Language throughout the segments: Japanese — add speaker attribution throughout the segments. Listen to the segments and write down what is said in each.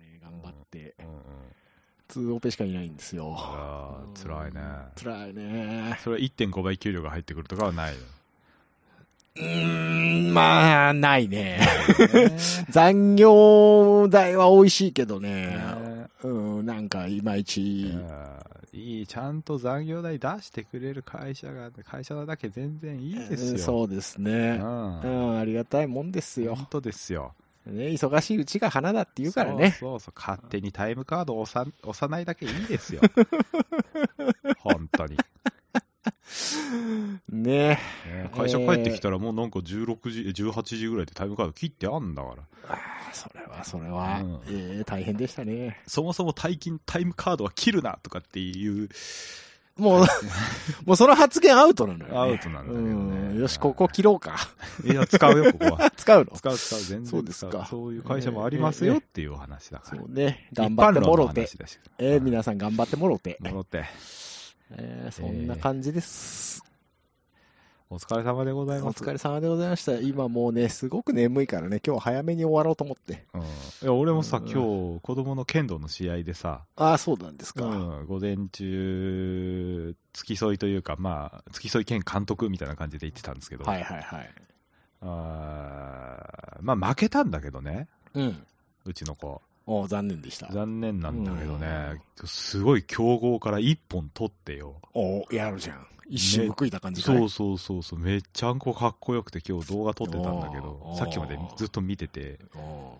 Speaker 1: ね、頑張って。
Speaker 2: うんうん。
Speaker 1: 2オペしかいないんです
Speaker 2: あ
Speaker 1: よ。
Speaker 2: あー、辛いね。
Speaker 1: 辛いね。
Speaker 2: それは1.5倍給料が入ってくるとかはないの。
Speaker 1: うーん、まあ、ないね。 残業代は美味しいけどね。
Speaker 2: ね
Speaker 1: うん、なんか、いまいち。
Speaker 2: いい、ちゃんと残業代出してくれる会社が、会社なだけ全然いいですよ。
Speaker 1: そうです
Speaker 2: う
Speaker 1: ね。
Speaker 2: ん。
Speaker 1: うん、ありがたいもんですよ。
Speaker 2: 本当ですよ。
Speaker 1: ね、忙しいうちが花だって言うからね。
Speaker 2: そうそうそう、勝手にタイムカードを押さ押さないだけいいで すよ。本当に。
Speaker 1: ね
Speaker 2: ね会社帰ってきたらもうなんか16時、18時ぐらいでタイムカード切ってあんだから。
Speaker 1: あーそれは、それは、
Speaker 2: うん
Speaker 1: えー大変でしたね。
Speaker 2: そもそも大金タイムカードは切るなとかっていう
Speaker 1: もう、もうその発言アウトなのよ、ね。
Speaker 2: アウトなんだけ
Speaker 1: う
Speaker 2: どね。
Speaker 1: んよし、ここ切ろうか。
Speaker 2: いや、使うよ、ここは。
Speaker 1: 使うの。
Speaker 2: 使う、使う、全然使
Speaker 1: そうですか
Speaker 2: そういう会社もありますよっていうお話だか
Speaker 1: そ
Speaker 2: ら。
Speaker 1: うね。頑張ってもろ
Speaker 2: 一般論の
Speaker 1: て
Speaker 2: 話。だし
Speaker 1: えー皆さん頑張ってもろて。
Speaker 2: 戻って、
Speaker 1: えーそんな感じです。
Speaker 2: お疲れ様でござい
Speaker 1: お
Speaker 2: ます。
Speaker 1: 疲れ様でございました。今もうね、すごく眠いからね、今日早めに終わろうと思って。
Speaker 2: うん、いや俺もさ、
Speaker 1: うん
Speaker 2: 今日子供の剣道の試合でさ、
Speaker 1: ああ、そうなんですか。
Speaker 2: うん、午前中、付き添いというか、まあ、付き添い兼監督みたいな感じで言ってたんですけど、
Speaker 1: はいはいはい。
Speaker 2: あーまあ、負けたんだけどね、
Speaker 1: うん。
Speaker 2: うちの子、
Speaker 1: おー残念でした。
Speaker 2: 残念なんだけどね、すごい強豪から1本取ってよ、
Speaker 1: おーやるじゃん。一瞬報いた感じかい
Speaker 2: そうそうそうそう、めっちゃんこかっこよくて、今日動画撮ってたんだけど
Speaker 1: お、ー
Speaker 2: さっきまでずっと見てて、
Speaker 1: お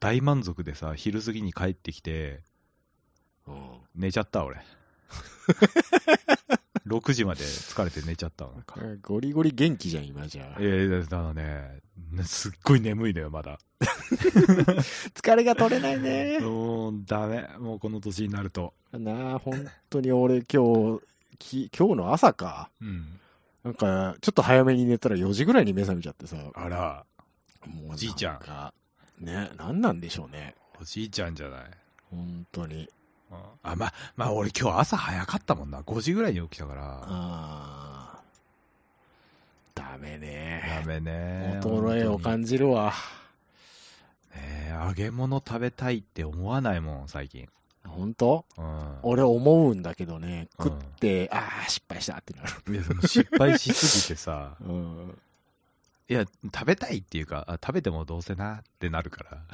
Speaker 2: 大満足でさ、昼過ぎに帰ってきて、
Speaker 1: ーうん
Speaker 2: 寝ちゃった、俺。6時まで疲れて寝ちゃったわなんか。
Speaker 1: えーゴリゴリ元気じゃん、今じゃあ
Speaker 2: い。やいや、だからね、すっごい眠いのよ、まだ。
Speaker 1: 疲れが取れない ね。
Speaker 2: もう、ダメ。もうこの年になると。
Speaker 1: なあ、本当に俺今日、き今日の朝か。
Speaker 2: うん。
Speaker 1: なんか、ちょっと早めに寝たら4時ぐらいに目覚めちゃってさ。
Speaker 2: あら、
Speaker 1: もうなんか
Speaker 2: おじいちゃん。
Speaker 1: ね、なんなんでしょうね。
Speaker 2: おじいちゃんじゃない。
Speaker 1: 本当に。
Speaker 2: あ、ま、まあ、俺今日朝早かったもんな。5時ぐらいに起きたから。
Speaker 1: あーダメ
Speaker 2: ダ
Speaker 1: ね。
Speaker 2: メね。
Speaker 1: 衰えを
Speaker 2: 本
Speaker 1: 感じるわ。
Speaker 2: 当にねえ揚げ物食べたいって思わないもん、最近。
Speaker 1: 本当
Speaker 2: うん。
Speaker 1: 俺思うんだけどね、
Speaker 2: うん
Speaker 1: 食って、ああ、失敗したってなる。。
Speaker 2: いやその失敗しすぎてさ
Speaker 1: うん。
Speaker 2: いや、食べたいっていうか、あ食べてもどうせなってなるから。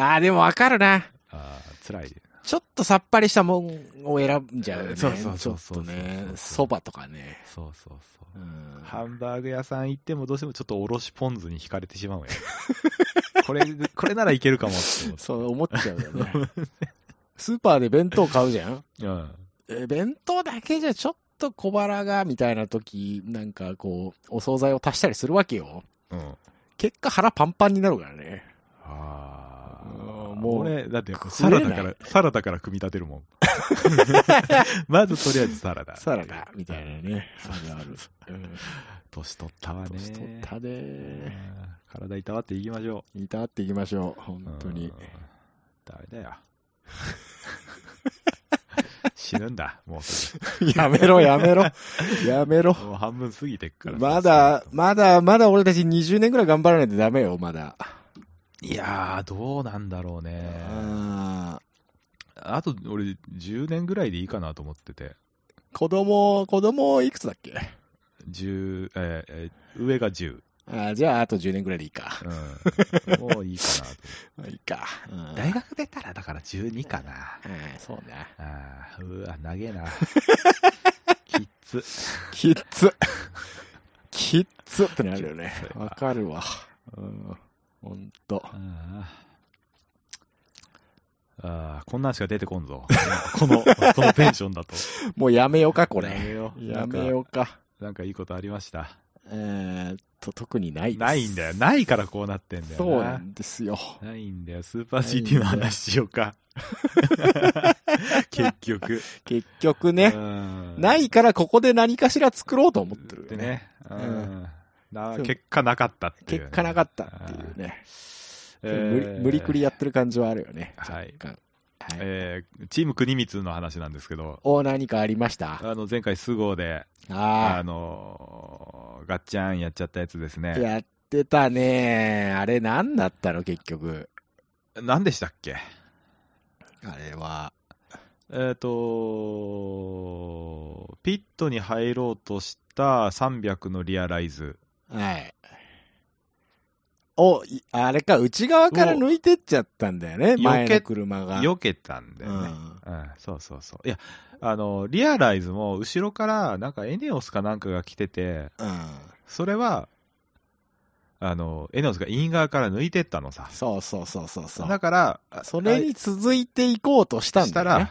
Speaker 1: ああ、でもわかるな。
Speaker 2: あー辛い。
Speaker 1: ちょっとさっぱりしたもんを選んじゃうよね。
Speaker 2: そうそうそうそう
Speaker 1: ちょっとね
Speaker 2: そうそう、そ
Speaker 1: そうばとかね。
Speaker 2: そうそうそ
Speaker 1: う
Speaker 2: う。
Speaker 1: ん
Speaker 2: ハンバーグ屋さん行ってもどうしてもちょっとおろしポン酢に惹かれ てしまうよ。これ、これならいけるかもって思って
Speaker 1: そう思っちゃうよ ね。スーパーで弁当買うじゃん。
Speaker 2: うん。
Speaker 1: え弁当だけじゃちょっと小腹が、みたいな時、なんかこう、お惣菜を足したりするわけよ。
Speaker 2: うん。
Speaker 1: 結果腹パンパンになるからね。
Speaker 2: あ
Speaker 1: う
Speaker 2: あ。
Speaker 1: んもう
Speaker 2: 俺、だってサ
Speaker 1: 食え
Speaker 2: ラ
Speaker 1: ない
Speaker 2: ダから、サラダから組み立て るもん。まずとりあえずサラダ。
Speaker 1: サラダ、みたいなね。あるある。うん
Speaker 2: 年取ったわね。
Speaker 1: 年取った
Speaker 2: うん
Speaker 1: ね。
Speaker 2: 体いたわっていきましょ
Speaker 1: いたっていきましょう。
Speaker 2: う。
Speaker 1: 本当
Speaker 2: う
Speaker 1: に
Speaker 2: ん。。ダメだ よ。死ぬんだ、もうす
Speaker 1: やめろ、やめろ。やめろ
Speaker 2: ぐ。。もう半分過ぎてっから。
Speaker 1: まだ、まだ、まだ俺たち20年ぐらい頑張らないとダメよ、まだ。
Speaker 2: いやー、どうなんだろうね。
Speaker 1: あ
Speaker 2: あと、俺、10年ぐらいでいいかなと思ってて。
Speaker 1: ー子供、子供いくつだっけ
Speaker 2: 10、えーえー上が10。
Speaker 1: あーじゃあ、あと10年ぐらいでいいか。
Speaker 2: うん。もういいかなと。
Speaker 1: いいか。うん
Speaker 2: 大学出たら、だから12かな。
Speaker 1: あーそうな。
Speaker 2: あーうわ、長え な。きっつ。
Speaker 1: きっつ。きっつってなるよね
Speaker 2: きっ。ついな
Speaker 1: わかるわ。うん。ほんと。
Speaker 2: あーあー、こんなんしか出てこんぞ。この、 このテンションだと。
Speaker 1: もうやめようか、こ
Speaker 2: こや
Speaker 1: れ。
Speaker 2: めよう。
Speaker 1: やめようか。
Speaker 2: う。なんかいいことありました。
Speaker 1: えーっと、特にないです
Speaker 2: ないんだよ。ないからこうなってんだよな。
Speaker 1: そうなんですよ。
Speaker 2: ないんだよ。スーパー CT の話しようか。結局。
Speaker 1: 結局ね。
Speaker 2: うん
Speaker 1: ないからここで何かしら作ろうと思ってる
Speaker 2: っ
Speaker 1: よ
Speaker 2: て
Speaker 1: ね。
Speaker 2: ね。うんな
Speaker 1: そう
Speaker 2: 結果なかったっていうね。
Speaker 1: 結果なかったっていうね。
Speaker 2: うん。
Speaker 1: 無理無理くりや
Speaker 2: っ
Speaker 1: ってる感じはあるよね。
Speaker 2: はい
Speaker 1: 若干。はい
Speaker 2: えーチーム国光の話なんですけど、
Speaker 1: お、何かありました
Speaker 2: あの、前回、スゴで、あ
Speaker 1: あ
Speaker 2: のー、ガッチャンやっちゃったやつです
Speaker 1: あ、
Speaker 2: ね。
Speaker 1: やってたね。あれ何だったの結局。
Speaker 2: 何でしたっけ
Speaker 1: あれは、
Speaker 2: えっ、と、ピットに入ろうとした300のリアライズ。
Speaker 1: はい。お、いあれか、内側から抜いてっちゃったんだよね、
Speaker 2: け
Speaker 1: 前の車が。
Speaker 2: 避けたんだよね。うん、そうそうそう。いや、あの、リアライズも後ろから、なんかエネオスかなんかが来てて、
Speaker 1: うん。うん。
Speaker 2: それは、あの、エネオスがイン側から抜いてったのさ。
Speaker 1: そうそうそうそうそう。
Speaker 2: だから、あ
Speaker 1: それに続いていこうとしたんだよ、ね。うん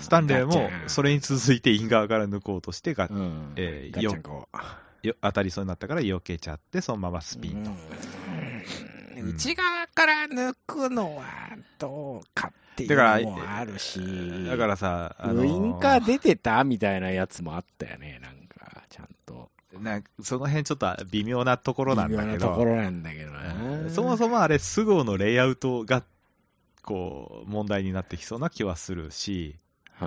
Speaker 2: スタンレーも、そ
Speaker 1: れ、
Speaker 2: れに続いてイン側から抜こうとしてが、
Speaker 1: うん、
Speaker 2: えー
Speaker 1: ガチャンコ。
Speaker 2: よ当たりそうになったから避けちゃって、そのままスピンと。
Speaker 1: うん
Speaker 2: うん
Speaker 1: 内側から抜くのはどうかっていう
Speaker 2: だから
Speaker 1: のもあるし、
Speaker 2: だからさ、あの
Speaker 1: ウ
Speaker 2: ー
Speaker 1: インカー出てたみたいなやつもあったよね、なんか、ちゃんと。
Speaker 2: なんかその辺ちょっと微妙なところなんだ
Speaker 1: 微
Speaker 2: け
Speaker 1: 妙なとこ
Speaker 2: ど、
Speaker 1: ろなんだけどな。
Speaker 2: そもそもあれ、スゴーのレイアウトが、こう、問題になってきそうな気はするし、
Speaker 1: は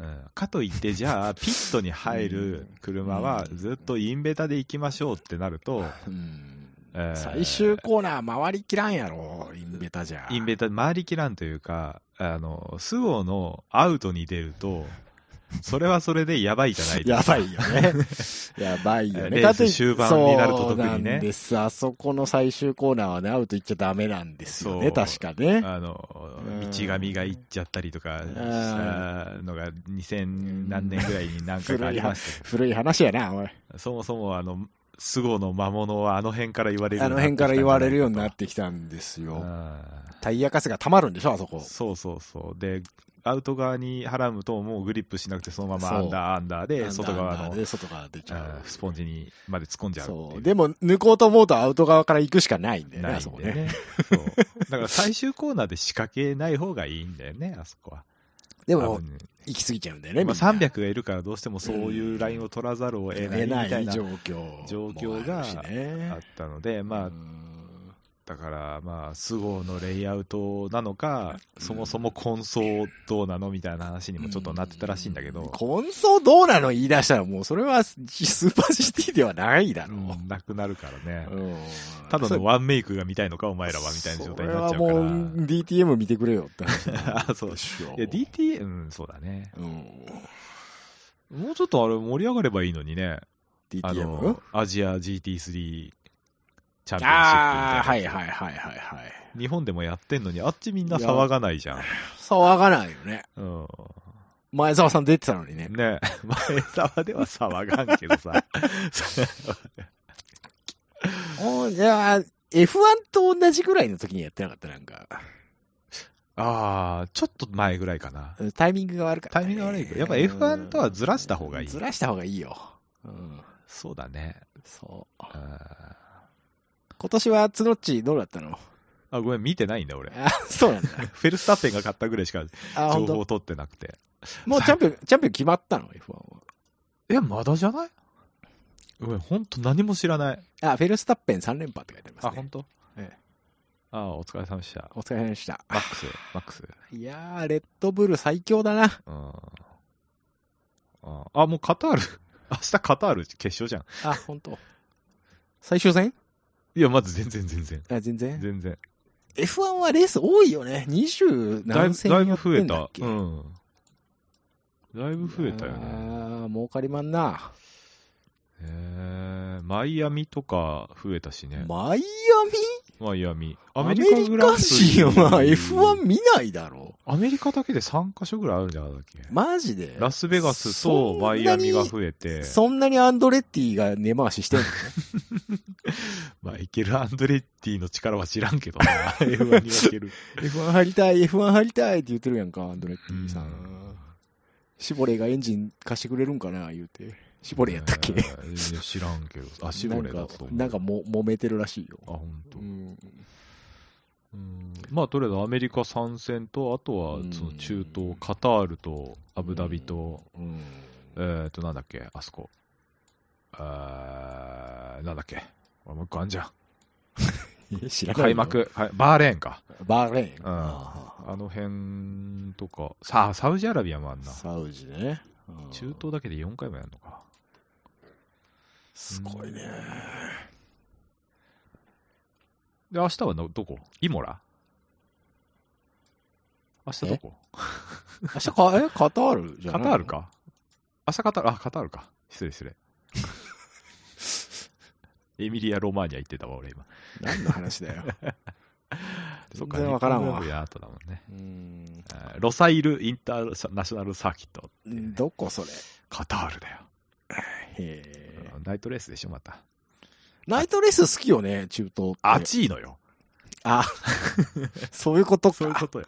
Speaker 2: うんかといって、じゃあ、ピットに入る車はずっとインベタで行きましょうってなると、
Speaker 1: あうん
Speaker 2: えー
Speaker 1: 最終コーナー回りきらんやろ、インベタじゃ。
Speaker 2: インベタ回りきらんというか、あの、スゴーのアウトに出ると、それはそれでやばいじゃないです
Speaker 1: や
Speaker 2: か。
Speaker 1: ばいよ ね。やばいよね。
Speaker 2: レース終盤になる
Speaker 1: そう
Speaker 2: と特にね
Speaker 1: なんです。あそこの最終コーナーはね、アウト行っちゃダメなんですよね、
Speaker 2: そう
Speaker 1: 確かね。
Speaker 2: あの、道神が行っちゃったりとかしたのが2000何年ぐらいに何回かありましたけ
Speaker 1: 古い話やな、おい。
Speaker 2: ど、そもそもあの、スゴーの魔物はあの辺から言われるよ
Speaker 1: あ
Speaker 2: うに
Speaker 1: の
Speaker 2: なって
Speaker 1: 辺
Speaker 2: きた
Speaker 1: から
Speaker 2: んじゃい
Speaker 1: 言われるよう
Speaker 2: か
Speaker 1: に
Speaker 2: と
Speaker 1: なってきたんですよ。
Speaker 2: うん
Speaker 1: タイヤカスが溜まるんでしょ、あそこ。
Speaker 2: そうそうそう。で、アウト側にはらむと、もうグリップしなくて、そのまま
Speaker 1: そう
Speaker 2: アンダー、アンダーで、外側
Speaker 1: アンダー
Speaker 2: の
Speaker 1: で外側出ちゃ
Speaker 2: うんスポンジにまで突っ込んじ
Speaker 1: う。
Speaker 2: ゃうってい
Speaker 1: そう。
Speaker 2: う。
Speaker 1: でも、抜こうと思うとアウト側から行くしかないんだよね、
Speaker 2: ない
Speaker 1: あ
Speaker 2: ん
Speaker 1: そこ
Speaker 2: だよ
Speaker 1: ね。
Speaker 2: ね。そう。だから最終コーナーで仕掛けない方がいいんだよね、あそこは。
Speaker 1: で
Speaker 2: 多
Speaker 1: も
Speaker 2: 分、
Speaker 1: 行き過ぎちゃうんだよね、
Speaker 2: まあ、
Speaker 1: みんな
Speaker 2: 300がいるからどうしてもそういうラインを取らざるを得ない
Speaker 1: 出
Speaker 2: み
Speaker 1: ない
Speaker 2: たいな
Speaker 1: 状況。
Speaker 2: 状況があったので、まあ、だから、まあ、スゴーのレイアウトなのか、そもそも混走どうなのみたいな話にもちょっとなってたらしいんだけど、
Speaker 1: コンソどうなの言い出したらもうそれはススーパーシティではないだろ
Speaker 2: うんなくなるからね。
Speaker 1: う。うん
Speaker 2: ただ
Speaker 1: そ
Speaker 2: のワンメイクが見たいのか、お前らはみたいな状態になっちゃう
Speaker 1: それはもう DTM 見てくれよって話
Speaker 2: か ら。あ そう
Speaker 1: でしょ
Speaker 2: いや、DT、うん、そうだね。
Speaker 1: うん
Speaker 2: もうちょっとあれ盛り上がればいいのにね。あ
Speaker 1: DTM?
Speaker 2: の、アジア GT3 チャンピオンシップみたいな
Speaker 1: ああ
Speaker 2: やつ。
Speaker 1: ー、はいはいはいはいはい。
Speaker 2: 日本でもやってんのに、あっちみんな騒がないじゃん。
Speaker 1: 騒がないよね。
Speaker 2: うん。
Speaker 1: 前澤さん出てたのにね。
Speaker 2: ね前沢では騒がんけどさ。
Speaker 1: おいやー、F1 と同じぐらいの時にやってなかった、なんか。
Speaker 2: ああ、ちょっと前ぐらいかな。
Speaker 1: タイミングが悪かった、
Speaker 2: タイミングが悪いけどやっぱ F1 とはずらした方がいい
Speaker 1: ずらした方がいいよ。うん。
Speaker 2: そうだね。
Speaker 1: そう。
Speaker 2: あ
Speaker 1: 今年はツノッチどうだったの
Speaker 2: ーあ、ごめん、見てないんだ、俺。
Speaker 1: あ、そうなんだ。
Speaker 2: フェルスタッペンが買ったぐらいしか
Speaker 1: あ、
Speaker 2: 情
Speaker 1: 本当
Speaker 2: 報。を取ってなくて。
Speaker 1: もうチャンピオン、チャンピオン決まったの ?F1 は。
Speaker 2: え、まだじゃないごめん、ほんと何も知らない。
Speaker 1: あ、フェルスタッペン3連覇って書いてあります、
Speaker 2: あ、
Speaker 1: ね。
Speaker 2: ほんと
Speaker 1: ええ
Speaker 2: ああ、お疲れ様でした。
Speaker 1: お疲れ様でした。
Speaker 2: マックス、マックス。
Speaker 1: いやー、レッドブル最強だな。
Speaker 2: うん。ああ、もうカタール。 明日カタール決勝じゃん。
Speaker 1: あ、本当。最終戦
Speaker 2: いや、まず全然全然。
Speaker 1: あ、全然。
Speaker 2: 全然。
Speaker 1: F1 はレース多いよね。20
Speaker 2: だい
Speaker 1: 何
Speaker 2: ぶ、
Speaker 1: 戦
Speaker 2: だい
Speaker 1: や
Speaker 2: ぶ
Speaker 1: って
Speaker 2: 増え。
Speaker 1: んだったけ
Speaker 2: うん。だいぶ増えたよ
Speaker 1: あ
Speaker 2: ね。
Speaker 1: ー儲かりまんな。
Speaker 2: へえマイアミとか増えたしね。
Speaker 1: マイアミ
Speaker 2: マイアミ。
Speaker 1: ア
Speaker 2: ア
Speaker 1: メリ
Speaker 2: グラン
Speaker 1: カ
Speaker 2: プリ
Speaker 1: 人は F1 見ないだろ
Speaker 2: アメリカだけで3カ所ぐらいあるんじゃないだっけ
Speaker 1: う。マジで。
Speaker 2: ラスベガスとマイアミが増えて、
Speaker 1: そんなにアンドレッティが根回ししてんの
Speaker 2: まあ、いけるアンドレッティの力は知らんけど な、F1 にはいける。
Speaker 1: F1 入りたい、F1 入りたいって言ってるやんか、アンドレッティさ
Speaker 2: うん
Speaker 1: ん。シボレーがエンジン貸してくれるんかな、言うて。シボレーやったっけ
Speaker 2: えーいや知らんけど、あ、シボレーだったと思う。
Speaker 1: なんかも揉めてるらしいよ。
Speaker 2: あ、本当
Speaker 1: う。ん
Speaker 2: うんまあ、とりあえずアメリカ参戦と、あとは
Speaker 1: うん
Speaker 2: その中東、カタールとアブダビと、
Speaker 1: うん
Speaker 2: えっと、なんだっけ、あそこ。あーなんだっけ。俺もう一個あんじゃん。
Speaker 1: え知らないよ
Speaker 2: 開。幕、はいバーレーンか。
Speaker 1: バーレーン。
Speaker 2: うん。あの辺とか、さあ、サウジアラビアもあんな。
Speaker 1: サウジね。うん
Speaker 2: 中東だけで4回もやるのか。
Speaker 1: すごいね。
Speaker 2: で、明日はのどこイモラ明日どこ
Speaker 1: 明日か、えカタールじゃない
Speaker 2: カタールか明日カタール、あ、カタールか。失礼失 礼。エミリア・ロマーニャ行ってたわ、俺今。
Speaker 1: 何の話だよ。
Speaker 2: そっか、
Speaker 1: 全然わからんわ
Speaker 2: 日本の後だもんね。
Speaker 1: うん
Speaker 2: あロサイル・インターナショナル・サーキット。
Speaker 1: どこそれ。
Speaker 2: カタールだよ。
Speaker 1: へー
Speaker 2: ナイトレースでしょ、また。
Speaker 1: ナイトレース好きよね、中東って。
Speaker 2: 暑いのよ。
Speaker 1: あ、 そういうことか。
Speaker 2: そういうことよ。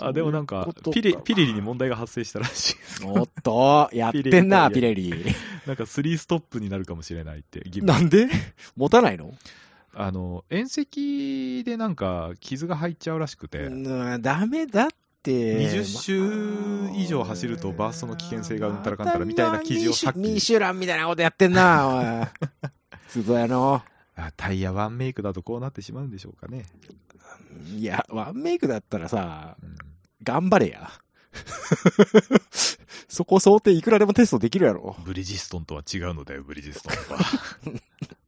Speaker 2: あ、でもなんか、ピリ、ピリリに問題が発生したらしい です。
Speaker 1: おっ と、やってんな、ピ
Speaker 2: ピ
Speaker 1: レリ。
Speaker 2: なんか、スリーストップになるかもしれないって。疑問
Speaker 1: なんで持たないの
Speaker 2: あの、縁石でなんか、傷が入っちゃうらしくて。
Speaker 1: うんダメだって。
Speaker 2: 20周以上走るとバーストの危険性がうんたらかんたらみたいな記事をさっき
Speaker 1: ミシュランみたいなことやってんな、 おい。鈴やの。
Speaker 2: あタイヤワンメイクだとこうなってしまうんでしょうかね。
Speaker 1: いや、ワンメイクだったらさ、
Speaker 2: うん
Speaker 1: 頑張れや。 そこ想定いくらでもテストできるやろ。
Speaker 2: ブリヂストンとは違うのだよ、ブリヂストン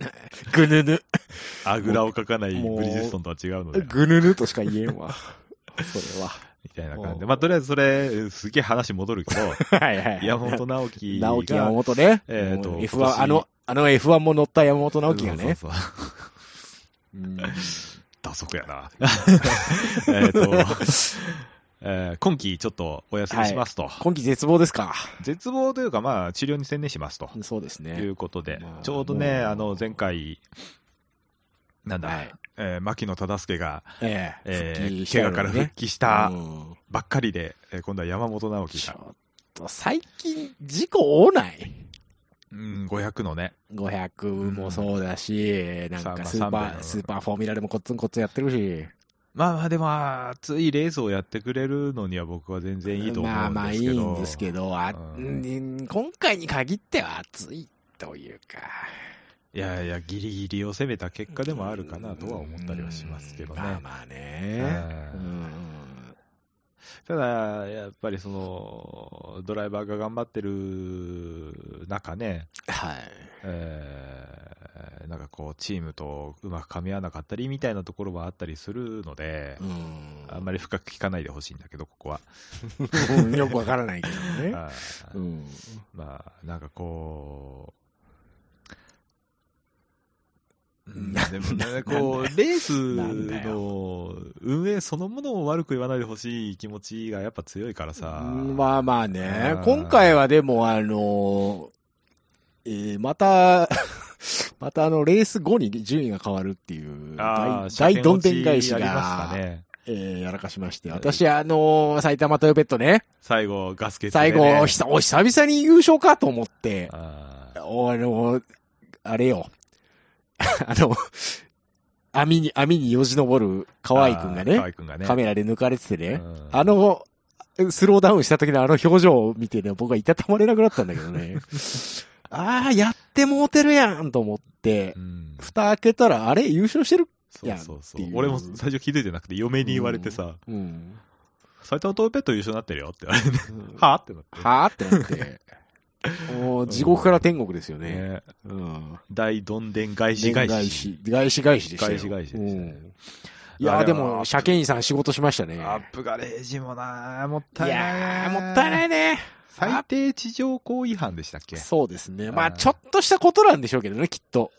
Speaker 2: とは。
Speaker 1: ぐぬぬ。
Speaker 2: あぐらをかかない
Speaker 1: もう
Speaker 2: ブリヂストンとは違うのだよ。
Speaker 1: ぐぬぬとしか言えんわ。それは。
Speaker 2: みたいな感じで。まあ、とりあえずそれ、すげえ話戻るけど、
Speaker 1: はいはいはい。
Speaker 2: 山本直樹が。
Speaker 1: 直樹山本ね。
Speaker 2: えーと
Speaker 1: もう
Speaker 2: 今
Speaker 1: F1、
Speaker 2: 年
Speaker 1: あの、あの F1 も乗った山本直樹がね。
Speaker 2: そうそうそう
Speaker 1: うん
Speaker 2: 打足やな。 えっと、えー今期ちょっとお休みしますと。
Speaker 1: 今季絶望ですか。
Speaker 2: 絶望というか、まあ、治療に専念しますと。
Speaker 1: そうです
Speaker 2: とい
Speaker 1: ね。
Speaker 2: うことで
Speaker 1: まあ、
Speaker 2: ちょうど
Speaker 1: も
Speaker 2: ね、
Speaker 1: う
Speaker 2: あの、前回、なんだ、
Speaker 1: はい
Speaker 2: えー牧野忠介が、
Speaker 1: ええ復
Speaker 2: え
Speaker 1: 帰
Speaker 2: ー、
Speaker 1: した
Speaker 2: 怪
Speaker 1: よ
Speaker 2: 我
Speaker 1: ね
Speaker 2: から復帰し
Speaker 1: う
Speaker 2: た
Speaker 1: ん
Speaker 2: ばっかりで、えー今度は山本直樹
Speaker 1: ち
Speaker 2: が、
Speaker 1: ょっと最近事故多ない
Speaker 2: うん、500のね、
Speaker 1: 500もそうだし、なん
Speaker 2: さあま
Speaker 1: か
Speaker 2: あ
Speaker 1: スーパ
Speaker 2: 300
Speaker 1: ー、
Speaker 2: の
Speaker 1: スーパーフォーミュラでもコッツンコッツンやってるし。
Speaker 2: まあまあでも、熱いレースをやってくれるのには僕は全然いいと思
Speaker 1: まあ
Speaker 2: うん
Speaker 1: まあ
Speaker 2: で
Speaker 1: い
Speaker 2: すけ
Speaker 1: い
Speaker 2: ど。
Speaker 1: んですけど、あ
Speaker 2: うん
Speaker 1: うん今回に限っては暑いというか。
Speaker 2: いやいや、ギリギリを攻めた結果でもあるかなとは思ったりはしますけどね。
Speaker 1: まあまあ
Speaker 2: う
Speaker 1: ね。うんん
Speaker 2: ただ、やっぱりその、ドライバーが頑張ってる中ね、
Speaker 1: はい。
Speaker 2: えーなんかこう、チームとうまくかみ合わなかったりみたいなところはあったりするので、
Speaker 1: うん
Speaker 2: あんまり深く聞かないでほしいんだけど、ここは。
Speaker 1: うんよくわからないけどね。
Speaker 2: あー
Speaker 1: うん。
Speaker 2: まあ、なんかこう、う
Speaker 1: なんん
Speaker 2: でもね、
Speaker 1: なんだよ
Speaker 2: こう、レース
Speaker 1: なんだ
Speaker 2: の運営そのものを悪く言わないでほしい気持ちがやっぱ強いからさ。
Speaker 1: まあまあね
Speaker 2: う。ん
Speaker 1: 今回はでも、あのーえーまた、 またあの、レース後に順位が変わるっていう
Speaker 2: あ
Speaker 1: 大、大
Speaker 2: ー
Speaker 1: どんでん返し
Speaker 2: 車検落ちありまし
Speaker 1: が、
Speaker 2: たね。
Speaker 1: えーやらかしまして。私、あのー埼玉トヨペットね、
Speaker 2: 最後、ガス欠で
Speaker 1: 最
Speaker 2: ね、
Speaker 1: 後、ひさお久々に優勝かと思って、
Speaker 2: あー
Speaker 1: おあのーあれよ。 あの、網に、網によじ登る河合くんが
Speaker 2: あー
Speaker 1: ね
Speaker 2: 河、合くんがね。
Speaker 1: カメラで抜かれててね、
Speaker 2: うん
Speaker 1: あの、スローダウンした時のあの表情を見てね、僕はいたたまれなくなったんだけど ね。ああ、やってもうてるやんと思って
Speaker 2: う、ん
Speaker 1: 蓋開けたら、あれ優勝してる
Speaker 2: そうそうそ
Speaker 1: やんって
Speaker 2: う
Speaker 1: いう
Speaker 2: 俺も最初気づいてなくて、嫁に言われてさ、
Speaker 1: うん。
Speaker 2: 斎藤トーペット優勝になってるよって言われて、はぁってなって。
Speaker 1: はあってな って。もう、地獄から天国ですよね。
Speaker 2: ね
Speaker 1: うん。
Speaker 2: 大どんでん返し返し。。
Speaker 1: 外資外資でしたよ。
Speaker 2: 外資外資でしたね
Speaker 1: うんいや
Speaker 2: あ
Speaker 1: ー、
Speaker 2: れ
Speaker 1: で
Speaker 2: は
Speaker 1: も、車検員さん仕事しましたね。い
Speaker 2: ア
Speaker 1: や
Speaker 2: ップガレージもなぁ、もったいない
Speaker 1: ー、
Speaker 2: なぁ
Speaker 1: もったいないね。
Speaker 2: 最低地上行違反でしたっけ
Speaker 1: そうですね。ま
Speaker 2: あ
Speaker 1: あ、
Speaker 2: ー
Speaker 1: ちょっとしたことなんでしょうけどね、きっと。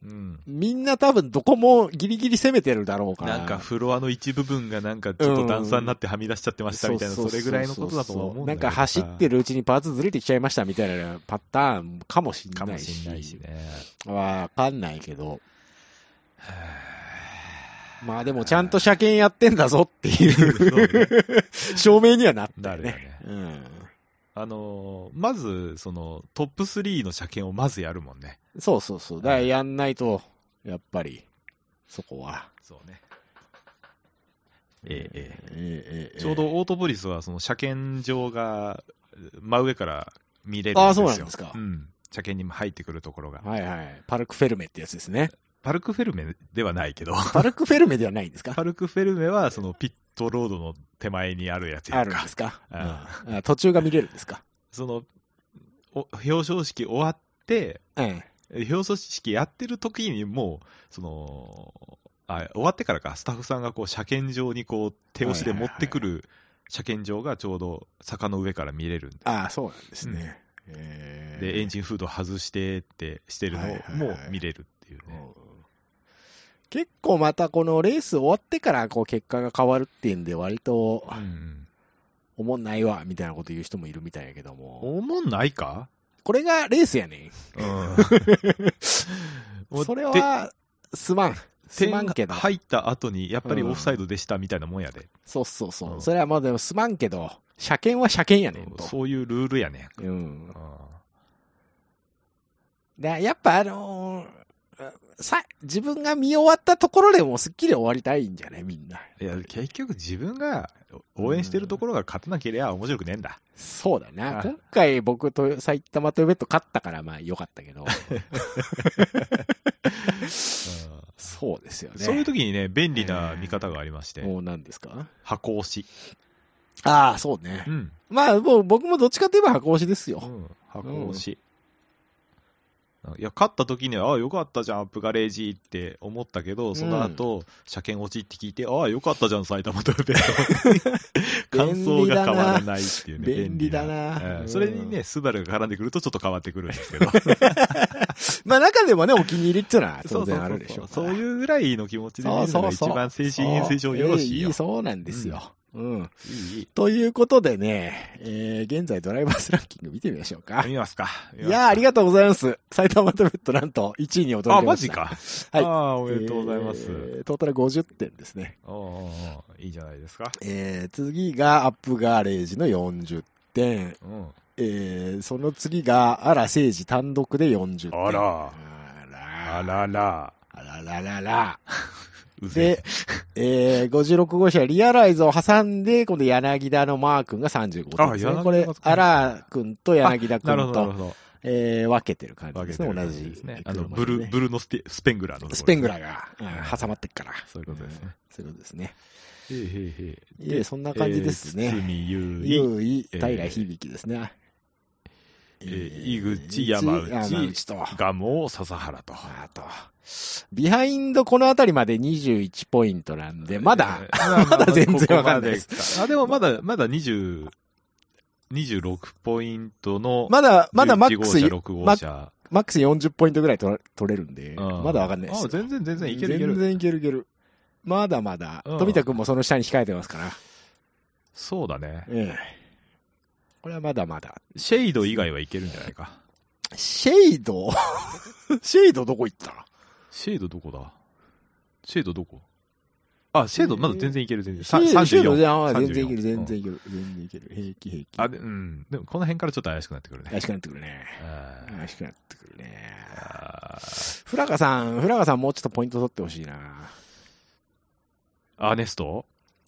Speaker 2: うん。
Speaker 1: みんな多分どこもギリギリ攻めてるだろうから。
Speaker 2: なんかフロアの一部分がなんかちょっと段差になってはみ出しちゃってましたみたい
Speaker 1: う
Speaker 2: な、
Speaker 1: う
Speaker 2: そう
Speaker 1: う
Speaker 2: れぐらいのことだとは思うんだけど
Speaker 1: なんか走って
Speaker 2: る
Speaker 1: るうちにパーツずれてきちゃいましたみたいなパターンかもしん
Speaker 2: か
Speaker 1: な
Speaker 2: も
Speaker 1: いし。
Speaker 2: しんないしね。
Speaker 1: わかんないけど。まあでもちゃんと車検やってんだぞって いう証明にはなったよ
Speaker 2: なる
Speaker 1: ね。う
Speaker 2: あのーまず、その、トップ3の車検をまずやるもんね。
Speaker 1: ん。そうそうそう。だからやんないと、やっぱり、そこは。
Speaker 2: そうね。えええ
Speaker 1: ええええ
Speaker 2: ちょうどオートポリスは、その車検場が真上から見れるんですよ。
Speaker 1: ああそうなんですか
Speaker 2: うん。車検にも入ってくるところが。
Speaker 1: はいはい。パルクフェルメってやつですね。
Speaker 2: パルクフェルメではないけど、
Speaker 1: パルクフェルメではないんですか
Speaker 2: パルクフェルメはそのピットロードの手前にあるや つ
Speaker 1: あ
Speaker 2: やん
Speaker 1: るん
Speaker 2: か
Speaker 1: で。すか、
Speaker 2: う
Speaker 1: うんん、あ途中が見れるんですか
Speaker 2: その、お表彰式終わって、
Speaker 1: ええ。
Speaker 2: 表彰式やってる時にもう、その、あ、終わってからか、スタッフさんがこう車検場にこう手押しで持ってくる車検場がちょうど坂の上から見れるんで、
Speaker 1: ああ、そうなんですね。え
Speaker 2: でエンジンフード外してってしてるの
Speaker 1: はいはい
Speaker 2: も
Speaker 1: はい
Speaker 2: 見れるっていうね。
Speaker 1: 結構またこのレース終わってからこう結果が変わるっていうんで割と
Speaker 2: うんうん
Speaker 1: おもんないわみたいなこと言う人もいるみたいやけども
Speaker 2: おもんないか
Speaker 1: これがレースやね
Speaker 2: うん
Speaker 1: ん
Speaker 2: もう
Speaker 1: それはすまんすま
Speaker 2: 点
Speaker 1: ん
Speaker 2: が
Speaker 1: けど
Speaker 2: 入った後にやっぱりオフサイドでしたみたいなもんやで、
Speaker 1: そうそうそう、
Speaker 2: うん
Speaker 1: それはまあでもすまんけど車検は車検やねんと
Speaker 2: そういうルールやね
Speaker 1: う、ん
Speaker 2: う、ん
Speaker 1: でやっぱあのーさ自分が見終わったところでもうすっきり終わりたいんじゃないみんない
Speaker 2: や、結局自分が応援してるところが勝たなければ面白くねえんだ。
Speaker 1: そうだな。
Speaker 2: はい
Speaker 1: 今回僕と埼玉トヨベット勝ったからまあ良かったけど。そうですよね。
Speaker 2: そういう時にね、便利な見方がありまして、
Speaker 1: もう何ですか
Speaker 2: 箱押し。
Speaker 1: ああ、そうね
Speaker 2: う。ん。
Speaker 1: まあもう僕もどっちかといえば箱押しですよ。
Speaker 2: 箱押し。いや、勝った時には、ああ、よかったじゃん、アップガレージって思ったけど、その後、車検落ちって聞いて、ああ、よかったじゃん、埼玉トヨ ペット。感想が変わらないっていうね。
Speaker 1: 便利だな
Speaker 2: ええ
Speaker 1: うん
Speaker 2: それにね、スバルが絡んでくるとちょっと変わってくるんですけど。
Speaker 1: まあ中でもね、お気に入りっていうのは 当
Speaker 2: そうそう
Speaker 1: 然あ
Speaker 2: そ
Speaker 1: る
Speaker 2: う
Speaker 1: でしょ
Speaker 2: そう
Speaker 1: か
Speaker 2: う。
Speaker 1: ら
Speaker 2: そういうぐらいの気持ちで見るのが一番精神衛生上よろしいよ。
Speaker 1: そうそうなんですよ。うん。
Speaker 2: いいいい
Speaker 1: ということでね、えー、現在ドライバースランキング見てみましょうか。
Speaker 2: 見ますか。
Speaker 1: いやーあり
Speaker 2: が
Speaker 1: がとうございます。埼玉トヨベットなんと1位に
Speaker 2: あ、
Speaker 1: 驚き
Speaker 2: マ
Speaker 1: まし
Speaker 2: ジ
Speaker 1: た。
Speaker 2: か。
Speaker 1: はい
Speaker 2: ああ、おめでとうございます。
Speaker 1: えートータル50点ですね。
Speaker 2: おうおうおういいじゃないですか。
Speaker 1: えー次がアップガレージの40点、
Speaker 2: うん。
Speaker 1: えーその次が荒誠治単独で40点。
Speaker 2: あら
Speaker 1: あら。
Speaker 2: あらら。
Speaker 1: あらららら。
Speaker 2: うぜ
Speaker 1: で、えー、56号車リアライズを挟んで、今度柳田のマー君が35点です
Speaker 2: あ柳田
Speaker 1: ね。
Speaker 2: が
Speaker 1: これ、荒君と柳田
Speaker 2: え。なる
Speaker 1: 君
Speaker 2: ほど、な
Speaker 1: と、
Speaker 2: るほ
Speaker 1: えー分けてる感
Speaker 2: ど。
Speaker 1: じ
Speaker 2: 分
Speaker 1: で
Speaker 2: け
Speaker 1: す
Speaker 2: て
Speaker 1: ね。同
Speaker 2: る感
Speaker 1: じ
Speaker 2: ですね。あ
Speaker 1: 車で
Speaker 2: の、
Speaker 1: ね
Speaker 2: ブル、ブルのステスペングラーのところです
Speaker 1: スペングラ
Speaker 2: へ
Speaker 1: ーが、うん挟まってっから。
Speaker 2: そういうことですね
Speaker 1: んそういうことですね。
Speaker 2: えへえへえ。
Speaker 1: で、そんな感じですね。
Speaker 2: えー堤優衣
Speaker 1: 優位、
Speaker 2: えー
Speaker 1: 平響ですね。
Speaker 2: えー井口山内
Speaker 1: 山内と。
Speaker 2: 蒲生、笹原と。
Speaker 1: あと。ビハインドこのあたりまで21ポイントなんで、まだ、
Speaker 2: えー、ま
Speaker 1: まだ全然わかんないです
Speaker 2: ここまかあ、でもまだ、まだ20、26ポイントの、
Speaker 1: まだ、まだマックス
Speaker 2: 11、号車、6号車。
Speaker 1: マックス40ポイントぐらい取ら取れるんで、
Speaker 2: うん
Speaker 1: まだわかんないです
Speaker 2: あ
Speaker 1: よ。
Speaker 2: 全然、全然いけるいけ
Speaker 1: 全
Speaker 2: る。
Speaker 1: 然いけるいける。まだまだ、
Speaker 2: うん
Speaker 1: 富田君もその下に控えてますから。
Speaker 2: そうだね。
Speaker 1: ええ。これはまだまだ。
Speaker 2: シェイド以外はいけるんじゃないか。
Speaker 1: シェイ ドシェイドどこ行った
Speaker 2: シェイドどこだシェイドどこあ、シェイドまだ全然いける、全然。
Speaker 1: シェイドシェイドじゃあ
Speaker 2: 34
Speaker 1: 全然いける、全然
Speaker 2: う
Speaker 1: い
Speaker 2: ん
Speaker 1: ける、全然いける。平気平気。
Speaker 2: あ、でうん。でもこの辺からちょっと怪しくなってくるね。
Speaker 1: 怪しくなってくるね。
Speaker 2: あ
Speaker 1: 怪しくなってくるね。
Speaker 2: ーあー
Speaker 1: フラガさん、フラガさんもうちょっとポイント取ってほしいな。
Speaker 2: アーネスト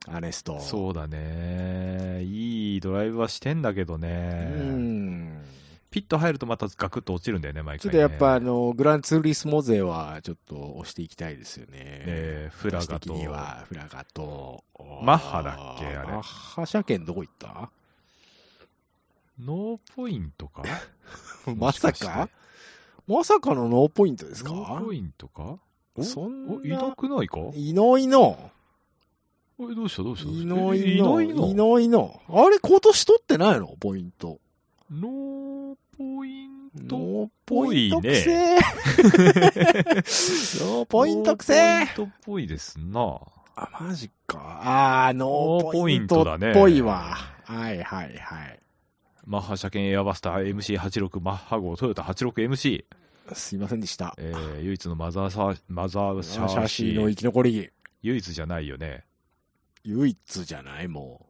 Speaker 1: アネスト。う。
Speaker 2: そうだね。いいドライブはしてんだけど
Speaker 1: う
Speaker 2: ね。
Speaker 1: ん。
Speaker 2: ピット入るとまたガクッと落ちるんだよね、毎
Speaker 1: ちょ
Speaker 2: 回、
Speaker 1: っ
Speaker 2: ね。
Speaker 1: とやっぱあの、グランツーリスモ勢はちょっと押していきたいですよね。
Speaker 2: えーフラガ
Speaker 1: 私的
Speaker 2: と
Speaker 1: には、フラガと。
Speaker 2: マッハだっけあれ
Speaker 1: マッハ車検どこ行った
Speaker 2: ノーポイントか
Speaker 1: ま
Speaker 2: もし
Speaker 1: さ
Speaker 2: かして
Speaker 1: かまさかのノーポイントですか
Speaker 2: ノーポイントかお
Speaker 1: そんな
Speaker 2: おいなくないか
Speaker 1: イノイノ。
Speaker 2: おいどうしたどうした
Speaker 1: イノイ
Speaker 2: ノ
Speaker 1: ノ。
Speaker 2: いの
Speaker 1: イノイノ。あれ今年取ってないのポイント。
Speaker 2: ノーポイント
Speaker 1: ノーポ
Speaker 2: ぽ
Speaker 1: イ
Speaker 2: い
Speaker 1: ント
Speaker 2: ね
Speaker 1: くせえ ノーポイントくせ
Speaker 2: ノ
Speaker 1: え
Speaker 2: ーポイントっぽいですな。
Speaker 1: あ、マジか。あー、ノーポイント
Speaker 2: ノーポイントだ
Speaker 1: っ
Speaker 2: ね
Speaker 1: ぽいわ。はいはいはい。
Speaker 2: マッハ車検エアバスター MC86 マッハ号トヨタ 86MC、
Speaker 1: すいませんでした。
Speaker 2: えー、唯一のマザーサーマザーシ
Speaker 1: シャ
Speaker 2: ャー
Speaker 1: ー
Speaker 2: シ
Speaker 1: シ
Speaker 2: ー
Speaker 1: ーの生き残り、
Speaker 2: 唯一じゃないよね
Speaker 1: 唯一じゃないもう。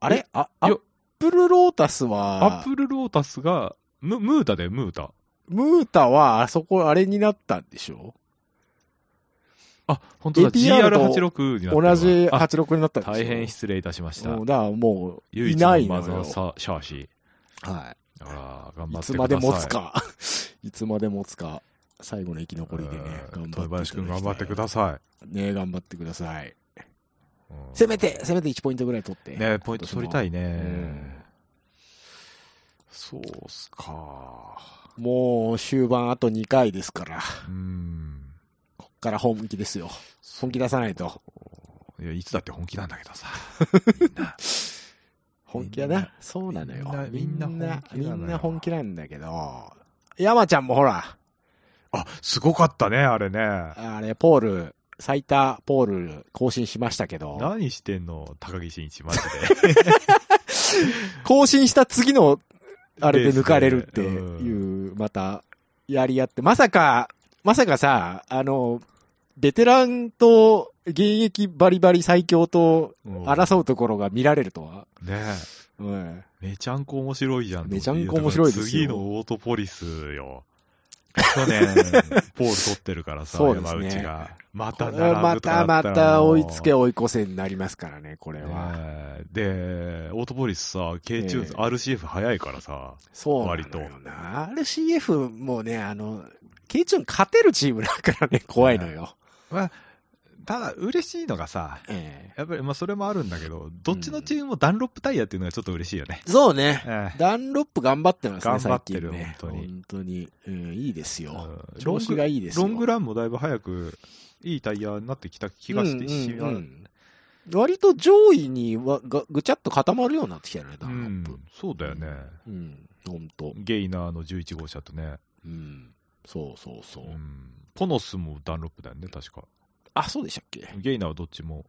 Speaker 1: あれあ、ア
Speaker 2: いや
Speaker 1: ップルロータス
Speaker 2: ア
Speaker 1: は
Speaker 2: ッ、プルロータスがムムータだよムータ
Speaker 1: ムータは、あそこ、あれになったんでしょ
Speaker 2: あ本当だ
Speaker 1: APR と
Speaker 2: GR86 になってるわ
Speaker 1: 同じ
Speaker 2: あ
Speaker 1: 86になったんでしょ
Speaker 2: 大変失礼いたしました
Speaker 1: うんだからもう、
Speaker 2: 唯
Speaker 1: い
Speaker 2: 一
Speaker 1: な
Speaker 2: の
Speaker 1: いの
Speaker 2: マザ
Speaker 1: よ
Speaker 2: ー。サーシャーシー
Speaker 1: はい。
Speaker 2: あら頑張
Speaker 1: い
Speaker 2: って
Speaker 1: つ
Speaker 2: ください
Speaker 1: まで持つか。 いつまで持つか。最後の生き残りでね、
Speaker 2: えー
Speaker 1: 頑張っ
Speaker 2: 豊
Speaker 1: ていただ
Speaker 2: 林
Speaker 1: きたい。
Speaker 2: 君頑張ってくださ
Speaker 1: ね頑張ってください。
Speaker 2: い、うん
Speaker 1: せめて、せめて1ポイントぐらい取って。
Speaker 2: ねポイント取りたい
Speaker 1: 今年も
Speaker 2: ねそうっすか
Speaker 1: うんもう終盤あと2回ですから。
Speaker 2: うん
Speaker 1: から本気ですよ。本気出さないと。
Speaker 2: いや、いつだって本気なんだけどさ。 みんな
Speaker 1: 本気だな。そうなのよ。み
Speaker 2: み
Speaker 1: ん
Speaker 2: ん
Speaker 1: な、
Speaker 2: な
Speaker 1: みんな、
Speaker 2: みんな本気なのよ
Speaker 1: 本気なんだけど、山ちゃんもほら、
Speaker 2: あ、すごかったね、あれね。
Speaker 1: あれ、ポール、最多ポール更新しましたけど、
Speaker 2: 何してんの高木真一、マジで。
Speaker 1: 更新した次の、あれで抜かれるって
Speaker 2: ですね
Speaker 1: いう、また、やり合って、まさか、まさかさ、あの、ベテランと現役バリバリ最強と
Speaker 2: うん
Speaker 1: 争うところが見られるとは。
Speaker 2: ね
Speaker 1: うん。
Speaker 2: えめちゃんこ面白いじゃん。
Speaker 1: めちゃんこ面白いですよ
Speaker 2: 次のオートポリスよ。去 年、ポール取ってるからさ、
Speaker 1: そうです
Speaker 2: 山
Speaker 1: ね
Speaker 2: 内が。ま
Speaker 1: これ
Speaker 2: た
Speaker 1: は
Speaker 2: 並
Speaker 1: ま
Speaker 2: ぶとか
Speaker 1: た
Speaker 2: な
Speaker 1: ま
Speaker 2: ったら
Speaker 1: た
Speaker 2: もう
Speaker 1: 追いつけ追い越せになりますからね、これは。
Speaker 2: ねえで、オートポリスさ、K チューズ、
Speaker 1: え
Speaker 2: RCF 早いからさ、
Speaker 1: そうな
Speaker 2: 割
Speaker 1: の
Speaker 2: と
Speaker 1: よな。RCF もね、あの、ケイチュン勝てるチームだからね、 怖いのよ。
Speaker 2: ただ嬉しいのがさ、
Speaker 1: え
Speaker 2: やっぱりまあそれもあるんだけど、どっちのチームもダンロップタイヤっていうのがちょっと嬉しいよ ね。
Speaker 1: えそうね。
Speaker 2: ええ
Speaker 1: ダンロップ頑張ってますね、
Speaker 2: 頑張
Speaker 1: 最
Speaker 2: って
Speaker 1: 近
Speaker 2: る
Speaker 1: ね。
Speaker 2: 本当に
Speaker 1: 本当に。うん、いいですよ。
Speaker 2: うん
Speaker 1: 調子がいいですよ。
Speaker 2: ロングランもだいぶ早く、いいタイヤになってきた気がしてしま
Speaker 1: うんう
Speaker 2: うん
Speaker 1: うん割と上位にはがぐちゃっと固まるようになってきたよね、ダ
Speaker 2: う
Speaker 1: ンロップ
Speaker 2: ん。そうだよね。
Speaker 1: うん、本当。
Speaker 2: ゲイナーの11号車とね、
Speaker 1: うん。そうそうそうう。
Speaker 2: んポノスもダンロップだよね、確か。
Speaker 1: あ、そうでしたっけ
Speaker 2: ゲイナーはどっちも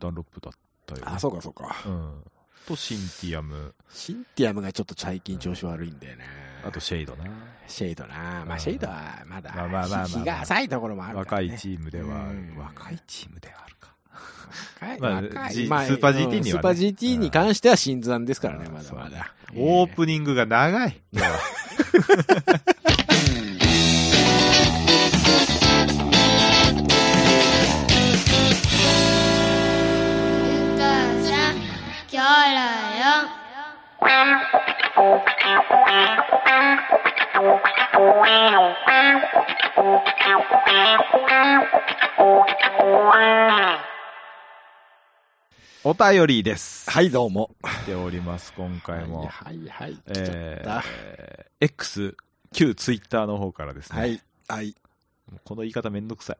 Speaker 2: ダンロップだったよね。
Speaker 1: あ、そうかそうか。
Speaker 2: うん。と、シンティアム、
Speaker 1: シンティアムがちょっと最近調子悪いんだよね。
Speaker 2: あとシェイドな。
Speaker 1: シェイドな。ま
Speaker 2: う
Speaker 1: あ、
Speaker 2: ん
Speaker 1: シェイドはまだ、
Speaker 2: まあまあまあまあ
Speaker 1: 日が浅いところもあるか
Speaker 2: 若
Speaker 1: ら、ね。
Speaker 2: いチームではある
Speaker 1: う、ん
Speaker 2: 若いチームではあるか。
Speaker 1: 若い。
Speaker 2: まあ
Speaker 1: 若い
Speaker 2: G-
Speaker 1: まあ
Speaker 2: スーパー GT にはね
Speaker 1: うんスーパー GT に関しては新参ですからね、
Speaker 2: うん
Speaker 1: まだまだ。
Speaker 2: オー
Speaker 1: ン。
Speaker 2: プニングが 長い。
Speaker 3: キョロよ。
Speaker 2: お便りです。
Speaker 1: はい、どうも。
Speaker 2: 来ております、今
Speaker 1: は
Speaker 2: 回
Speaker 1: い、
Speaker 2: も。
Speaker 1: はい、はい。来ちゃった。
Speaker 2: えー、X、旧ツイッターの方からですね。
Speaker 1: はい、はい。
Speaker 2: もうこの言い方めんどくさい。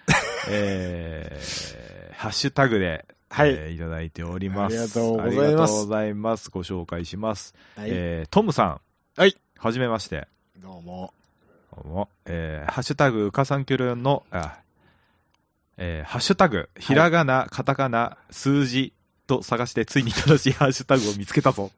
Speaker 2: えー、ハッシュタグで、
Speaker 1: はい
Speaker 2: えーいただいております。
Speaker 1: ありがとうございます
Speaker 2: ありがとうございますご紹介します。
Speaker 1: はい、
Speaker 2: えートムさん。
Speaker 1: はい。
Speaker 2: はじめまして。
Speaker 1: どうも。
Speaker 2: どうもえーハッシュタグ、うかさんきょろよんの、あ、えーハッシュタグ、ひらがな、カタカナ、数字と探して、ついに正しいハッシュタグを見つけたぞ。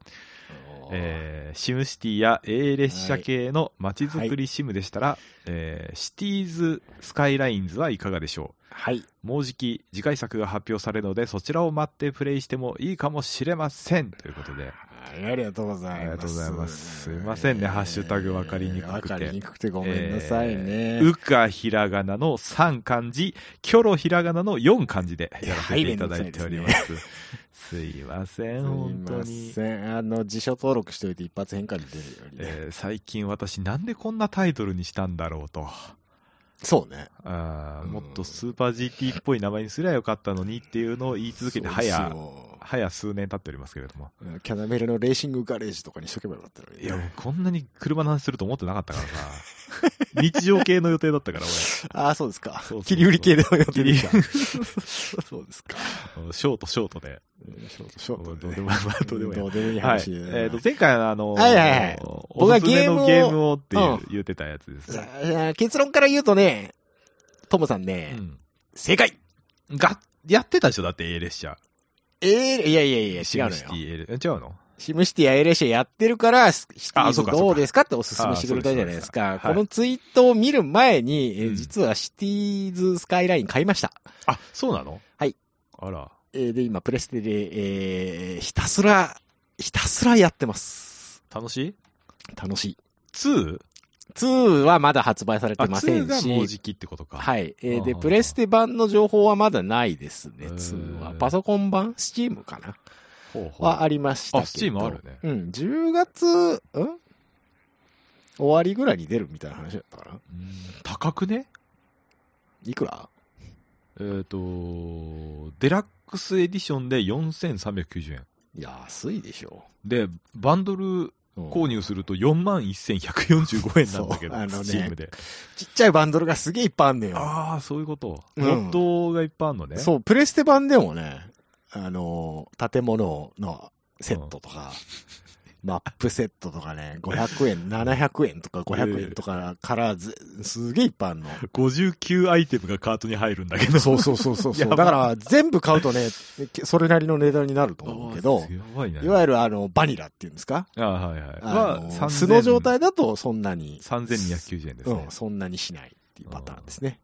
Speaker 2: えーシムシティや A 列車系の街づくりシムでしたら、えーシティーズスカイラインズはいかがでしょ
Speaker 1: はい。
Speaker 2: うもうじき次回作が発表されるのでそちらを待ってプレイしてもいいかもしれませんということで
Speaker 1: はいありがとうございます。
Speaker 2: ありがとうございますすいませんねハッシュタグわかりにくくて
Speaker 1: わかりにくくてごめんなさいね。
Speaker 2: えーうかひらがなの3漢字きょろひらがなの4漢字でやらせていただいております、すいません本当
Speaker 1: すい
Speaker 2: に
Speaker 1: ません。あの、辞書登録しておいて一発変換に出るようにね、
Speaker 2: えー最近私なんでこんなタイトルにしたんだろうと
Speaker 1: そうね。
Speaker 2: あー
Speaker 1: うん
Speaker 2: もっとスーパー GT っぽい名前にすりゃよかったのにっていうのを言い続けて
Speaker 1: そうです
Speaker 2: 早、
Speaker 1: よ
Speaker 2: 早数年経っておりますけれども。
Speaker 1: キャナメルのレーシングガレージとかにしとけばよかったのに
Speaker 2: い
Speaker 1: ね、
Speaker 2: や、僕こんなに車の話すると思ってなかったか らさ。日常系の予定だったから、
Speaker 1: ああ、そうです か
Speaker 2: そうそうそう。
Speaker 1: 切り売り系でもやってみた。
Speaker 2: 切
Speaker 1: そうですか。
Speaker 2: 俺。ショート、ショートで。
Speaker 1: ショート、ショート、
Speaker 2: どうでも、まあどうでもいい。
Speaker 1: どうでもいい
Speaker 2: はい。
Speaker 1: 話
Speaker 2: え
Speaker 1: で、
Speaker 2: っと、前回のあの、
Speaker 1: はいはいはい
Speaker 2: おすすめの
Speaker 1: 僕は
Speaker 2: ゲ
Speaker 1: ゲームを
Speaker 2: ームをっていう
Speaker 1: う
Speaker 2: 言ってたやつです
Speaker 1: じ
Speaker 2: ね。
Speaker 1: ゃあいや結論から言うとね、トムさん
Speaker 2: う
Speaker 1: ね、
Speaker 2: ん。
Speaker 1: 正解
Speaker 2: が、やってたでしょだって A 列車。
Speaker 1: ええいやいやいや、違
Speaker 2: シム
Speaker 1: うの
Speaker 2: シテ
Speaker 1: よ。
Speaker 2: ィ A 列車。違うの
Speaker 1: シムシティやエレシアやってるから、シテ
Speaker 2: あ
Speaker 1: ィ
Speaker 2: そ
Speaker 1: ズ
Speaker 2: うかそうか
Speaker 1: どうですかっておすすめしてくれたじゃないです
Speaker 2: あそう
Speaker 1: か。
Speaker 2: ですそうです
Speaker 1: このツイートを見る前に、え
Speaker 2: うん
Speaker 1: ー実はシティーズスカイライン買いました。
Speaker 2: あ、そうなの
Speaker 1: はい。
Speaker 2: あら。
Speaker 1: えーで、今、プレステで、えーひたすら、ひたすらやってます。
Speaker 2: 楽しい
Speaker 1: 楽しい。
Speaker 2: 2?
Speaker 1: 2はまだ発売され
Speaker 2: あ、
Speaker 1: てませ
Speaker 2: 2
Speaker 1: ん
Speaker 2: がもう
Speaker 1: し、
Speaker 2: じきってことか。
Speaker 1: はい。えー
Speaker 2: あ
Speaker 1: で、
Speaker 2: ー
Speaker 1: プレステ版の情報はまだないですね、
Speaker 2: へー
Speaker 1: 2は。パソコン版スチームかな
Speaker 2: ほうほう
Speaker 1: はありましたけど。
Speaker 2: あ Steam あるね
Speaker 1: うん、10月、ん終わりぐらいに出るみたいな話だったかな
Speaker 2: うん高くね
Speaker 1: いくら
Speaker 2: えっ、と、デラックスエディションで4390円。
Speaker 1: 安いでしょ。
Speaker 2: で、バンドル
Speaker 1: うん
Speaker 2: 購入すると4万1145円なんだけど、
Speaker 1: そうあのね
Speaker 2: チームで。
Speaker 1: ちっちゃいバンドルがすげえいっぱいあんねんよ。
Speaker 2: ああ、そういうこと。
Speaker 1: うん
Speaker 2: モッドがいっぱいあるのね。
Speaker 1: そう、プレステ版でもね、あのー建物のセットとか、マップセットとかね、500円、700円とか500円とかからず、すげえいっぱいあんの。
Speaker 2: 59アイテムがカートに入るんだけど。
Speaker 1: そうそうそうそうそ
Speaker 2: や
Speaker 1: う。
Speaker 2: ば
Speaker 1: だから、全部買うとね、それなりの値段になると思うけど
Speaker 2: あ、ーやばいね。
Speaker 1: いわゆるあの、バニラっていうんですか
Speaker 2: あーはいはい。
Speaker 1: あの
Speaker 2: は、3000
Speaker 1: 素の状態だとそんなに、
Speaker 2: 3290円です
Speaker 1: う
Speaker 2: ね
Speaker 1: ん、。そんなにしないっていうパターンですね。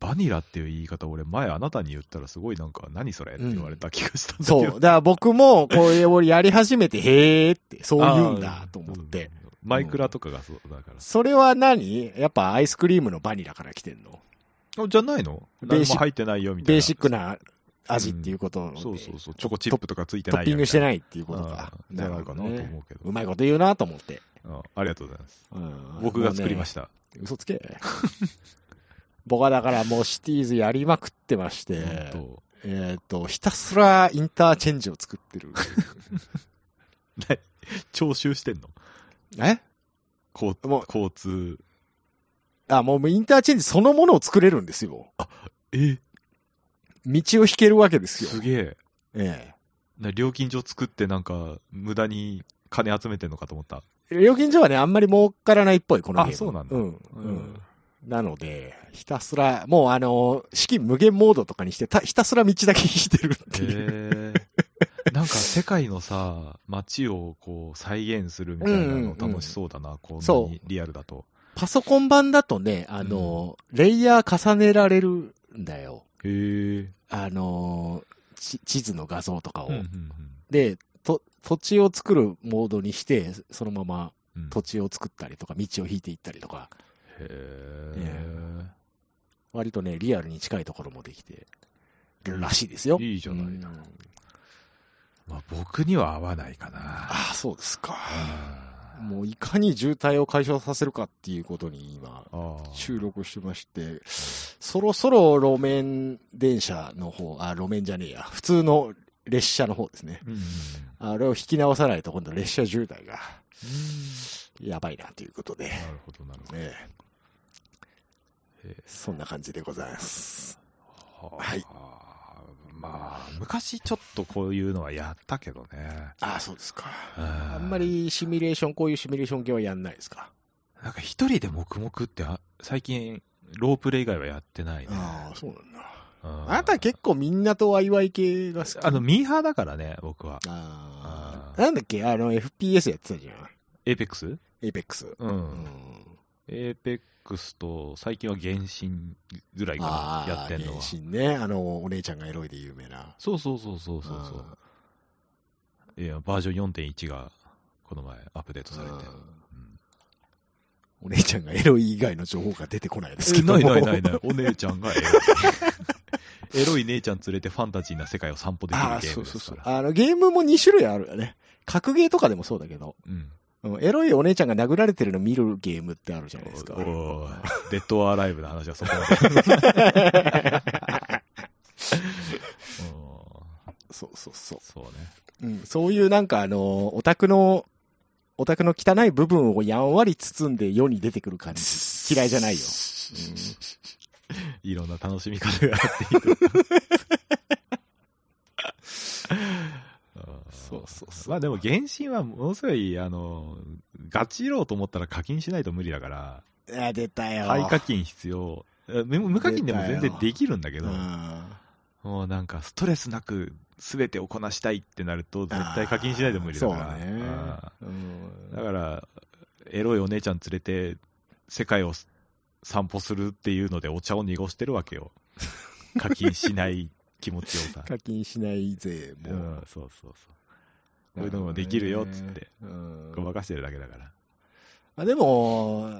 Speaker 2: バニラっていう言い方、俺前あなたに言ったらすごいなんか、何それって言われた気がしたんだけど。
Speaker 1: そう。だから僕も、これをやり始めて、へーって、そう言うんだと思って。
Speaker 2: あー。マイクラとかがそう、だから。
Speaker 1: それは何やっぱアイスクリームのバニラから来てんの
Speaker 2: あじゃないの
Speaker 1: ベー
Speaker 2: 何
Speaker 1: シック
Speaker 2: も入ってないよみたいな。
Speaker 1: ベーシックな味っていうことで
Speaker 2: そうそうそう。チョコチップとかついて
Speaker 1: ト
Speaker 2: ない
Speaker 1: ッピングして
Speaker 2: い
Speaker 1: ないっていう
Speaker 2: こ
Speaker 1: ことと
Speaker 2: か
Speaker 1: か。。
Speaker 2: じゃないか
Speaker 1: るほ
Speaker 2: なと
Speaker 1: ど
Speaker 2: 思
Speaker 1: ね
Speaker 2: うけど。
Speaker 1: うまいこと言うなと思って。
Speaker 2: うんありがとうございます。
Speaker 1: うん
Speaker 2: 僕が作りました。
Speaker 1: 嘘 つけ。僕はだからもうシティーズやりまくってまして、
Speaker 2: 本
Speaker 1: えっ、と、ひたすらインターチェンジを作ってる。
Speaker 2: 当な徴収してんの
Speaker 1: え
Speaker 2: 交
Speaker 1: もう
Speaker 2: 交通。
Speaker 1: あ、もうインターチェンジそのものを作れるんですよ。
Speaker 2: え
Speaker 1: 道を引けるわけですよ。
Speaker 2: すげえ。
Speaker 1: え
Speaker 2: な料金所作ってなんか、無駄に金集めてんのかと思った。
Speaker 1: え料金所はね、あんまり儲からないっぽい、このゲーム。
Speaker 2: あそうなんだ
Speaker 1: うん。うん。なので、ひたすら、もうあの、資金無限モードとかにして、たひたすら道だけ引いてるっていう。
Speaker 2: へえなんか世界のさ、街をこう再現するみたいなの楽しそうだな、こんなにリアルだと。
Speaker 1: パソコン版だとね、あの、レイヤー重ねられるんだよ。
Speaker 2: へえ。
Speaker 1: あのーち地図の画像とかを。
Speaker 2: うんうん
Speaker 1: でと、土地を作るモードにして、そのまま
Speaker 2: うんうん
Speaker 1: 土地を作ったりとか、道を引いていったりとか、
Speaker 2: へえ。
Speaker 1: 割とね、リアルに近いところもできてるらしいですよ。
Speaker 2: いいじゃない
Speaker 1: うん
Speaker 2: まあ僕には合わないかな。
Speaker 1: ああ、そうですか。
Speaker 2: あ
Speaker 1: もういかに渋滞を解消させるかっていうことに今、
Speaker 2: あー。
Speaker 1: 収録してまして、そろそろ路面電車の方、あ、路面じゃねえや、普通の列車の方ですね。
Speaker 2: うんうんうん
Speaker 1: あれを引き直さないと今度列車渋滞がやばいなということで、
Speaker 2: なるほど、なるほど。
Speaker 1: え
Speaker 2: え
Speaker 1: え、そんな感じでございます。
Speaker 2: はあ
Speaker 1: はい
Speaker 2: まあ、昔ちょっとこういうのはやったけどね。
Speaker 1: ああ、そうですか。
Speaker 2: あ
Speaker 1: あんま。りシミュレーション、こういうシミュレーション系はやんないですか。
Speaker 2: なんか一人で黙々ってあ、最近、ロープレ以外はやってないね。
Speaker 1: ああ、そうなんだ。
Speaker 2: あ
Speaker 1: あなた結構みんなとワイワイ系が好き。
Speaker 2: あの、ミーハーだからね、僕は。
Speaker 1: あ
Speaker 2: あ
Speaker 1: あ。なんだっけあの、FPS やってたじゃん。
Speaker 2: エーペックス
Speaker 1: エイペックス。
Speaker 2: う。
Speaker 1: うんん。
Speaker 2: エーペックスと、最近は原神ぐらいか
Speaker 1: ああ、
Speaker 2: な、やってんのは。
Speaker 1: 原神ね。あの、お姉ちゃんがエロいで有名な。
Speaker 2: そうそうそうそうそうそう。いや、バージョン4.1が、この前、アップデートされて。
Speaker 1: うん
Speaker 2: うん
Speaker 1: お姉ちゃんがエロい以外の情報が出てこないですけ
Speaker 2: え
Speaker 1: ど
Speaker 2: な
Speaker 1: も
Speaker 2: いないな いない。お姉ちゃんがエロい。エロい姉ちゃん連れてファンタジーな世界を散歩できる
Speaker 1: ああ、
Speaker 2: ゲー
Speaker 1: そ
Speaker 2: ム
Speaker 1: う
Speaker 2: で
Speaker 1: そう
Speaker 2: す
Speaker 1: そ
Speaker 2: か
Speaker 1: う。
Speaker 2: ら。
Speaker 1: あの、ゲームも2種類あるよね。格ゲーとかでもそうだけど、
Speaker 2: うん。
Speaker 1: うんエロいお姉ちゃんが殴られてるの見るゲームってあるじゃないですか。
Speaker 2: おーデッド・オア・ライブの話はそこまで。 うん
Speaker 1: そうそうそ
Speaker 2: そうね。
Speaker 1: う。うん、そういうなんかあの、オタクの、オタクの汚い部分をやんわり包んで世に出てくる感じ。嫌いじゃないよ。
Speaker 2: いろんな楽しみ方があっていいと思います。うん
Speaker 1: そうそうそう
Speaker 2: まあでも原神はものすごい、あの、ガチろうと思ったら課金しないと無理だから、
Speaker 1: あ、出たよ。
Speaker 2: 廃課金必要。え無無課金でも全然できるんだけ
Speaker 1: う
Speaker 2: ど、
Speaker 1: ん
Speaker 2: もうなんかストレスなく全てをこなしたいってなると、絶対課金しないと無理だから。
Speaker 1: そうね
Speaker 2: うん。
Speaker 1: うん
Speaker 2: だから、エロいお姉ちゃん連れて、世界を散歩するっていうのでお茶を濁してるわ けよ。課金しない気持ちをさ。
Speaker 1: 課金しないぜ、
Speaker 2: う
Speaker 1: もう。
Speaker 2: ん、そうそうそう。こういうのもできるよ、っつって。
Speaker 1: うん。
Speaker 2: ごまかしてるだけだから。
Speaker 1: あでも、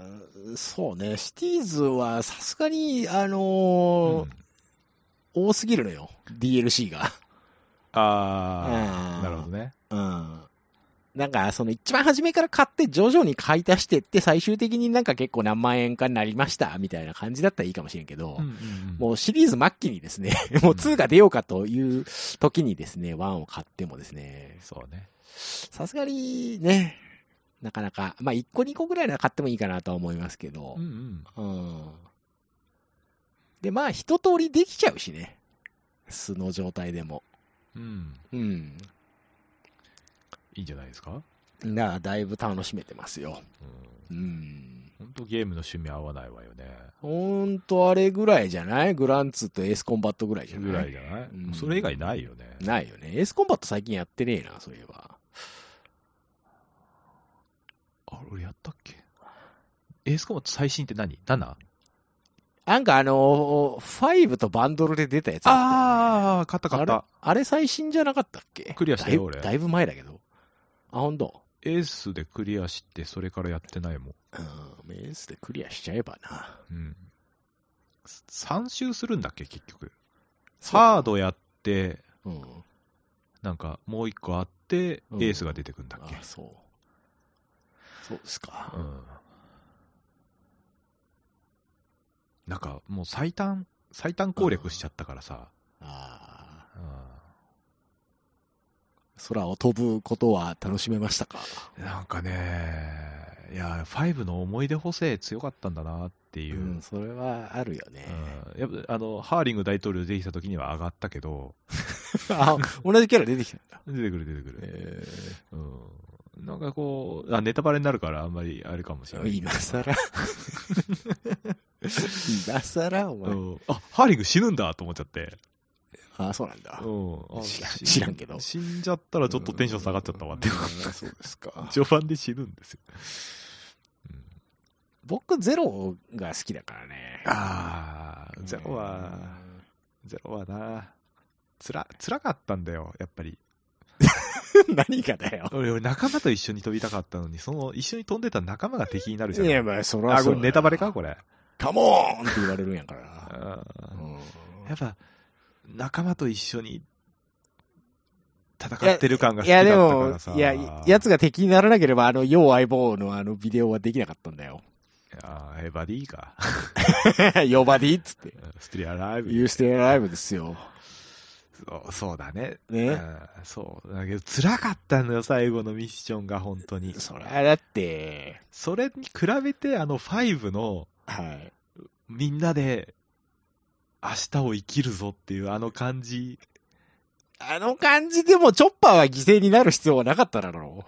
Speaker 1: そうね、シティーズはさすがに、あのー
Speaker 2: うん
Speaker 1: 多すぎるのよ、DLC が。
Speaker 2: あ
Speaker 1: うん
Speaker 2: あ、なるほどね。
Speaker 1: うん。なんか、その一番初めから買って徐々に買い足してって最終的になんか結構何万円かになりましたみたいな感じだったらいいかもしれんけど、
Speaker 2: も
Speaker 1: もうシリーズ末期にですね、もう2が出ようかという時にですね、1を買ってもですね
Speaker 2: う、そうね。
Speaker 1: さすがにね、なかなか、まあ1個2個ぐらいなら買ってもいいかなとは思いますけど
Speaker 2: うんう、ん。
Speaker 1: うん。で、まあ一通りできちゃうしね。素の状態でも。
Speaker 2: うん。
Speaker 1: うん。
Speaker 2: いいんじゃないですか
Speaker 1: だからだいぶ楽しめてますよ。
Speaker 2: うん。
Speaker 1: うん。
Speaker 2: ほんとゲームの趣味合わないわよね。
Speaker 1: ほんとあれぐらいじゃないグランツーとエースコンバットぐらいじゃない
Speaker 2: ぐらいじゃない、
Speaker 1: うん
Speaker 2: それ以外ないよね。
Speaker 1: ないよね。エースコンバット最近やってねえな、そういえば。
Speaker 2: あ、俺やったっけエースコマット最新って何 ?7?
Speaker 1: なんかあのー、5とバンドルで出たやつあっ
Speaker 2: あー、買った
Speaker 1: たよ
Speaker 2: 買
Speaker 1: ね
Speaker 2: った。
Speaker 1: あれあれ最新じゃなかったっけ
Speaker 2: クリアしたよ
Speaker 1: だい
Speaker 2: 俺
Speaker 1: だいぶ前だけど。あ、ほんと。
Speaker 2: エースでクリアして、それからやってないもん。
Speaker 1: うん、エースでクリアしちゃえばな。
Speaker 2: うん。3周するんだっけ、結局。サー
Speaker 1: ド。
Speaker 2: ドやって、
Speaker 1: うん。
Speaker 2: なんかもう一個あって、
Speaker 1: うん
Speaker 2: エースが出てくんだっけ
Speaker 1: あ、。そう。そうですか。
Speaker 2: うん。なんかもう最短、最短攻略しちゃったからさ。
Speaker 1: ああ、
Speaker 2: う
Speaker 1: 空を飛ぶことは楽しめましたか
Speaker 2: ん。なんかね、いや、5の思い出補正強かったんだなって
Speaker 1: う
Speaker 2: いう。
Speaker 1: ん、それはあるよね。
Speaker 2: うんやっぱあのハーリング大統領出てきた時には上がったけど、
Speaker 1: あ、同じキャラ出てきたんだ。
Speaker 2: 出てくる出てくる、
Speaker 1: え
Speaker 2: うん、なんかこうあ、ネタバレになるからあんまりあれかもしれない。
Speaker 1: 今さ ら今さらお
Speaker 2: う
Speaker 1: 前
Speaker 2: んあハーリング死ぬんだと思っちゃって、
Speaker 1: あそうなんだ
Speaker 2: うんあ
Speaker 1: 知らん
Speaker 2: 死
Speaker 1: 知らんけど
Speaker 2: 死んじゃったらちょっとテンション下がっちゃったわって、
Speaker 1: うんうんそうですか
Speaker 2: 序盤で死ぬんですよ。うん
Speaker 1: 僕ゼロが好きだからね
Speaker 2: ああ、
Speaker 1: うん
Speaker 2: ゼロは、ゼロはな、つら、つらかったんだよ、やっぱり。
Speaker 1: 何がだよ
Speaker 2: 俺、俺仲間と一緒に飛びたかったのに、その一緒に飛んでた仲間が敵になる
Speaker 1: い
Speaker 2: じゃん。
Speaker 1: やまあそれは
Speaker 2: あ、
Speaker 1: そ
Speaker 2: こ
Speaker 1: う
Speaker 2: れネタバレか
Speaker 1: こ
Speaker 2: これ。
Speaker 1: れカモーンって言われるんやからうん
Speaker 2: やっぱ、仲間と一緒に戦ってる感が好
Speaker 1: い
Speaker 2: き
Speaker 1: や
Speaker 2: だっ
Speaker 1: で
Speaker 2: たか
Speaker 1: も
Speaker 2: らさ。
Speaker 1: いややつが敵にならなければあの「よう相棒」のあのビデオはできなかったんだよ
Speaker 2: あーえ、バディか。
Speaker 1: 「呼ばでいい」っつって
Speaker 2: スティアラ
Speaker 1: 「
Speaker 2: イブ。
Speaker 1: ユーステイライブ」ですよ
Speaker 2: そうそうだね。
Speaker 1: ね
Speaker 2: うんそう。だけど、辛かったのよ、最後のミッションが、本当に。
Speaker 1: そりゃだって
Speaker 2: それに比べて、あの、5の、
Speaker 1: はい
Speaker 2: みんなで、明日を生きるぞっていう、あの感じ。
Speaker 1: あの感じでもチョッパーは犠牲になる必要はなかっただろ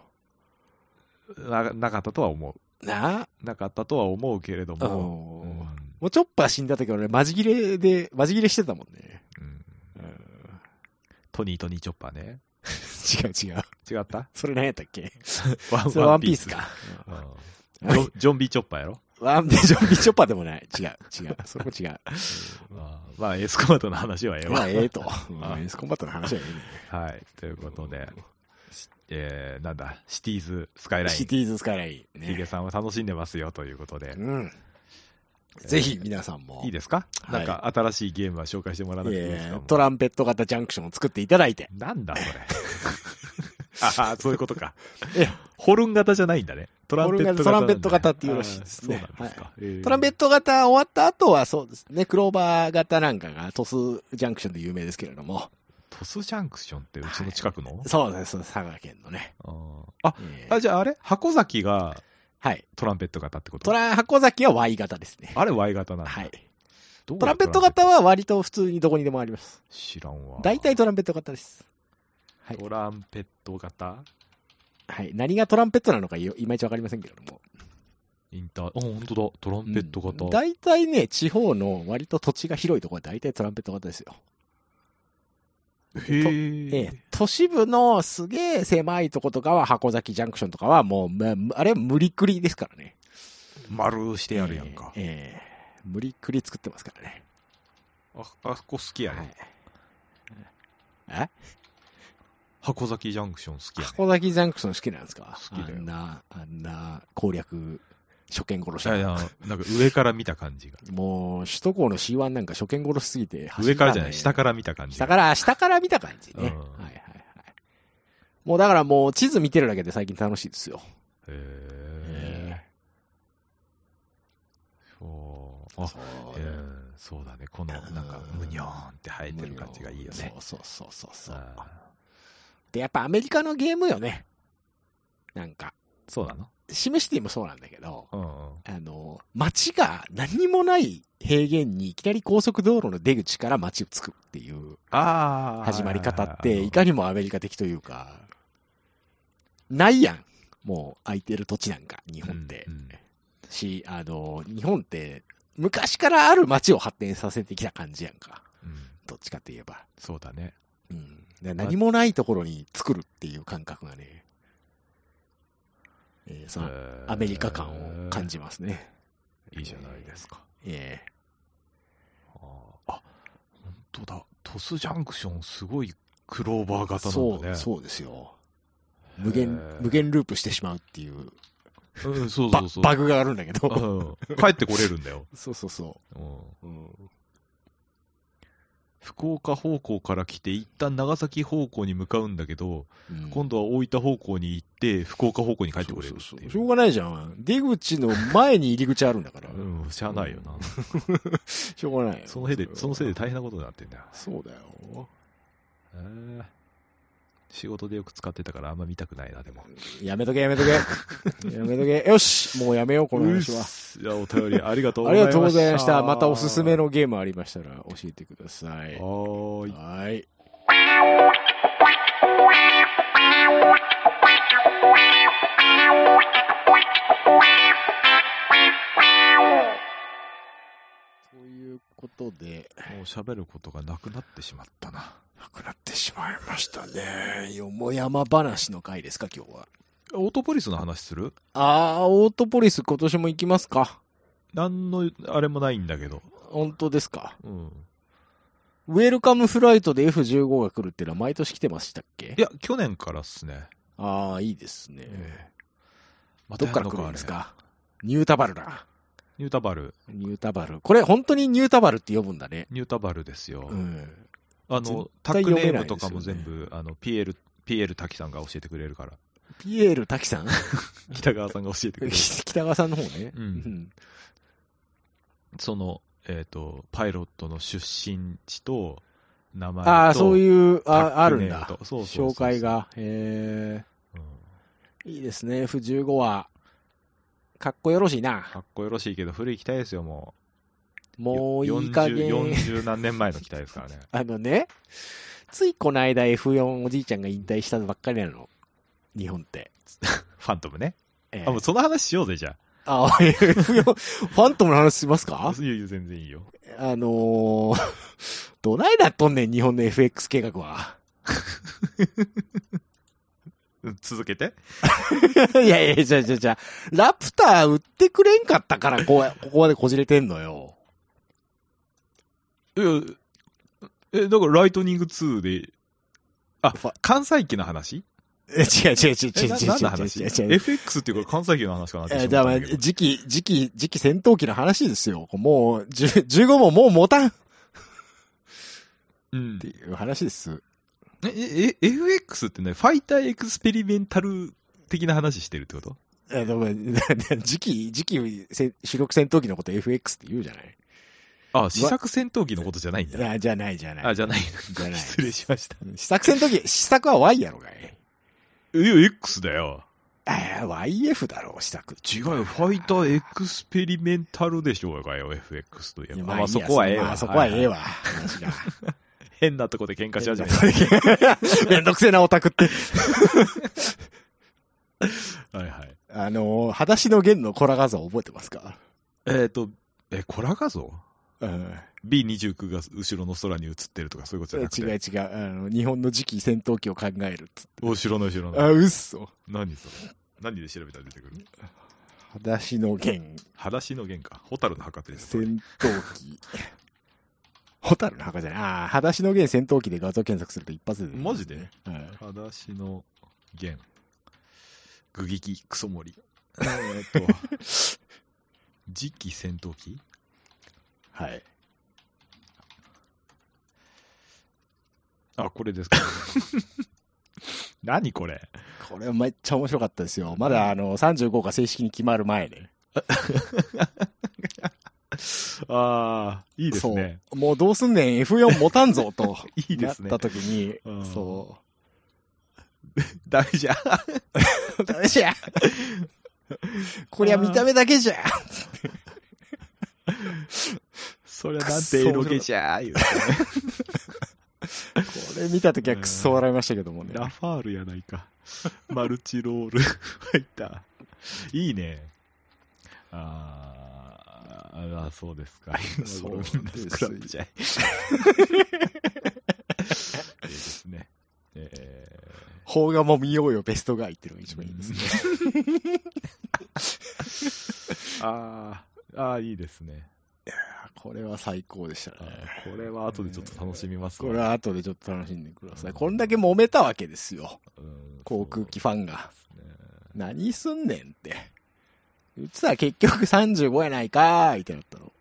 Speaker 2: ななかったとは思
Speaker 1: う。なあ
Speaker 2: う。なかったとは思うけれど
Speaker 1: うん
Speaker 2: も。うん
Speaker 1: もうチョッパー死んだ時俺、マジ切れで、マジ切れしてたもんね。
Speaker 2: うん
Speaker 1: うん
Speaker 2: トニートニーチョッパーね。
Speaker 1: 違う違う。
Speaker 2: 違った
Speaker 1: それ何やったっ け
Speaker 2: ワ
Speaker 1: それワンピース。か。
Speaker 2: ワンピース
Speaker 1: うん
Speaker 2: うんジョンジョンビーチョッパーやろ
Speaker 1: ワンピース、ビチョッパーでもない。違う違う。そ こ違う。
Speaker 2: あーまあ、エスコマートの話はええ
Speaker 1: ま
Speaker 2: わ
Speaker 1: あ、。ええと。うん
Speaker 2: あ
Speaker 1: エースコンバットの話はえ
Speaker 2: はい。ということ
Speaker 1: え
Speaker 2: で
Speaker 1: ね、。
Speaker 2: えー、なんだ、シティーズスカイライ
Speaker 1: シ
Speaker 2: ン。
Speaker 1: ティーズスカイライン
Speaker 2: ヒゲ
Speaker 1: ね。
Speaker 2: さんは楽しんでますよということで
Speaker 1: う。ん。ぜひ皆さんも。
Speaker 2: いいですか
Speaker 1: は
Speaker 2: ないんか新しいゲームは紹介してもらわなくていいです
Speaker 1: え
Speaker 2: か
Speaker 1: ートランペット型ジャンクションを作っていただいて。
Speaker 2: なんだそ れ。ああ、そういうことか。
Speaker 1: え
Speaker 2: ホルン型じゃないんだね。トランペット
Speaker 1: ホル
Speaker 2: 型。
Speaker 1: ン型トランペット型っていうらしいですね
Speaker 2: あーそうなんですか。えー
Speaker 1: トランペット型終わった後はそうですね、クローバー型なんかがトスジャンクションで有名ですけれども。
Speaker 2: トスジャンクションってうちの近くの
Speaker 1: そうです、そうです佐賀県のね。
Speaker 2: あーあ、
Speaker 1: えー
Speaker 2: あ、じゃああれ箱崎が
Speaker 1: はい。
Speaker 2: トランペット型ってこと
Speaker 1: トラン、箱崎は Y 型ですね。
Speaker 2: あれ Y 型なんだ。
Speaker 1: はい。
Speaker 2: どう
Speaker 1: トランペット型は割と普通にどこにでもあります。
Speaker 2: 知らんわ。
Speaker 1: 大体トランペット型です。はい。
Speaker 2: トランペット型
Speaker 1: はい。何がトランペットなのかよいまいちわかりませんけれども。
Speaker 2: インター、あ、本当だ。トランペット型。
Speaker 1: うん大体ね、地方の割と土地が広いところは大体トランペット型ですよ。
Speaker 2: へ
Speaker 1: ええ、都市部のすげえ狭いとことかは箱崎ジャンクションとかはもう、まあれ無理くりですからね。
Speaker 2: 丸してやるやんか。
Speaker 1: えーえー無理くり作ってますからね。
Speaker 2: あ、あそこ好きやね。
Speaker 1: はい、え
Speaker 2: 箱崎ジャンクション好きやね。
Speaker 1: 箱崎ジャンクション好きなんですか
Speaker 2: 好きだよ
Speaker 1: あんな、あんな攻略、初見殺し
Speaker 2: いやいやなんか上から見た感じが。
Speaker 1: もう、首都高の C1 なんか初見殺しすぎて、
Speaker 2: 上からじゃない、下
Speaker 1: ら。
Speaker 2: から見た感じ
Speaker 1: 下か
Speaker 2: が。
Speaker 1: ら、下から見た感じね。
Speaker 2: うん
Speaker 1: はいはいはい。もうだからもう地図見てるだけで最近楽しいですよ。
Speaker 2: へえ。そう。あ、
Speaker 1: そう
Speaker 2: えーそうだね。この、なんか、むにょーんって生えてる感じがいいよね。
Speaker 1: そうそうそうそうそう。
Speaker 2: あー
Speaker 1: で、やっぱアメリカのゲームよね。なんか。
Speaker 2: そうなの
Speaker 1: 示してもそうなんだけど、
Speaker 2: うんうん。
Speaker 1: あの、街が何にもない平原にいきなり高速道路の出口から街を作るっていう
Speaker 2: ああ。
Speaker 1: 始まり方っ
Speaker 2: はいはい
Speaker 1: て、
Speaker 2: はい
Speaker 1: いかにもアメリカ的というか、ないやん。もう空いてる土地なんか、日本って。
Speaker 2: うんうん
Speaker 1: し、あの、日本って昔からある街を発展させてきた感じやんか。
Speaker 2: うん
Speaker 1: どっちかといえば。
Speaker 2: そうだね。
Speaker 1: うん。で何もないところに作るっていう感覚がね、えーそのアメリカ感を感
Speaker 2: じ。
Speaker 1: じますね。
Speaker 2: いいじゃないですか。
Speaker 1: え
Speaker 2: あー、あ本当だ。トスジャンクション、すごいクローバ
Speaker 1: え
Speaker 2: ー型な
Speaker 1: そ
Speaker 2: んだね。
Speaker 1: う、そうですよ。無限
Speaker 2: へえ、
Speaker 1: 無限ループしてしまうっていう
Speaker 2: う。うん、そう
Speaker 1: バ
Speaker 2: そうそう。
Speaker 1: バグがあるんだけど。
Speaker 2: うん。帰ってこれるんだよ。
Speaker 1: そうそうそ
Speaker 2: うん。
Speaker 1: う。うん
Speaker 2: 福岡方向から来て、一旦長崎方向に向かうんだけど、
Speaker 1: うん
Speaker 2: 今度は大分方向に行って、福岡方向に帰ってこれるっていう。
Speaker 1: そうそうそうしょうがないじゃん。出口の前に入り口あるんだから。
Speaker 2: うん、しゃあないよな。
Speaker 1: しょうがないよ。
Speaker 2: そのせいで、そのせいで
Speaker 1: 大
Speaker 2: 大変なことになってんだよ。
Speaker 1: そうだよ。
Speaker 2: へー仕事でよく使ってたからあんま見たくないな、でも。
Speaker 1: やめとけ、やめ とけ。やめとけ。よしもうやめよう、この話
Speaker 2: うっ
Speaker 1: は。
Speaker 2: すいや、お便りありがとうご
Speaker 1: あ
Speaker 2: ざ
Speaker 1: り
Speaker 2: いま
Speaker 1: が
Speaker 2: した。
Speaker 1: とうございました。またおすすめ。のゲームありましたら教えてください。は
Speaker 2: はーい。
Speaker 1: い。ということで、
Speaker 2: もう喋ることがなくなってしまったな。
Speaker 1: なくなってしまいましたね。よもやま話の回ですか、今日は。
Speaker 2: オートポリスの話する
Speaker 1: あー、オートポリス今年も行きますか。
Speaker 2: 何の、あれもないんだけど。
Speaker 1: 本当ですか。
Speaker 2: うん。
Speaker 1: ウェルカムフライトで F15 が来るっていうのは毎年来てましたっけ
Speaker 2: いや、去年からっすね。
Speaker 1: ああ、いいですね。
Speaker 2: また
Speaker 1: どっ
Speaker 2: や
Speaker 1: から
Speaker 2: んの
Speaker 1: 来
Speaker 2: か
Speaker 1: る
Speaker 2: あ
Speaker 1: んで
Speaker 2: れ
Speaker 1: すかニュータバルだ。
Speaker 2: ニュータバル。
Speaker 1: ニュータバル。これ本当にニュータバルって呼ぶんだね。
Speaker 2: ニュータバルですよ。
Speaker 1: うん。
Speaker 2: あ
Speaker 1: 絶
Speaker 2: の、タ
Speaker 1: 対
Speaker 2: ック
Speaker 1: 読
Speaker 2: ネ
Speaker 1: めないですよ
Speaker 2: ーム
Speaker 1: ね
Speaker 2: とかも全部、あの、ピエール、ピエール滝さんが教えてくれ るから。
Speaker 1: ピエール滝さん
Speaker 2: 北川さんが教えてくれる。
Speaker 1: 北川さんの方ね。
Speaker 2: うん
Speaker 1: ん。
Speaker 2: その、えっ、と、パイロットの出身地と、名前と。
Speaker 1: ああ、そういう、ああ
Speaker 2: タッ
Speaker 1: る
Speaker 2: ク
Speaker 1: ん
Speaker 2: ネーム
Speaker 1: だ
Speaker 2: と。そうそうそうそう
Speaker 1: 紹介が。へ
Speaker 2: うん
Speaker 1: え。いいですね。F15 は。かっこよろしいな。
Speaker 2: かっこよろしいけど、古い機体ですよ、もう。
Speaker 1: もういい
Speaker 2: 40
Speaker 1: 加減。
Speaker 2: 40何年前の機体ですからね。
Speaker 1: あのね、ついこの間 F4 おじいちゃんが引退したばっかりなの。日本って。
Speaker 2: ファントムね。
Speaker 1: ええ
Speaker 2: あ、もうその話しようぜ、じゃ
Speaker 1: あ、F4、ファントムの話します
Speaker 2: あ。
Speaker 1: か
Speaker 2: いやいや全然いいよ。
Speaker 1: あのー、 どないなっとんねん、日本の FX 計画は。
Speaker 2: うん続けて。
Speaker 1: いやいや、じゃあじゃあじゃあラプター売ってくれんかったから、こう、ここまでこじれてんのよ。
Speaker 2: いやえ、だから、ライトニング2で、あ
Speaker 1: ファ、
Speaker 2: 関西機の話
Speaker 1: え違う違う違う
Speaker 2: え
Speaker 1: 違う
Speaker 2: な
Speaker 1: 違う
Speaker 2: 何の
Speaker 1: 違
Speaker 2: 話
Speaker 1: う違う違う。
Speaker 2: FX っていうから関西機の話かなって
Speaker 1: え
Speaker 2: 思
Speaker 1: ー
Speaker 2: っ
Speaker 1: じゃ
Speaker 2: た
Speaker 1: あ
Speaker 2: ん
Speaker 1: まあ、
Speaker 2: だけど
Speaker 1: 次期、次期、次期戦闘機の話ですよ。もう、10 15ももう持たんっ
Speaker 2: うん
Speaker 1: ていう話です。
Speaker 2: え、え、え FX ってね、ファイターエクスペリメンタル的な話してるってこと
Speaker 1: えーでも、 次期、次期せ主力戦闘機のこと FX って言うじゃない
Speaker 2: あ、試作戦闘機のことじゃないんだ。
Speaker 1: あじゃないじゃない。
Speaker 2: あ、じゃない。
Speaker 1: ゃない
Speaker 2: 失礼しました。
Speaker 1: 試作戦闘機、試作は Y やろがい。
Speaker 2: いや、X だよ。
Speaker 1: ああ、YF だろう、試作。
Speaker 2: 違うよ。ファイターエクスペリメンタルでしょうがよ、FX といえば。
Speaker 1: まあい
Speaker 2: まあ、
Speaker 1: いや
Speaker 2: そこはええ
Speaker 1: まあ
Speaker 2: わ。
Speaker 1: そこはええ
Speaker 2: わ。
Speaker 1: わ。話が
Speaker 2: 変なとこで喧嘩し始め た。
Speaker 1: めんどくせえな、オタクって。
Speaker 2: はいはい。
Speaker 1: あのー、裸足の弦のコラ画像覚えてますか
Speaker 2: えっ、と、え、コラ画像
Speaker 1: うん。
Speaker 2: ?B29 が後ろの空に映ってるとかそういうことじ
Speaker 1: 違
Speaker 2: ゃ
Speaker 1: う
Speaker 2: なくて。
Speaker 1: 違う。あの、日本の次期戦闘機を考えるっつって。
Speaker 2: 後ろの後ろ
Speaker 1: あ、
Speaker 2: の。
Speaker 1: うっそ。
Speaker 2: 何それ何で調べたら出てくる
Speaker 1: 裸足の弦、
Speaker 2: 裸足の弦か。ホタルの墓です。
Speaker 1: 戦闘機。ホタルの墓じゃない。ああ、裸足の弦戦闘機で画像検索すると一発で出てくる
Speaker 2: マジで
Speaker 1: うん
Speaker 2: 裸足の弦。具劇クソ盛り。え ーっと、 次期戦闘機
Speaker 1: はい。
Speaker 2: あ、これですか。 何これ
Speaker 1: これめっちゃ面白かったですよ。まだあの、35が正式に決まる前ね。
Speaker 2: ああ、いいですね。
Speaker 1: そう。もうどうすんねん、F4 持たんぞ、と。
Speaker 2: いいですね
Speaker 1: なった時に
Speaker 2: うん、
Speaker 1: そ
Speaker 2: ダメじゃん。
Speaker 1: う。ダメじゃんこりゃ見た目だけじゃん
Speaker 2: そりゃなんてエロゲじゃー言うてね
Speaker 1: これ見たときはクソ笑いましたけどもね。
Speaker 2: ラファールやないか。 マルチロール入った。いいね。あーあ、そうですか。
Speaker 1: そうです
Speaker 2: 今頃みんなスクラップ じゃい。いいですね。え
Speaker 1: 邦画も見ようよ、ベストガイっていうのが一番いいですね。
Speaker 2: ー、あーあー、いいですね。
Speaker 1: これは最高でした
Speaker 2: あ
Speaker 1: ね。
Speaker 2: ーこれは後でちょっと楽しみます
Speaker 1: こ
Speaker 2: わ
Speaker 1: れは後でちょっと楽しんでください。こんだけ揉めたわけですよ。
Speaker 2: うん
Speaker 1: 航空機ファンが。
Speaker 2: そうですね
Speaker 1: 何すんねんって。うちは結局35やないかーいってなったの。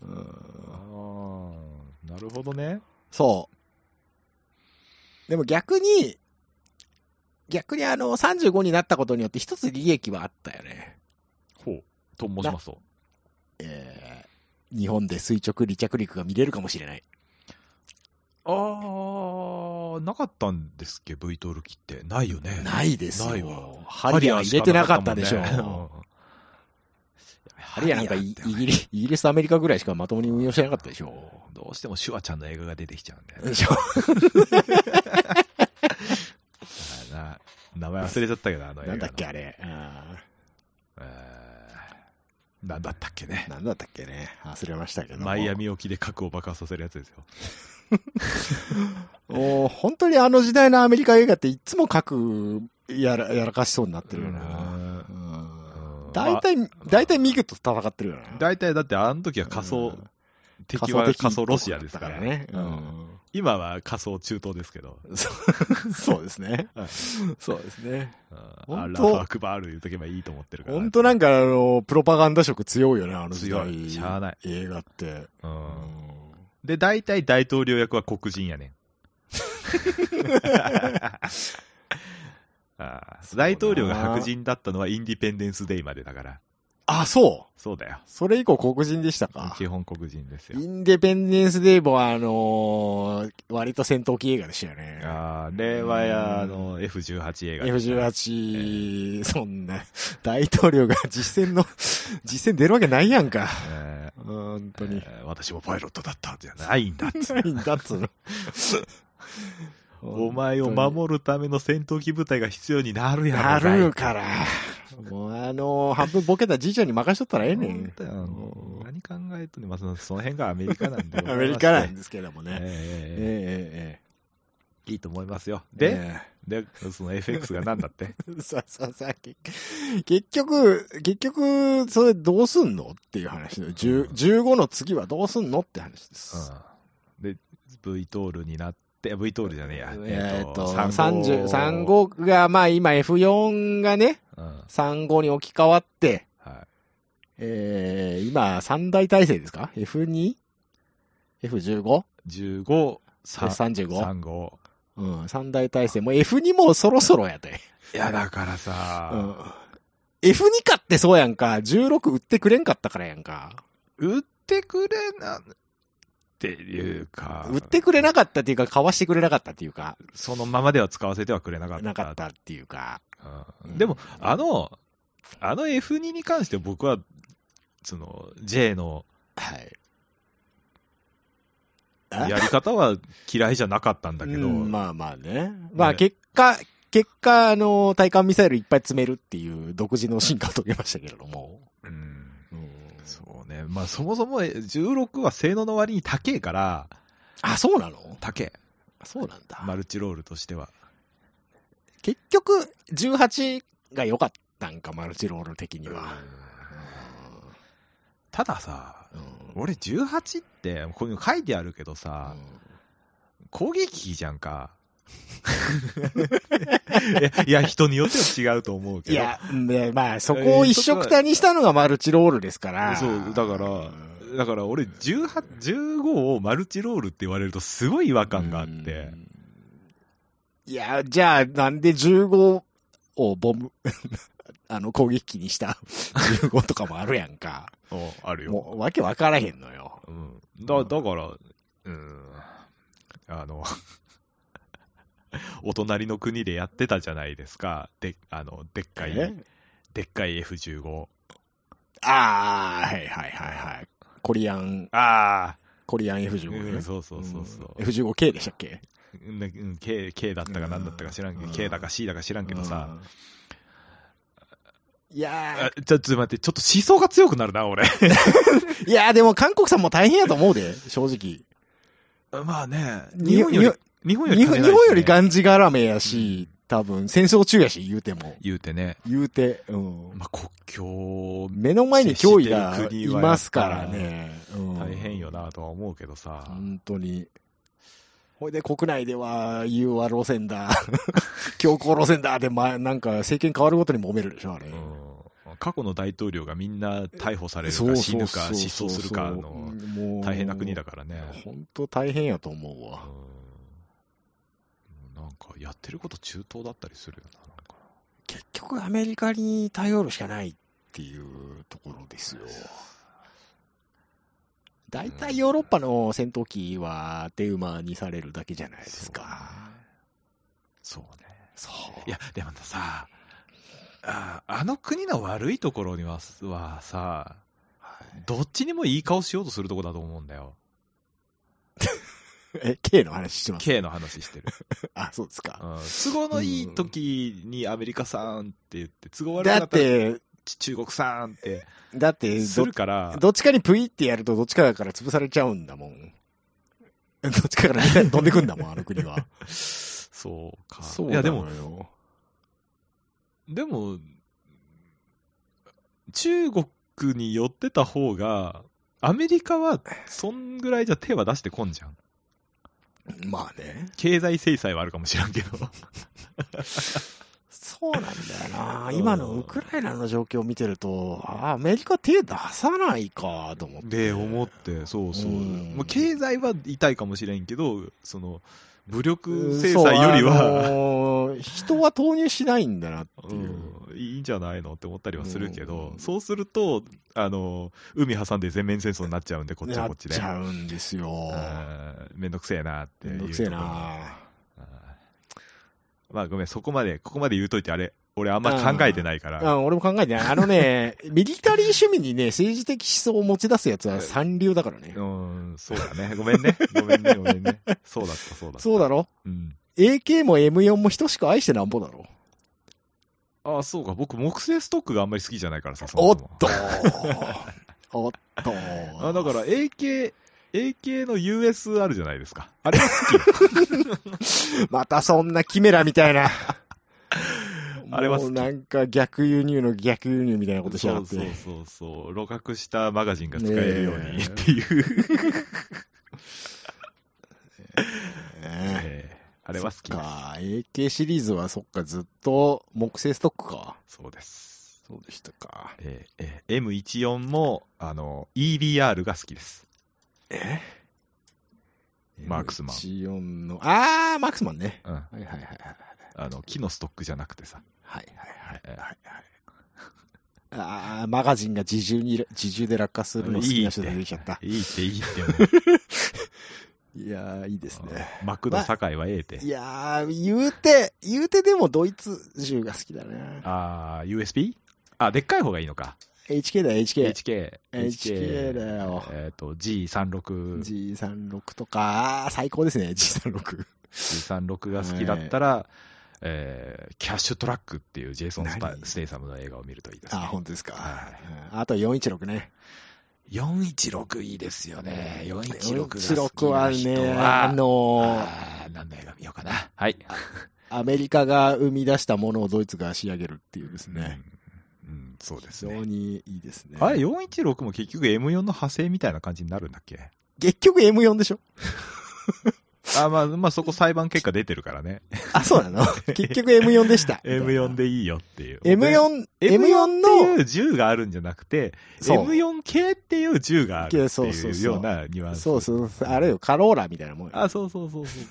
Speaker 2: う
Speaker 1: うんん
Speaker 2: ああ、なるほどね。
Speaker 1: そう。でも逆に、逆にあの、35になったことによって一つ利益はあったよね。
Speaker 2: ほう。と申しますと。
Speaker 1: えー日本で垂直離着陸が見れるかもしれない。
Speaker 2: ああ、なかったんですっけ、V トール機って。ないよね。
Speaker 1: ないですよ。
Speaker 2: ないわ
Speaker 1: ハリアー入れてなかったでしょう。ハ
Speaker 2: ハ
Speaker 1: リアーなんかイ
Speaker 2: リアーって
Speaker 1: ギリス、イギリス、アメリカぐらいしかまともに運用してなかったで しょ
Speaker 2: どうしてもシュワちゃんの映画が出てきちゃうんだよ
Speaker 1: う。
Speaker 2: ね。
Speaker 1: でしょ
Speaker 2: だからな名前忘れちゃったけど、あの映画の
Speaker 1: なんだっけ、あれ。あ
Speaker 2: えーなんだったっけね
Speaker 1: ー。なんだったっけね。忘れましたけど。
Speaker 2: マイア。ミ沖で核を爆破させるやつですよ。
Speaker 1: もう本当にあの時代のアメリカ映画っていつも核やらやらかしそうになってるよな。うん大体、大体ミグと戦ってるよな。
Speaker 2: 大体だってあの時は仮想、敵は仮想ロシアですからね。
Speaker 1: ね。うん
Speaker 2: 今は仮想中東ですけど。
Speaker 1: そう そうですね
Speaker 2: はい。
Speaker 1: そうですね。
Speaker 2: うん
Speaker 1: 本
Speaker 2: ア
Speaker 1: 当
Speaker 2: ラフアクバール言うとけばいいと思ってるから。
Speaker 1: 本当なんか、あの、プロパガンダ色強いよね、あの時代。
Speaker 2: 強いしゃあない
Speaker 1: 映画って。
Speaker 2: うん
Speaker 1: うん
Speaker 2: で、大体大統領役は黒人 やねん。 あー大統領が白人だったのはインディペンデンスデイまでだから。
Speaker 1: あ、そう。
Speaker 2: そうだよ。
Speaker 1: それ以降黒人でしたか。
Speaker 2: 基本黒人ですよ
Speaker 1: イ。ンデペンデンスデイボは、あのー割と戦闘機映画でしたよね。
Speaker 2: あー令和や、あ
Speaker 1: う
Speaker 2: の、F18 映画でしたね。
Speaker 1: F18、そんな、大統領が実戦の、実戦出るわけないやんか。
Speaker 2: えー
Speaker 1: 本当に。
Speaker 2: えー私もパイロットだったんじゃないんだっつう
Speaker 1: ないんだっつう の。
Speaker 2: お前を守るための戦闘機部隊が必要になるやろ
Speaker 1: な
Speaker 2: がい
Speaker 1: るから。もうあのー半分ボケたじいちゃんに任しとったらええね
Speaker 2: 本
Speaker 1: ん。
Speaker 2: 当やもう何考えとねますのその辺が アメリカなんで
Speaker 1: アメリカ
Speaker 2: な
Speaker 1: なんですけどもね。ええ
Speaker 2: え
Speaker 1: ええ
Speaker 2: え いいと思いますよ
Speaker 1: え
Speaker 2: で、
Speaker 1: え
Speaker 2: でその FX が何だって
Speaker 1: えさささ結結局、結局、それどうすんのっていう話の。10 15の次はどうすんのって話です。
Speaker 2: うんで V トールになって V トールじゃねえや
Speaker 1: えっと、
Speaker 2: 35
Speaker 1: 30 35が、まあ今 F4 がね、
Speaker 2: うんは
Speaker 1: 35に置き換わって、
Speaker 2: い
Speaker 1: えー、今、三大体制ですか ?F2? F15?
Speaker 2: 15
Speaker 1: 35?
Speaker 2: 35
Speaker 1: うん、三大体制。もう F2 もそろそろやで。
Speaker 2: いやだから
Speaker 1: う
Speaker 2: さ、
Speaker 1: ん。F2 かってそうやんか。16売ってくれんかったからやんか。
Speaker 2: 売ってくれなっていうか
Speaker 1: 売ってくれなかったっていうか、買わしてくれなかったっていうか、
Speaker 2: そのままでは使わせてはくれなかった
Speaker 1: なかったっていうか。
Speaker 2: うんでも、あの、あの F2 に関して僕は、その、J の
Speaker 1: はい。
Speaker 2: や
Speaker 1: え
Speaker 2: り方は嫌いじゃなかったんだけど、
Speaker 1: うんまあまあね。まあ
Speaker 2: ね
Speaker 1: 結果、結果、あの、対艦ミサイルいっぱい詰めるっていう独自の進化を遂げましたけれども。
Speaker 2: うん
Speaker 1: うん
Speaker 2: そうね。まあ、そもそもえ16は性能の割に高えから、
Speaker 1: あ、そうなの
Speaker 2: 高え。
Speaker 1: そうなんだ。
Speaker 2: マルチロールとしては。
Speaker 1: 結局、18が良かったんか、マルチロール的には。
Speaker 2: たださ、
Speaker 1: うんうん
Speaker 2: 俺18って、こういうの書いてあるけどさ、攻撃機じゃんか。いやいや、人によっては違うと思うけ
Speaker 1: い
Speaker 2: ど。
Speaker 1: や、ねまあ、そこを一色たにしたのがマルチロールですから。
Speaker 2: そう、だから、だから俺18、15をマルチロールって言われるとすごい違和感があっ
Speaker 1: う
Speaker 2: て、
Speaker 1: ん。いや、じゃあ、なんで15をボム、 あの、攻撃機にした15とかもあるやんか。
Speaker 2: おあるよ。
Speaker 1: もう、わけわからへんのよ。
Speaker 2: うん、だだから、うん、あの、 お隣の国でやってたじゃないですか。で、あの、でっかい、
Speaker 1: え
Speaker 2: でっかい F15。
Speaker 1: ああ、はいはいはいはい。コリアン、
Speaker 2: ああ、
Speaker 1: コリアン
Speaker 2: う
Speaker 1: F15
Speaker 2: ん、
Speaker 1: ね。
Speaker 2: そうそうそうそう。
Speaker 1: ん F15K でしたっけ
Speaker 2: うんなうん、K, K だったか何だったか知らんけ
Speaker 1: う
Speaker 2: ど、
Speaker 1: ん
Speaker 2: K だか C だか知らんけどさ、
Speaker 1: うん。いや
Speaker 2: あちょっと待って、ちょっと思想が強くなるな、 俺。
Speaker 1: ー、いやーでも韓国さんも大変やと思うで、正直。
Speaker 2: まあね、
Speaker 1: に
Speaker 2: 日本より、日本より
Speaker 1: 日本
Speaker 2: 金ないしね
Speaker 1: 日本よりがんじがらめやし、多分戦争中やし、言うても。
Speaker 2: 言うてね、
Speaker 1: 言うて、うん。
Speaker 2: まあ国境、
Speaker 1: 目の前に脅威が
Speaker 2: 接してる
Speaker 1: い
Speaker 2: 国は
Speaker 1: ますからね。うん
Speaker 2: 大変よなとは思うけどさ、
Speaker 1: 本当に。ほいで国内では、融和路線だ、 強硬路線だで、まあ、なんか政権変わるごとに揉めるでしょ、あれ。
Speaker 2: うん過去の大統領がみんな逮捕される
Speaker 1: そう
Speaker 2: か
Speaker 1: そ
Speaker 2: 死
Speaker 1: う
Speaker 2: ぬ
Speaker 1: そう
Speaker 2: か失踪するか
Speaker 1: う
Speaker 2: の
Speaker 1: んもう
Speaker 2: 大変な国だからね。
Speaker 1: 本当大変やと思う
Speaker 2: うん
Speaker 1: わ。
Speaker 2: もうなんかやってること中東だったりするよな、なんか。
Speaker 1: 結局アメリカに頼るしかないっていうところですよ。大体ヨーロッパの戦闘機は手馬にされるだけじゃないですか。
Speaker 2: そうね。
Speaker 1: そう。
Speaker 2: いや、でもさ、ああの国の悪いところにははさ、どっちにもいい顔しようとするとこだと思うんだよ。
Speaker 1: え、K の話してます。
Speaker 2: K の話してる。
Speaker 1: あ、そうですか。
Speaker 2: うん都合のいい時にアメリカさんって言って、都合悪
Speaker 1: だ
Speaker 2: か
Speaker 1: っ
Speaker 2: ったら
Speaker 1: て、
Speaker 2: ち中国さんって
Speaker 1: だって
Speaker 2: す
Speaker 1: ど
Speaker 2: る、から、
Speaker 1: どっちかにプイってやるとどっちかから潰されちゃうんだもん。 どっちかからみたいに飛んでくんだもん、あの国は。
Speaker 2: そうか。
Speaker 1: そう
Speaker 2: い
Speaker 1: な
Speaker 2: や、
Speaker 1: の
Speaker 2: で
Speaker 1: よ
Speaker 2: も、でも、中国に寄ってた方が、アメリカはそんぐらいじゃ手は出してこんじゃん。
Speaker 1: まあね。
Speaker 2: 経済制裁はあるかもしらんけど。
Speaker 1: そうなんだよな。
Speaker 2: うん
Speaker 1: 今のウクライナの状況を見てると、あアメリカ手出さないかと思って。
Speaker 2: で、思って、そうそう。
Speaker 1: うん
Speaker 2: まあ、経済は痛いかもしれんけど、その、武
Speaker 1: う
Speaker 2: 力
Speaker 1: ん
Speaker 2: 制裁より
Speaker 1: そうあ
Speaker 2: は、
Speaker 1: のー人は投入しないんだなっていう。
Speaker 2: うんいいんじゃないのって思ったりはするけど、
Speaker 1: うん
Speaker 2: そうすると、あの、海挟んで全面戦争になっちゃうんで、こっちは
Speaker 1: なっ
Speaker 2: こっちで。
Speaker 1: ちゃうんですよ。
Speaker 2: うんめんどくせえなって
Speaker 1: め
Speaker 2: いうんと
Speaker 1: ど
Speaker 2: ころ。
Speaker 1: くせえな。
Speaker 2: うん。まあごめん、そこまで、ここまで言うといて、あれ、俺あんま考えてないか
Speaker 1: う
Speaker 2: ら。
Speaker 1: ん、俺も考えてない。あの ね、ミリタリー趣味にね、政治的思想を持ち出すやつは三流だからね
Speaker 2: う。ん、そうだね。ごめんね。ごめんね、ごめんね。そうだった、そうだった。
Speaker 1: そうだろ
Speaker 2: うん。
Speaker 1: ?AK も M4 も等しく愛してなんぼだろ
Speaker 2: ああ、そうか。僕、木製ストックがあんまり好きじゃないからさ、そ
Speaker 1: お
Speaker 2: も
Speaker 1: っ
Speaker 2: そも
Speaker 1: と おっと
Speaker 2: あだから、AK、AK の US あるじゃないですか。あれは好きよ。
Speaker 1: またそんなキメラみた いな。
Speaker 2: あれは好
Speaker 1: も
Speaker 2: き
Speaker 1: うなんか逆輸入の逆輸入みたいなことしや
Speaker 2: そ
Speaker 1: が
Speaker 2: う
Speaker 1: って。
Speaker 2: そうそうそう。露覚したマガジンが使えるようにっていう。
Speaker 1: ねえ
Speaker 2: ええあれは好き
Speaker 1: そ
Speaker 2: で
Speaker 1: っ
Speaker 2: す。
Speaker 1: か、AK シリーズはそっか、ずっと木製ストックか。
Speaker 2: そうです。
Speaker 1: そうでしたか。
Speaker 2: えーえー M14 も、あの、EBR が好きです。
Speaker 1: え
Speaker 2: マークスマン
Speaker 1: C4 の、あー、マークスマンね。
Speaker 2: うん。
Speaker 1: はいはいはいはい。
Speaker 2: あの、木のストックじゃなくてさ。
Speaker 1: はいはい
Speaker 2: えー
Speaker 1: はいはい。あー、マガジンが自重に、自重で落下するの好きな人出てきちゃった。
Speaker 2: いいって、いいって、も
Speaker 1: いやー、いいです
Speaker 2: う
Speaker 1: ね。。
Speaker 2: マクド堺はええて
Speaker 1: い。やー、言うて、言うてでもドイツ銃が好きだね。
Speaker 2: あー、USB? あ、でっかい方がいいのか。
Speaker 1: HK だよ、HK。
Speaker 2: HK。
Speaker 1: HK だよ
Speaker 2: えっと、G36。
Speaker 1: G36 とか、あー最高ですね、G36。
Speaker 2: G36 が好きだったら、えーキャッシュトラックっていうジェイソン・スパ
Speaker 1: 何
Speaker 2: ステイサムの映画を見るといいです
Speaker 1: あー、
Speaker 2: ね。
Speaker 1: 本当ですか。
Speaker 2: は
Speaker 1: うんあと416ね。
Speaker 2: 416いいですよね。416が好き
Speaker 1: 416
Speaker 2: な
Speaker 1: は
Speaker 2: 人は
Speaker 1: ね、あのー
Speaker 2: あー何の映画見ようかな。はい。
Speaker 1: アメリカが生み出したものをドイツが仕上げるっていうですね。
Speaker 2: うん。うん、そうです
Speaker 1: 非
Speaker 2: ね
Speaker 1: 常。にいいですね。
Speaker 2: あれ、416も結局 M4 の派生みたいな感じになるんだっけ
Speaker 1: 結局 M4 でしょ
Speaker 2: あ、まあ、まあ、そこ裁判結果出てるからね。
Speaker 1: あ、そうなの 結局 M4 で した。
Speaker 2: M4 でいいよっていう。
Speaker 1: M4、
Speaker 2: で
Speaker 1: M4
Speaker 2: って
Speaker 1: の、
Speaker 2: いう銃があるんじゃなくて、
Speaker 1: そう
Speaker 2: M4K っていう銃があるって
Speaker 1: そうそう
Speaker 2: いう
Speaker 1: そう
Speaker 2: ようなニュアンス。
Speaker 1: そうそうそう、あれよ、カローラみたいなもんよ
Speaker 2: あ、そうそうそうそう。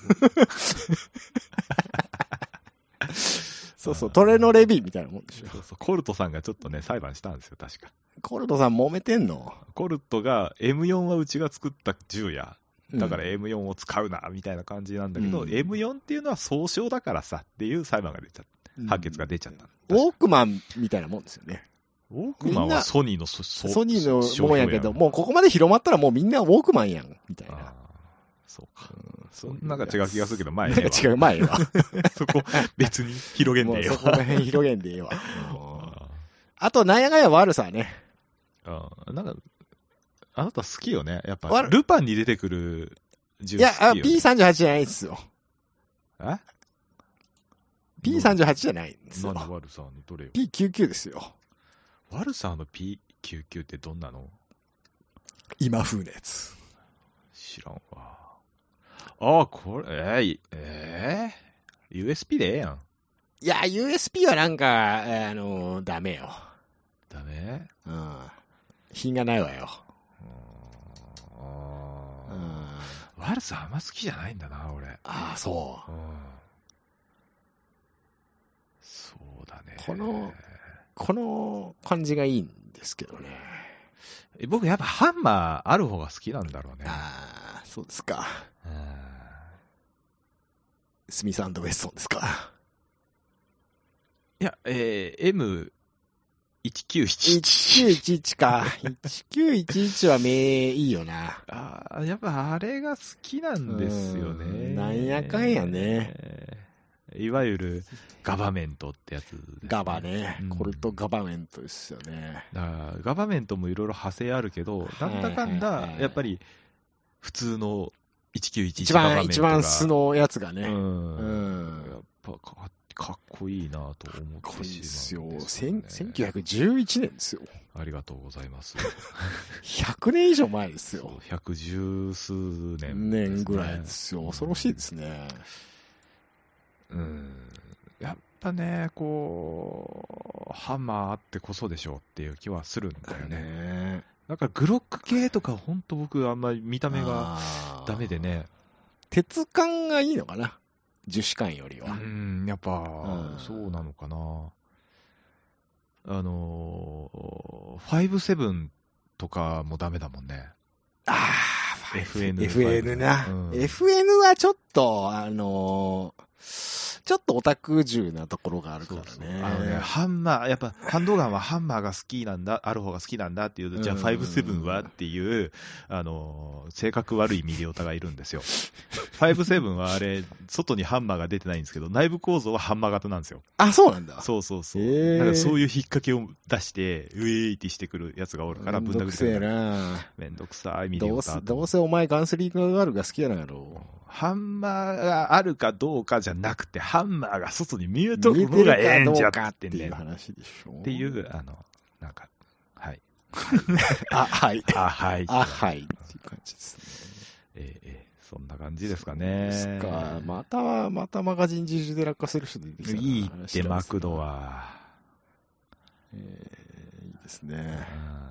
Speaker 1: そうそう、トレノレビーみたいなもんでしょ。
Speaker 2: そうそうコルトさんがちょっとね、裁判したんですよ、確か。
Speaker 1: コルトさん揉めてんの
Speaker 2: コルトが M4 はうちが作った銃や。だから
Speaker 1: うん
Speaker 2: M4 を使うな、みたいな感じなんだけど、
Speaker 1: うん
Speaker 2: M4 っていうのは総称だからさっていう裁判が出ちゃった。判決が出ちゃった。
Speaker 1: ウォークマンみたいなもんですよね。
Speaker 2: ウォークマン
Speaker 1: みんな
Speaker 2: はソニーのそそ
Speaker 1: ソニーのもんやけど、
Speaker 2: 商標
Speaker 1: もうここまで広まったらもうみんなウォークマンやん、みたい
Speaker 2: やんあ
Speaker 1: な。
Speaker 2: ーそうか。
Speaker 1: そ
Speaker 2: なんか違う気がするけど、前
Speaker 1: な
Speaker 2: ね
Speaker 1: ん。か違う、前は。
Speaker 2: そこ、別に広げん
Speaker 1: も
Speaker 2: で
Speaker 1: う
Speaker 2: よ
Speaker 1: そ。こら辺広げんでええわ。うん
Speaker 2: あ
Speaker 1: あと、なんやかんや悪さね。
Speaker 2: ーあーなんか、あなた好きよね。やっぱ、
Speaker 1: わる
Speaker 2: ルパンに出てくる
Speaker 1: い
Speaker 2: 銃好
Speaker 1: や、あ
Speaker 2: きよね。
Speaker 1: P38 じゃないですよ。
Speaker 2: え
Speaker 1: P38 じゃないんです
Speaker 2: な
Speaker 1: よ
Speaker 2: ん。でワルサーのどれよ
Speaker 1: P99 ですよ。
Speaker 2: ワルサーの P99 ってどんなの
Speaker 1: 今風のやつ。
Speaker 2: 知らんわ。ああ、これ、えー、いえー、USB でええやん。
Speaker 1: いや、USB はなんか、えーあのーダメよ。
Speaker 2: ダメ
Speaker 1: うん。品がないわよ。うん。
Speaker 2: うーんあ
Speaker 1: あ
Speaker 2: ーワルサーあんま好きじゃないんだな、俺。
Speaker 1: あ、そ
Speaker 2: うん。そうだね。
Speaker 1: このう。この感じがいいんですけどね。
Speaker 2: え僕やっぱハンマーある方が好きなんだろうね。
Speaker 1: ああ、そうですか。
Speaker 2: うん
Speaker 1: スミスウェッソンですか。
Speaker 2: いや、えー、M197。
Speaker 1: 1911か。1911は名、いいよな。
Speaker 2: ああ、やっぱあれが好きなんですよ
Speaker 1: う
Speaker 2: ね。
Speaker 1: んなんやかんやね
Speaker 2: えー。いわゆるガバメントってやつ、
Speaker 1: ガバ。ね
Speaker 2: うん。
Speaker 1: コルトガバメントですよね。
Speaker 2: だからガバメントもいろいろ派生あるけど、なんだかん
Speaker 1: はいは
Speaker 2: だ
Speaker 1: いは、い
Speaker 2: やっぱり普通の1911
Speaker 1: 一
Speaker 2: ガバメン
Speaker 1: 番、
Speaker 2: トが
Speaker 1: 一番素のやつが
Speaker 2: う
Speaker 1: ね。
Speaker 2: ん。
Speaker 1: うん
Speaker 2: やっぱかかっこいいなと思
Speaker 1: こ
Speaker 2: って
Speaker 1: れ
Speaker 2: しまうん
Speaker 1: ですよ。
Speaker 2: ですよ
Speaker 1: 千
Speaker 2: ね
Speaker 1: 1911年ですよ。
Speaker 2: ありがとうございます。
Speaker 1: 100年以上前です
Speaker 2: そ
Speaker 1: よ
Speaker 2: う。百十数年ですね、
Speaker 1: 年ぐらいですよ。恐ろしいですね。
Speaker 2: うんやっぱね、こう、ハンマーあってこそでしょうっていう気はするんだよね。
Speaker 1: ね
Speaker 2: なんかグロック系とか、ほんと僕、あんまり見た目がダメで。
Speaker 1: あー
Speaker 2: ね。
Speaker 1: 鉄管がいいのかな樹脂管より
Speaker 2: う
Speaker 1: は。
Speaker 2: ん、やっぱ
Speaker 1: う、ん
Speaker 2: そうなのかな。あのー、57とかもダメだもんね。
Speaker 1: ああ、
Speaker 2: FN
Speaker 1: FN な。
Speaker 2: うん
Speaker 1: FN はちょっと、あのーちょっとオタク重なところがあるから
Speaker 2: そうそう
Speaker 1: ね。
Speaker 2: あのね、ハンマー、やっぱ、ハンドガンはハンマーが好きなんだ、ある方が好きなんだっていうと、じゃあ、
Speaker 1: うん
Speaker 2: 57はっていう、あのー、性格悪いミリオタがいる んですよ。57はあれ、外にハンマーが出てないんですけど、内部構造はハンマー型なんですよ。
Speaker 1: あ、そうなんだ。
Speaker 2: そうそうそう。
Speaker 1: へー
Speaker 2: なんかそういう引っ掛けを出して、ウェイってしてくるやつがおるから、
Speaker 1: めん
Speaker 2: ぶん
Speaker 1: どく
Speaker 2: 殴って
Speaker 1: せ
Speaker 2: く
Speaker 1: え
Speaker 2: る。
Speaker 1: な。
Speaker 2: めんどくさいミリ
Speaker 1: ど
Speaker 2: オ
Speaker 1: うせ、
Speaker 2: タ。
Speaker 1: どうせお前ガンスリンガーガールが好きやなんやろ。
Speaker 2: ハンマーがあるかどうかじゃなくて、ハンマーが外に見えとくのがええんじゃって
Speaker 1: ってい
Speaker 2: ね
Speaker 1: う。話でしょ。
Speaker 2: ってい。う、あの、なんか、はい。
Speaker 1: あ、はい。
Speaker 2: あ、はい。
Speaker 1: あ、はい。っていう感じですね。
Speaker 2: ええええそんな感じですかね。
Speaker 1: ですか。または、またマガジン自重で落下する人出てきたない
Speaker 2: いって、マクド。は。
Speaker 1: えーいいですね。
Speaker 2: あ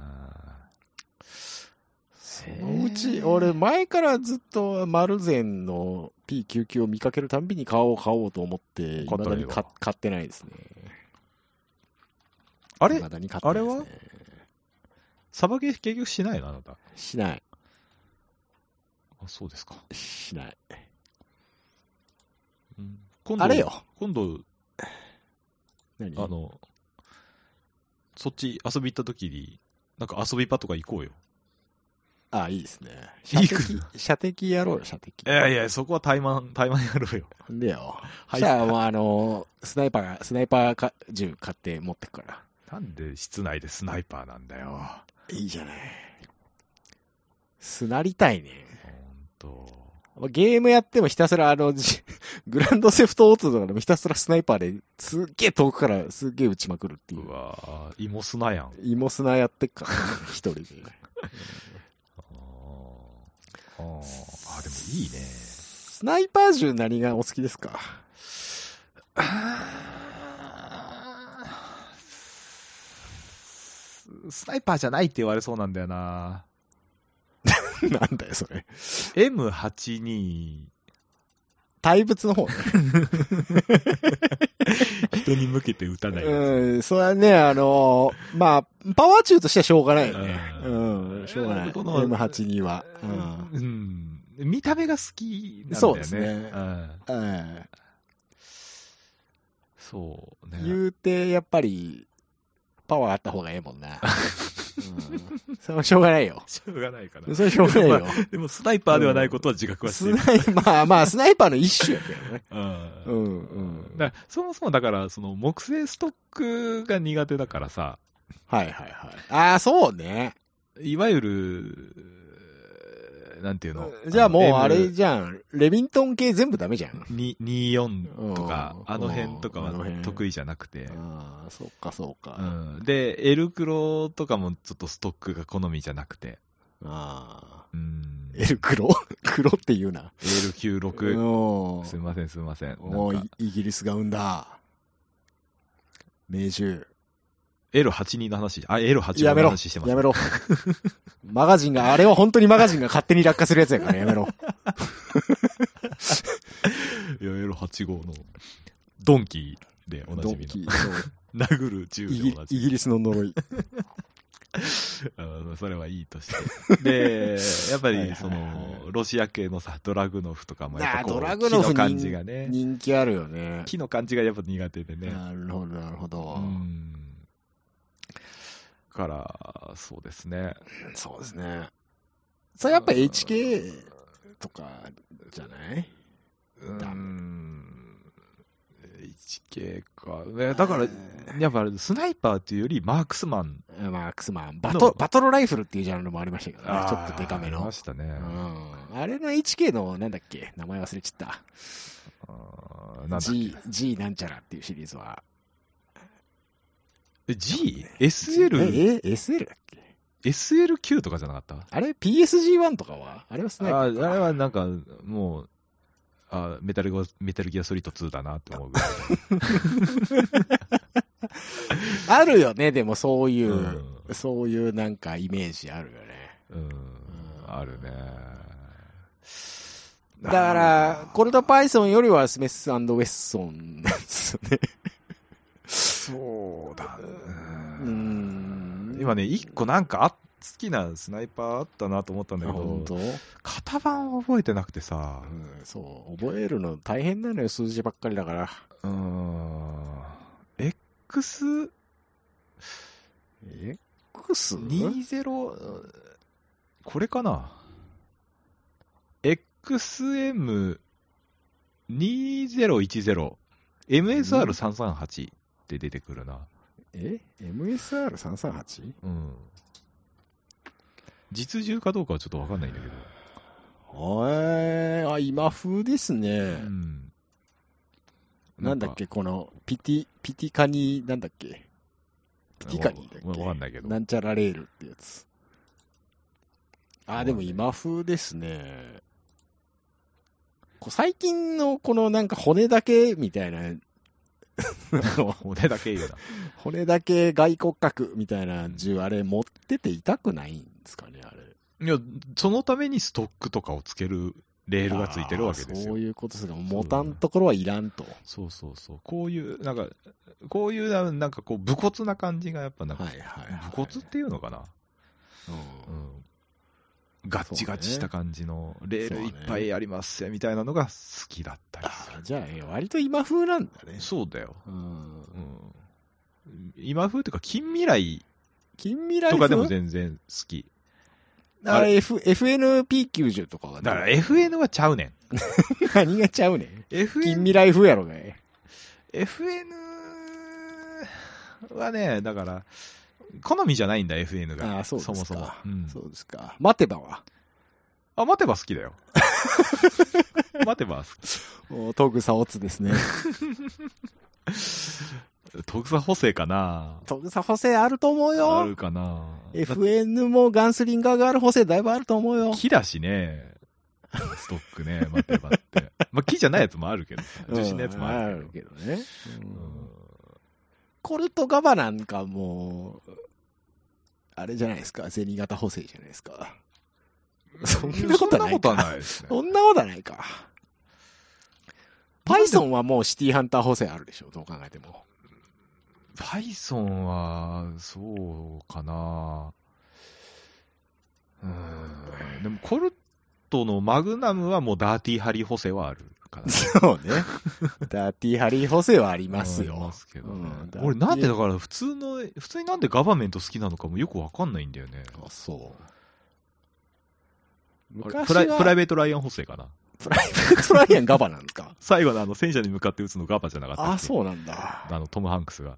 Speaker 1: そのうち、俺、前からずっとマルゼンの P99 を見かけるたんびに買おう、買おうと思って、いま
Speaker 2: 買った
Speaker 1: だ
Speaker 2: らいい
Speaker 1: に
Speaker 2: わ
Speaker 1: 買買ってないですね。
Speaker 2: ーあれ
Speaker 1: 未だに買ってないですね
Speaker 2: あれはサバゲー結局しないのあなた。
Speaker 1: しない。
Speaker 2: あ、そうですか。
Speaker 1: しない。
Speaker 2: うん今度、
Speaker 1: あれよ。
Speaker 2: 今度、
Speaker 1: 何
Speaker 2: あの、そっち遊び行った時に、なんか遊び場とか行こうよ。
Speaker 1: あ、いいですね。射
Speaker 2: いい
Speaker 1: 的
Speaker 2: かな、
Speaker 1: 射的やろうよ、射的。
Speaker 2: いやいや、そこは怠慢、怠慢やろうよ。
Speaker 1: ほんでよ。
Speaker 2: はい
Speaker 1: じゃあ、もうあの、スナイパー、スナイパーか銃買って持ってくから。
Speaker 2: なんで室内でスナイパーなんだよ。
Speaker 1: いいじゃない。すなりたいね。
Speaker 2: ほんと。
Speaker 1: ゲームやってもひたすらあの、じ グランドセフトオートとかでもひたすらスナイパーですっげえ遠くからすっげえ撃ちまくるっていうう。
Speaker 2: わー、芋砂やん。
Speaker 1: 芋砂やってっから、 一人で。
Speaker 2: あーあーあでもいいね
Speaker 1: スナイパー銃何がお好きですか
Speaker 2: ススナイパーじゃないって言われそうなんだよな
Speaker 1: なんだよ、それ。
Speaker 2: M82
Speaker 1: 大仏の方ね。
Speaker 2: 人に向けて撃たないや
Speaker 1: うん、それはね、あのーまあ、パワー中としてはしょうがないよね。
Speaker 2: う
Speaker 1: うん、しょうがない。
Speaker 2: この
Speaker 1: M82 は。
Speaker 2: つ
Speaker 1: うん
Speaker 2: うん、見た目が好きなんだ
Speaker 1: そ
Speaker 2: よね
Speaker 1: うですね
Speaker 2: ん
Speaker 1: ええ
Speaker 2: そうね。
Speaker 1: 言うて、やっぱり、パワーあった方がええもん な。うん。それはしょうがないよ。
Speaker 2: しょうがないから。
Speaker 1: それはしょうがないよ。
Speaker 2: でも、スナイパーではないことは自覚はして
Speaker 1: ス
Speaker 2: る。
Speaker 1: ナイまあまあ、スナイパーの一種やけどね。
Speaker 2: うん
Speaker 1: うんうん。
Speaker 2: だからそもそもだから、その木製ストックが苦手だからさ、
Speaker 1: はいはいはい。ああ、そうね。
Speaker 2: いわゆる、なんていうの。
Speaker 1: じゃあもうあれ
Speaker 2: M
Speaker 1: じゃん。レビントン系全部ダメじゃん。
Speaker 2: に24とか
Speaker 1: う、ん
Speaker 2: あの辺とか
Speaker 1: うんあの辺
Speaker 2: は得意じゃなくて。
Speaker 1: ああ、そっかそっか。
Speaker 2: う
Speaker 1: あ
Speaker 2: ん、で、エルクロとかもちょっとストックが好みじゃなくて。
Speaker 1: あ
Speaker 2: うん、
Speaker 1: ー。エル黒 黒って言うな。
Speaker 2: AL96。
Speaker 1: お
Speaker 2: すいません、すいません。なん
Speaker 1: お
Speaker 2: か
Speaker 1: い、イギリスが生んだ。名獣。
Speaker 2: L82 の話。あ、L85
Speaker 1: やめ
Speaker 2: の
Speaker 1: ろ
Speaker 2: 話して。ます。
Speaker 1: やめろ。マガジンが、あれは本当にマガジンが勝手に落下するやつやからやめろ。
Speaker 2: いや、L85 の、ドンキーでおな
Speaker 1: ド
Speaker 2: じ
Speaker 1: ン
Speaker 2: み
Speaker 1: キ
Speaker 2: の。
Speaker 1: ーそう
Speaker 2: 殴る銃
Speaker 1: イ
Speaker 2: で
Speaker 1: ギ
Speaker 2: おなじ
Speaker 1: イ
Speaker 2: み。
Speaker 1: ギリスの呪 い。
Speaker 2: うんそれはいい として。で、やっぱ
Speaker 1: はいはいは
Speaker 2: り、
Speaker 1: い
Speaker 2: その、ロシア系のさ、ドラグノフとかもやっぱこ
Speaker 1: あ
Speaker 2: う、
Speaker 1: ドラグノフ
Speaker 2: 木の感じがね、
Speaker 1: 人気あるよね。
Speaker 2: 木の感じがやっぱ苦手でね。
Speaker 1: なるほど、なるほ
Speaker 2: う
Speaker 1: ど。
Speaker 2: ん。から、そうですね。
Speaker 1: そうですね。それやっぱ HK とかじゃないダ
Speaker 2: うん。HK か。ねだから、やっぱスナイパーっていうよりマークスマン。
Speaker 1: マークスマン。バト
Speaker 2: の
Speaker 1: バトルライフルっていうジャンルもありましたけどね。ちょっとデカめ
Speaker 2: あり
Speaker 1: の
Speaker 2: ま。したね。
Speaker 1: うんあれの HK の、なんだっけ名前忘れちゃっ
Speaker 2: あーなんだ
Speaker 1: た。
Speaker 2: っけ
Speaker 1: G、G なんちゃらっていうシリーズは。
Speaker 2: え G? SL?
Speaker 1: え、え SL だっけ
Speaker 2: SL9 とかじゃなかった
Speaker 1: あれ ?PSG1 とかはあれはスナイパ
Speaker 2: ああ
Speaker 1: ー
Speaker 2: れ
Speaker 1: か
Speaker 2: はなんか、もう、あメタルゴメタルギアソリッド2だなって思うぐらい
Speaker 1: あるよね、でもそういう、
Speaker 2: うん
Speaker 1: そういうなんかイメージあるよね。
Speaker 2: うん、あるね。
Speaker 1: だから、コルト・パイソンよりはスメスウェッソンなんですよ ね。
Speaker 2: そうだ、
Speaker 1: うん
Speaker 2: 今ね、一個なんかあ好きなスナイパーあったなと思ったんだけ
Speaker 1: 本当
Speaker 2: ど、型番を覚えてなくてさ、
Speaker 1: そう、覚えるの大変なのよ、数字ばっかりだから。
Speaker 2: うーん、X20、
Speaker 1: X?
Speaker 2: これかな ?XM2010、MSR338 って出てくるな。
Speaker 1: え ?MSR338?
Speaker 2: うん。実銃かどうかはちょっとわかんないんだけど。
Speaker 1: えー、あ、今風ですね。
Speaker 2: うん。
Speaker 1: なんだっけ、この、ピティ、ピティカニ、なんだっけピティカニだっけ
Speaker 2: わわわかんないけど
Speaker 1: なんちゃらレールってやつ。あ
Speaker 2: わ
Speaker 1: ー、
Speaker 2: かんない
Speaker 1: でも今風ですね。こう最近のこのなんか骨だけみたいな、あの
Speaker 2: 骨だけ言うな。
Speaker 1: 骨だけ外骨格みたいな銃、あれ持ってて痛くないんですかね、あれ。
Speaker 2: いや、そのためにストックとかをつけるレールがついてるわけです
Speaker 1: あーそ
Speaker 2: よ
Speaker 1: う。いうことですが、持たんところはいらんと。
Speaker 2: そうそうそう。こういう、なんか、こういうな、なんかこう、武骨な感じがやっぱなんか、
Speaker 1: はいはい、はい。
Speaker 2: 武骨っていうのかな。
Speaker 1: うん
Speaker 2: うん。ガッチガチした感じの、レールいっぱいありますみたいなのが好きだったり
Speaker 1: あ
Speaker 2: す
Speaker 1: ーじゃあ、えー割と今風なんだね
Speaker 2: る。。そうだよ。
Speaker 1: うん
Speaker 2: うん。今風というか、近未来
Speaker 1: 近未来
Speaker 2: と
Speaker 1: 風
Speaker 2: かでも全然好き。
Speaker 1: あれ F、FNP90 とかは
Speaker 2: だから FN はちゃうねん。
Speaker 1: 何がちゃうねん。近
Speaker 2: FN,
Speaker 1: 未来風やろがい。
Speaker 2: FN はね、だから、好みじゃないんだ、FN が。
Speaker 1: ああ、そうですか。
Speaker 2: もそも。うん
Speaker 1: そうですか。待てばは。
Speaker 2: あ、待てば好きだよ。 待てば好き。
Speaker 1: おトグサオツです ね。
Speaker 2: 徳沢補正かな
Speaker 1: トグサ補正あると思う
Speaker 2: あ
Speaker 1: よ
Speaker 2: る。かな
Speaker 1: FN もガンスリンガーがある補正だいぶあると思うよ。
Speaker 2: 木だしね、ストックね、待てばって。まあ、木じゃないやつもあるけどさ、樹脂のやつもあ
Speaker 1: あ
Speaker 2: る
Speaker 1: る
Speaker 2: けど。
Speaker 1: けどね。う
Speaker 2: う
Speaker 1: ん
Speaker 2: ん
Speaker 1: コルトガバなんかもう、あれじゃないですか。銭形補正じゃないですか。そんなことはないか
Speaker 2: そんなことはないですね。
Speaker 1: そんなことはないか。パイソンはもうシティハンター補正あるでしょ、どう考えても。
Speaker 2: パイソンは、そうかなうん。でも、コルトのマグナムはもうダーティーハリ補正はある。から。
Speaker 1: そうね。ダーティーハリー補正はあります
Speaker 2: あり
Speaker 1: よ
Speaker 2: ま。すけどね
Speaker 1: うん
Speaker 2: 俺なんでだから普通の、普通になんでガバメント好きなのかもよくわかんないんだよね。
Speaker 1: あそう。
Speaker 2: 俺
Speaker 1: 昔
Speaker 2: プライ
Speaker 1: は
Speaker 2: プライベートライアン補正かな。
Speaker 1: プライベートライアンガバなんですか
Speaker 2: 最後のあの戦車に向かって撃つのガバじゃなかったっけ
Speaker 1: あ、そうなんだ。
Speaker 2: あのトム・ハンクスが。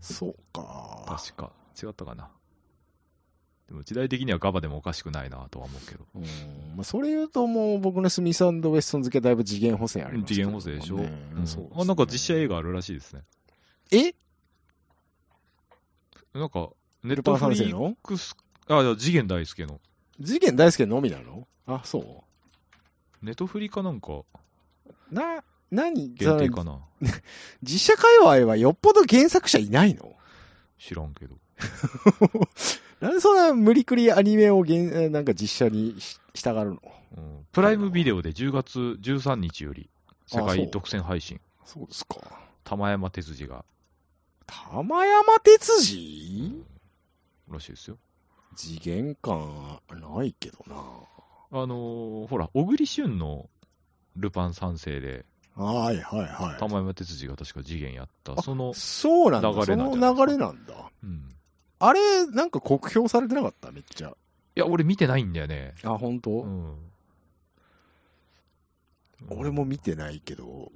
Speaker 1: そうか。
Speaker 2: 確か。違ったかな。でも時代的にはガバでもおかしくないなとは思うけど。
Speaker 1: うんまあ、それ言うともう僕のスミスウェストン付けだいぶ次元補正ありますけ
Speaker 2: 次
Speaker 1: ど
Speaker 2: 元
Speaker 1: ね
Speaker 2: 補正でしょ、
Speaker 1: うんそうですね
Speaker 2: あなんか実写映画あるらしいですね。
Speaker 1: え
Speaker 2: なんか、ネッ
Speaker 1: ルパ
Speaker 2: ト
Speaker 1: ン
Speaker 2: フ
Speaker 1: 三世
Speaker 2: リッ
Speaker 1: の
Speaker 2: クス、あ、いや次元大介の。
Speaker 1: 次元大輔のみなのあ、そ
Speaker 2: ネトフリかなんか
Speaker 1: う。な、何
Speaker 2: 限定
Speaker 1: その
Speaker 2: かな
Speaker 1: 実写界隈はよっぽど原作者いないの
Speaker 2: 知らんけど。
Speaker 1: なんでそんな無理くりアニメを原えなんか実写にし従うの
Speaker 2: うんプライムビデオで10月13日より世界独占配信
Speaker 1: そうですか。
Speaker 2: 玉山哲司が、
Speaker 1: 玉山哲
Speaker 2: う
Speaker 1: 司
Speaker 2: んらしいですよ
Speaker 1: 次元感ないけどな。
Speaker 2: あのーほら小栗旬の「ルパン三世」で
Speaker 1: はいはいは
Speaker 2: 玉山哲司が確か次元やった
Speaker 1: あ
Speaker 2: その
Speaker 1: い。、そうなんだ。
Speaker 2: 流れなん
Speaker 1: そ
Speaker 2: じゃないですか
Speaker 1: の流れなんだ。
Speaker 2: うん、
Speaker 1: あれ、なんか酷評されてなかっためっちゃ。
Speaker 2: いや俺見てないんだよね、
Speaker 1: あ、本当、
Speaker 2: うん、
Speaker 1: 俺も見てないけど。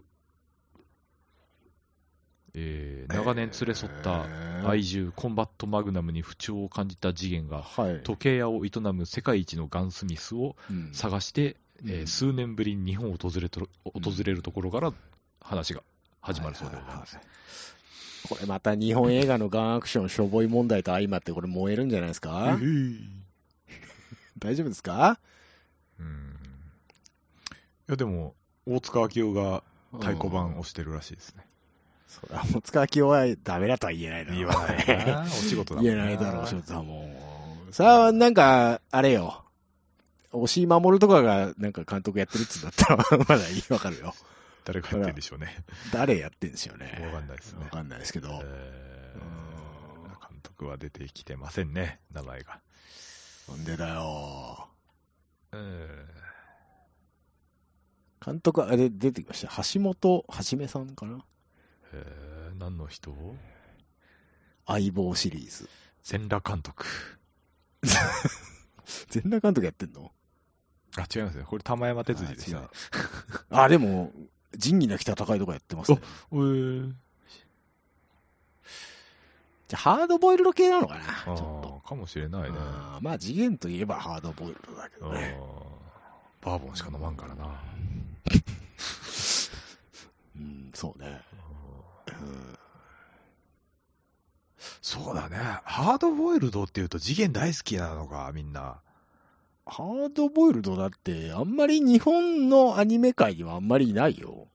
Speaker 2: えー長年連れ添った愛獣コンバットマグナムに不調を感じた次元
Speaker 1: が
Speaker 2: が
Speaker 1: はい。
Speaker 2: 時計屋を営む世界一のガンスミスを
Speaker 1: うん
Speaker 2: 探して、
Speaker 1: うん
Speaker 2: えー数年ぶりに日本を訪れとる訪れるところから話が始まるそうでございます。
Speaker 1: はいはいはいこれまた日本映画のガンアクションしょぼい問題と相まってこれ燃えるんじゃないですか
Speaker 2: うふい
Speaker 1: 大丈夫ですか
Speaker 2: うんいやでも大塚明夫が太鼓判をしてるらしいですね。
Speaker 1: そりゃもう塚明夫はダメだとは言えないだろう
Speaker 2: 言わないな。お仕事だも ん
Speaker 1: 言えないだろう、翔太はもう。さあ、なんか、あれよ。押井守とかが、なんか監督やってるっつうんだったら、 まだいい、わかるよ。
Speaker 2: 誰がやってるんでしょうね。
Speaker 1: 誰やってんですよね。
Speaker 2: わかんないですね
Speaker 1: わかんないですけど。
Speaker 2: え
Speaker 1: うん
Speaker 2: ー監督は出てきてませんね名前が。
Speaker 1: なんでだよ。
Speaker 2: うん
Speaker 1: 監督は、あれ、出てきました。橋本はじめさんかな
Speaker 2: えー何の人？
Speaker 1: 相棒シリーズ。
Speaker 2: 全裸監督。
Speaker 1: 全裸監督やってんの
Speaker 2: あ違いますね。これ玉山哲司でした
Speaker 1: あ違う。あ、でも、仁義なき戦いとかやってますね。
Speaker 2: えー
Speaker 1: じゃあ、ハードボイルド系なのかなちょ
Speaker 2: あ
Speaker 1: っと。
Speaker 2: ーかもしれないね。
Speaker 1: あーまあ、次元といえばハードボイルドだけど
Speaker 2: あ
Speaker 1: ね。
Speaker 2: ーバーボンしか飲まんからな。
Speaker 1: うん、そうね。うん
Speaker 2: そうだね。ハードボイルドっていうと次元大好きなのか、みんな。
Speaker 1: ハードボイルドだって、あんまり日本のアニメ界にはあんまりいないよ。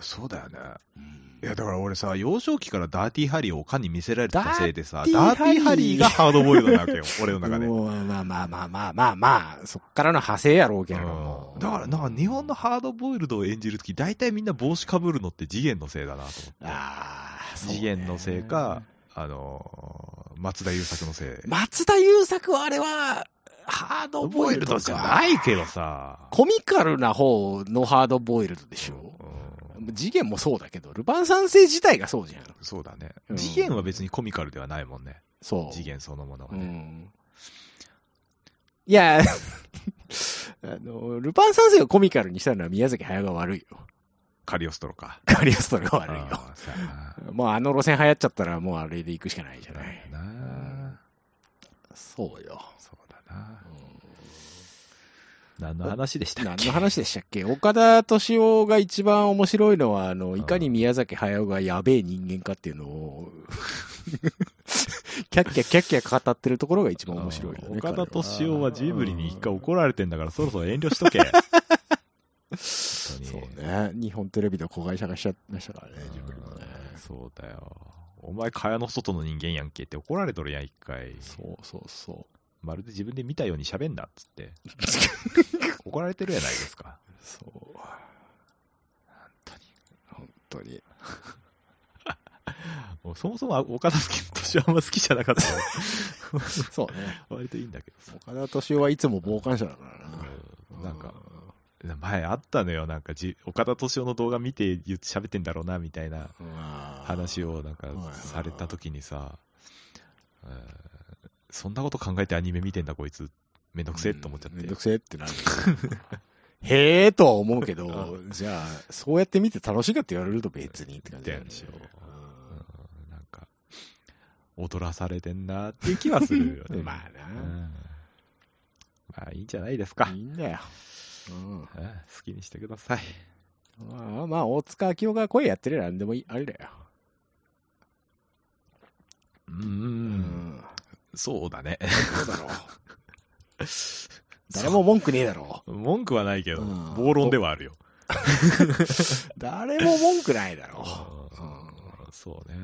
Speaker 2: そうだよね。
Speaker 1: うん
Speaker 2: いや、だから俺さ、幼少期からダーティーハリーをおかんに見せられたせいでさ、
Speaker 1: ダ
Speaker 2: ダー
Speaker 1: ー
Speaker 2: テ
Speaker 1: ティ
Speaker 2: ィー
Speaker 1: ー
Speaker 2: ハ
Speaker 1: ハ
Speaker 2: リ
Speaker 1: リ
Speaker 2: ー
Speaker 1: ー
Speaker 2: がハードボイルドなわけ よ、俺の中で。
Speaker 1: もうまあまあまあまあまあまあ、そっからの派生やろうけども
Speaker 2: うん。だから、なんか日本のハードボイルドを演じるとき、大体みんな帽子かぶるのって次元のせいだなと思って。
Speaker 1: ああ、そうね
Speaker 2: 次元のせいか。、あのー松田優作のせい。
Speaker 1: 松田優作はあれは、ハードボイルドか
Speaker 2: じゃないけどさ。
Speaker 1: コミカルな方のハードボイルドでしょ。
Speaker 2: うん
Speaker 1: 次元もそうだけど、ルパン三世自体がそうじゃん。
Speaker 2: そうだね
Speaker 1: う。ん
Speaker 2: 次元は別にコミカルではないもんね。
Speaker 1: そう。
Speaker 2: 次元そのものは
Speaker 1: う
Speaker 2: ね。
Speaker 1: んいや、 あの、ルパン三世をコミカルにしたのは宮崎駿が悪いよ。
Speaker 2: カリオストロか。
Speaker 1: カリオストロが悪いよ。
Speaker 2: あーそうやな
Speaker 1: もうあの路線流行っちゃったらもうあれで行くしかないじゃ
Speaker 2: そうだ
Speaker 1: ない。
Speaker 2: な。
Speaker 1: そうよ。
Speaker 2: そうだな。何の話でしたっ
Speaker 1: 何
Speaker 2: け
Speaker 1: の話でしたっけ岡田敏夫が一番面白いのは、あの、いかに宮崎駿がやべえ人間かっていうのを、 キャッキャキャッキャ語ってるところが一番面白いよね、
Speaker 2: うん岡
Speaker 1: 彼
Speaker 2: 田敏夫はジブリに一回怒
Speaker 1: うん
Speaker 2: られてんだからそろそろ遠慮し とけ。
Speaker 1: そ。
Speaker 2: そう
Speaker 1: ね。日本テレビの子会社がしちゃいましたからね、ジブリもね。
Speaker 2: うんそうだよ。お前、蚊帳の外の人間やんけって怒られとるやん、一回。
Speaker 1: そうそうそう。
Speaker 2: まるで自分で見たように喋んなっつって。怒られてるやないですか。
Speaker 1: そう。本当に。
Speaker 2: もうそもそも岡田敏夫あんま好きじゃなかったから。
Speaker 1: そうね。
Speaker 2: 割といいんだけどさ。
Speaker 1: 岡田敏夫はいつも傍観者だからな。
Speaker 2: なんか、前あったのよ、なんかじ、岡田敏夫の動画見て言っ喋ってんだろうな、みたいな話をなんか
Speaker 1: はいはいはい
Speaker 2: された時にさ、うんそんなこと考えてアニメ見てんだ、こいつ。めんどくせえって思っちゃって。
Speaker 1: めんどくせえってな る。へえとは思うけど
Speaker 2: う、
Speaker 1: じゃあ、そうやって見て楽しいかって言われると別にって感じだよね
Speaker 2: だよねうんなんか、踊らされてんなっていう気はするよ
Speaker 1: う
Speaker 2: ね。
Speaker 1: んまあ
Speaker 2: う
Speaker 1: な。
Speaker 2: んまあ、いいんじゃないですか。
Speaker 1: いいんだよ。うん
Speaker 2: うん好きにしてください。
Speaker 1: まあ、まあ、大塚明夫が声やってりゃ何でもいい、あれだよ。
Speaker 2: うん
Speaker 1: う。
Speaker 2: そうだね。
Speaker 1: そうだろう。 誰も文句ねえだろう。
Speaker 2: 文句はないけど、
Speaker 1: うん
Speaker 2: 暴論ではあるよ。
Speaker 1: 誰も文句ないだろう。
Speaker 2: そうね。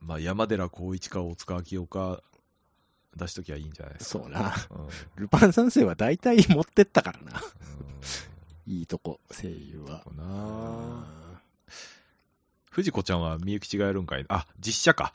Speaker 2: まあ、山寺宏一か大塚明夫か出しときゃいいんじゃないですか。
Speaker 1: そうな。
Speaker 2: うんうん
Speaker 1: ルパン三世は大体持ってったからな。いいとこ、声優は。
Speaker 2: そうな藤子ちゃんはみゆき違えるんかいあ、実写か。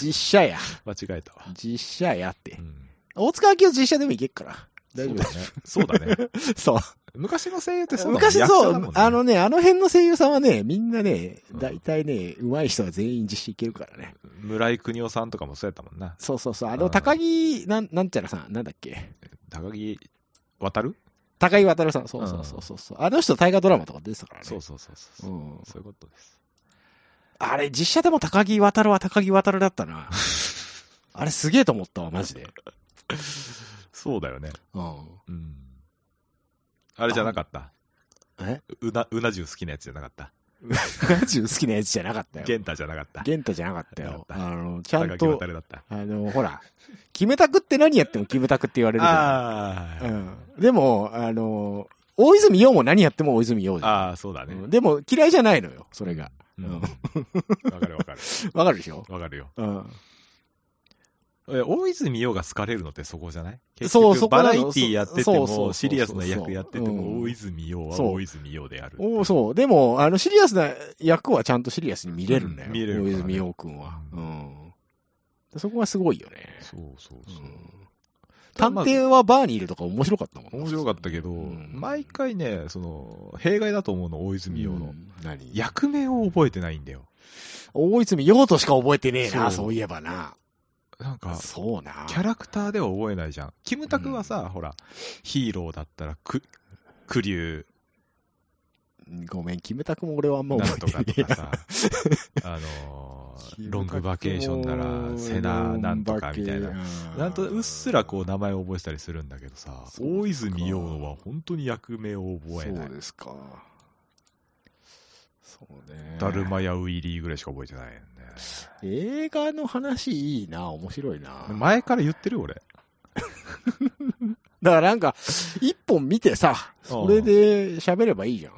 Speaker 1: 実写や。
Speaker 2: 間違えたわ。
Speaker 1: 実写やって
Speaker 2: う。ん
Speaker 1: 大塚明夫実写でもいけっから。大丈夫
Speaker 2: そうだね。そうだね。
Speaker 1: そう。
Speaker 2: 昔の声優ってそうだもん
Speaker 1: 昔
Speaker 2: 役
Speaker 1: そ
Speaker 2: 者だもん
Speaker 1: う
Speaker 2: ね、
Speaker 1: あのね、あの辺の声優さんはね、みんなね、
Speaker 2: うん
Speaker 1: 大体ね、上手い人は全員実写いけるからね。
Speaker 2: 村井邦夫さんとかもそうやったもんな。
Speaker 1: そうそうそう。あ
Speaker 2: う
Speaker 1: の、
Speaker 2: ん
Speaker 1: 高木、なん、なんちゃらさん、なんだっけ。
Speaker 2: 高木渡る
Speaker 1: 高木渡さん、そうそうそうそうそう。あの人、大河ドラマとか出てたからね。
Speaker 2: そうそうそうそう。
Speaker 1: うん
Speaker 2: そういうことです。
Speaker 1: あれ、実写でも高木渡るは高木渡るだった な。あれすげえと思ったわ、マジで。
Speaker 2: そうだよね。
Speaker 1: うん。
Speaker 2: うん。あれじゃなかった。
Speaker 1: え
Speaker 2: うな、うな重好きなやつじゃなかった。
Speaker 1: ガチ好きなやつじゃなかったよ。
Speaker 2: ゲンタじゃなかった。
Speaker 1: ゲンタじゃなかったよ。
Speaker 2: なかっ
Speaker 1: あの、ちゃん
Speaker 2: 高木
Speaker 1: と
Speaker 2: 渡、るだった。
Speaker 1: あの、ほら、キムタクって何やってもキムタクって言われるじゃ
Speaker 2: あ
Speaker 1: ん。
Speaker 2: ー、
Speaker 1: うん。でも、あの、大泉洋も何やっても大泉洋じゃん。
Speaker 2: あー、そうだね。
Speaker 1: うんでも、嫌いじゃないのよ、それが。
Speaker 2: うん
Speaker 1: うん
Speaker 2: わかるわかる。
Speaker 1: わかるでしょ
Speaker 2: わかるよ。
Speaker 1: うん。
Speaker 2: え大泉洋が好かれるのってそこじゃない結
Speaker 1: そう
Speaker 2: 局
Speaker 1: そこ
Speaker 2: バ
Speaker 1: なの
Speaker 2: ラエティやってて
Speaker 1: そうそうそうそう
Speaker 2: も、シリアスな役やってて
Speaker 1: うん
Speaker 2: も、大泉洋は
Speaker 1: そう
Speaker 2: 大泉洋である。
Speaker 1: おそう。でも、あの、シリアスな役はちゃんとシリアスに見れるんだよ。
Speaker 2: うん見れるからね
Speaker 1: 大泉洋君は。うん。そこがすごいよね。
Speaker 2: そうそう
Speaker 1: う。
Speaker 2: そうん
Speaker 1: 探偵はバーにいるとか面白かったもんな
Speaker 2: 面白かったけど、
Speaker 1: うん
Speaker 2: 毎回ね、その、弊害だと思うの、大泉洋
Speaker 1: う
Speaker 2: の。
Speaker 1: ん何
Speaker 2: 役名を覚えてないんだよ。
Speaker 1: 大泉洋としか覚えてねえな、
Speaker 2: そう
Speaker 1: そういえばな。
Speaker 2: なんか、
Speaker 1: そうな。
Speaker 2: キャラクターでは覚えないじゃん。キムタクはさ、ほら、ヒーローだったら、く、クリュ
Speaker 1: ごめん、キムタクも俺はあんま
Speaker 2: ウなん
Speaker 1: 覚
Speaker 2: と
Speaker 1: え
Speaker 2: か
Speaker 1: てね
Speaker 2: と
Speaker 1: え な。
Speaker 2: かさ、あの
Speaker 1: キ ムタク
Speaker 2: ー、ロングバケーションなら、セナなんとかみたいな。。なんと、うっすらこう名前を覚えてたりするんだけどさ、
Speaker 1: そうか
Speaker 2: 大泉洋は本当に役名を覚えない
Speaker 1: そう。ですか。そうね。
Speaker 2: ダルマやウィリーぐらいしか覚えてないよね。
Speaker 1: 映画の話いいな、面白いな。
Speaker 2: 前から言ってる俺。
Speaker 1: だからなんか、一本見てさ、それで喋ればいいじゃん。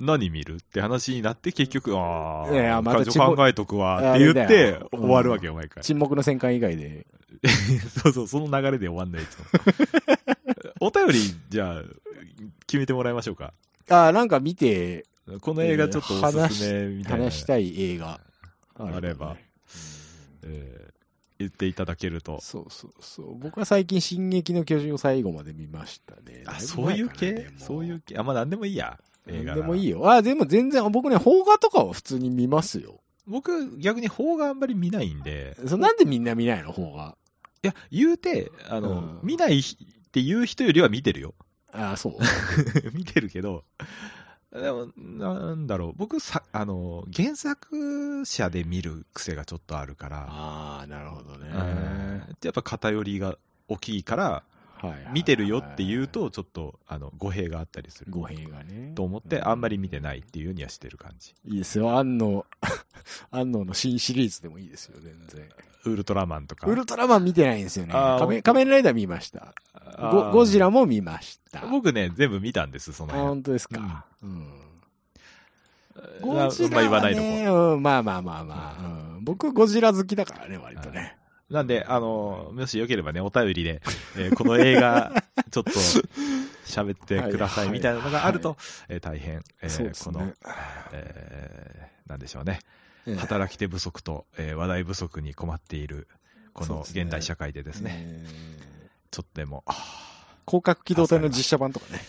Speaker 2: 何見るって話になって結局、ああ、
Speaker 1: いやいやまた
Speaker 2: 彼
Speaker 1: ちこ
Speaker 2: 女考えとくわって言
Speaker 1: あれ
Speaker 2: っ
Speaker 1: だ
Speaker 2: て
Speaker 1: よ
Speaker 2: 終わるわけよ、毎回。
Speaker 1: 沈黙の戦艦以外で。
Speaker 2: そうそう、その流れで終わんない いつもお便り、じゃあ、決めてもらいましょうか。
Speaker 1: ああ、なんか見て、
Speaker 2: この映画ちょっとおすすめみたいな、
Speaker 1: 話したい映画
Speaker 2: あれば、えー言っていただけると。
Speaker 1: そうそうそう。僕は最近、進撃の巨人を最後まで見ましたね。
Speaker 2: あ、そういう
Speaker 1: だぶ前
Speaker 2: 系
Speaker 1: かな
Speaker 2: そういう。系あ、まあ何でもいいや。
Speaker 1: でも
Speaker 2: 映画
Speaker 1: でもいい
Speaker 2: よ。
Speaker 1: よ。あ、でも全然、僕ね、邦画とかは普通に見ますよ。
Speaker 2: 僕、逆に邦画あんまり見ないんで、
Speaker 1: そなんでみんな見ないの、邦画。
Speaker 2: いや、言うて、あの、
Speaker 1: うん
Speaker 2: 見ないひっていう人よりは見てるよ。
Speaker 1: あ、そう。
Speaker 2: 見てるけど、でも、なんだろう、僕さ、あの、原作者で見る癖がちょっとあるから、
Speaker 1: ああ、なるほどね。
Speaker 2: うんやっぱ偏りが大きいから、
Speaker 1: はいはいはい
Speaker 2: 見てるよって言う、と、ちょっと、あの、語弊があったりする。
Speaker 1: 語弊がね。
Speaker 2: と思って、あんまり見てないっていうにはしてる感じ。
Speaker 1: いいですよ、安納。 安納の新シリーズでもいいですよ、全然。
Speaker 2: ウルトラマンとか。
Speaker 1: ウルトラマン見てないんですよね。
Speaker 2: あー
Speaker 1: 仮面仮面ライダー見ました。
Speaker 2: あー
Speaker 1: ゴゴジラも見ました。あ、
Speaker 2: 僕ね、全部見たんです、その辺。
Speaker 1: 本当ですか。うん
Speaker 2: まあ
Speaker 1: ゴジラ
Speaker 2: まあ言わ
Speaker 1: は
Speaker 2: ないと
Speaker 1: ね、
Speaker 2: こ。
Speaker 1: うんまあまあまあまあ、うん僕ゴジラ好きだからね、割とね。
Speaker 2: なんで、あの、もしよければね、お便りで、えーこの映 画、ちょっと、喋ってくださいみたいなのがあると、えー大変、えー
Speaker 1: そうです
Speaker 2: この
Speaker 1: ね、。
Speaker 2: えーなんでしょうね、
Speaker 1: ええ
Speaker 2: 働き手不足と、えー話題不足に困っている、こ
Speaker 1: そう
Speaker 2: の
Speaker 1: ですね
Speaker 2: 現代社会でですね、
Speaker 1: えー
Speaker 2: ちょっとでも、あー
Speaker 1: 広角機動隊の実写版とかね。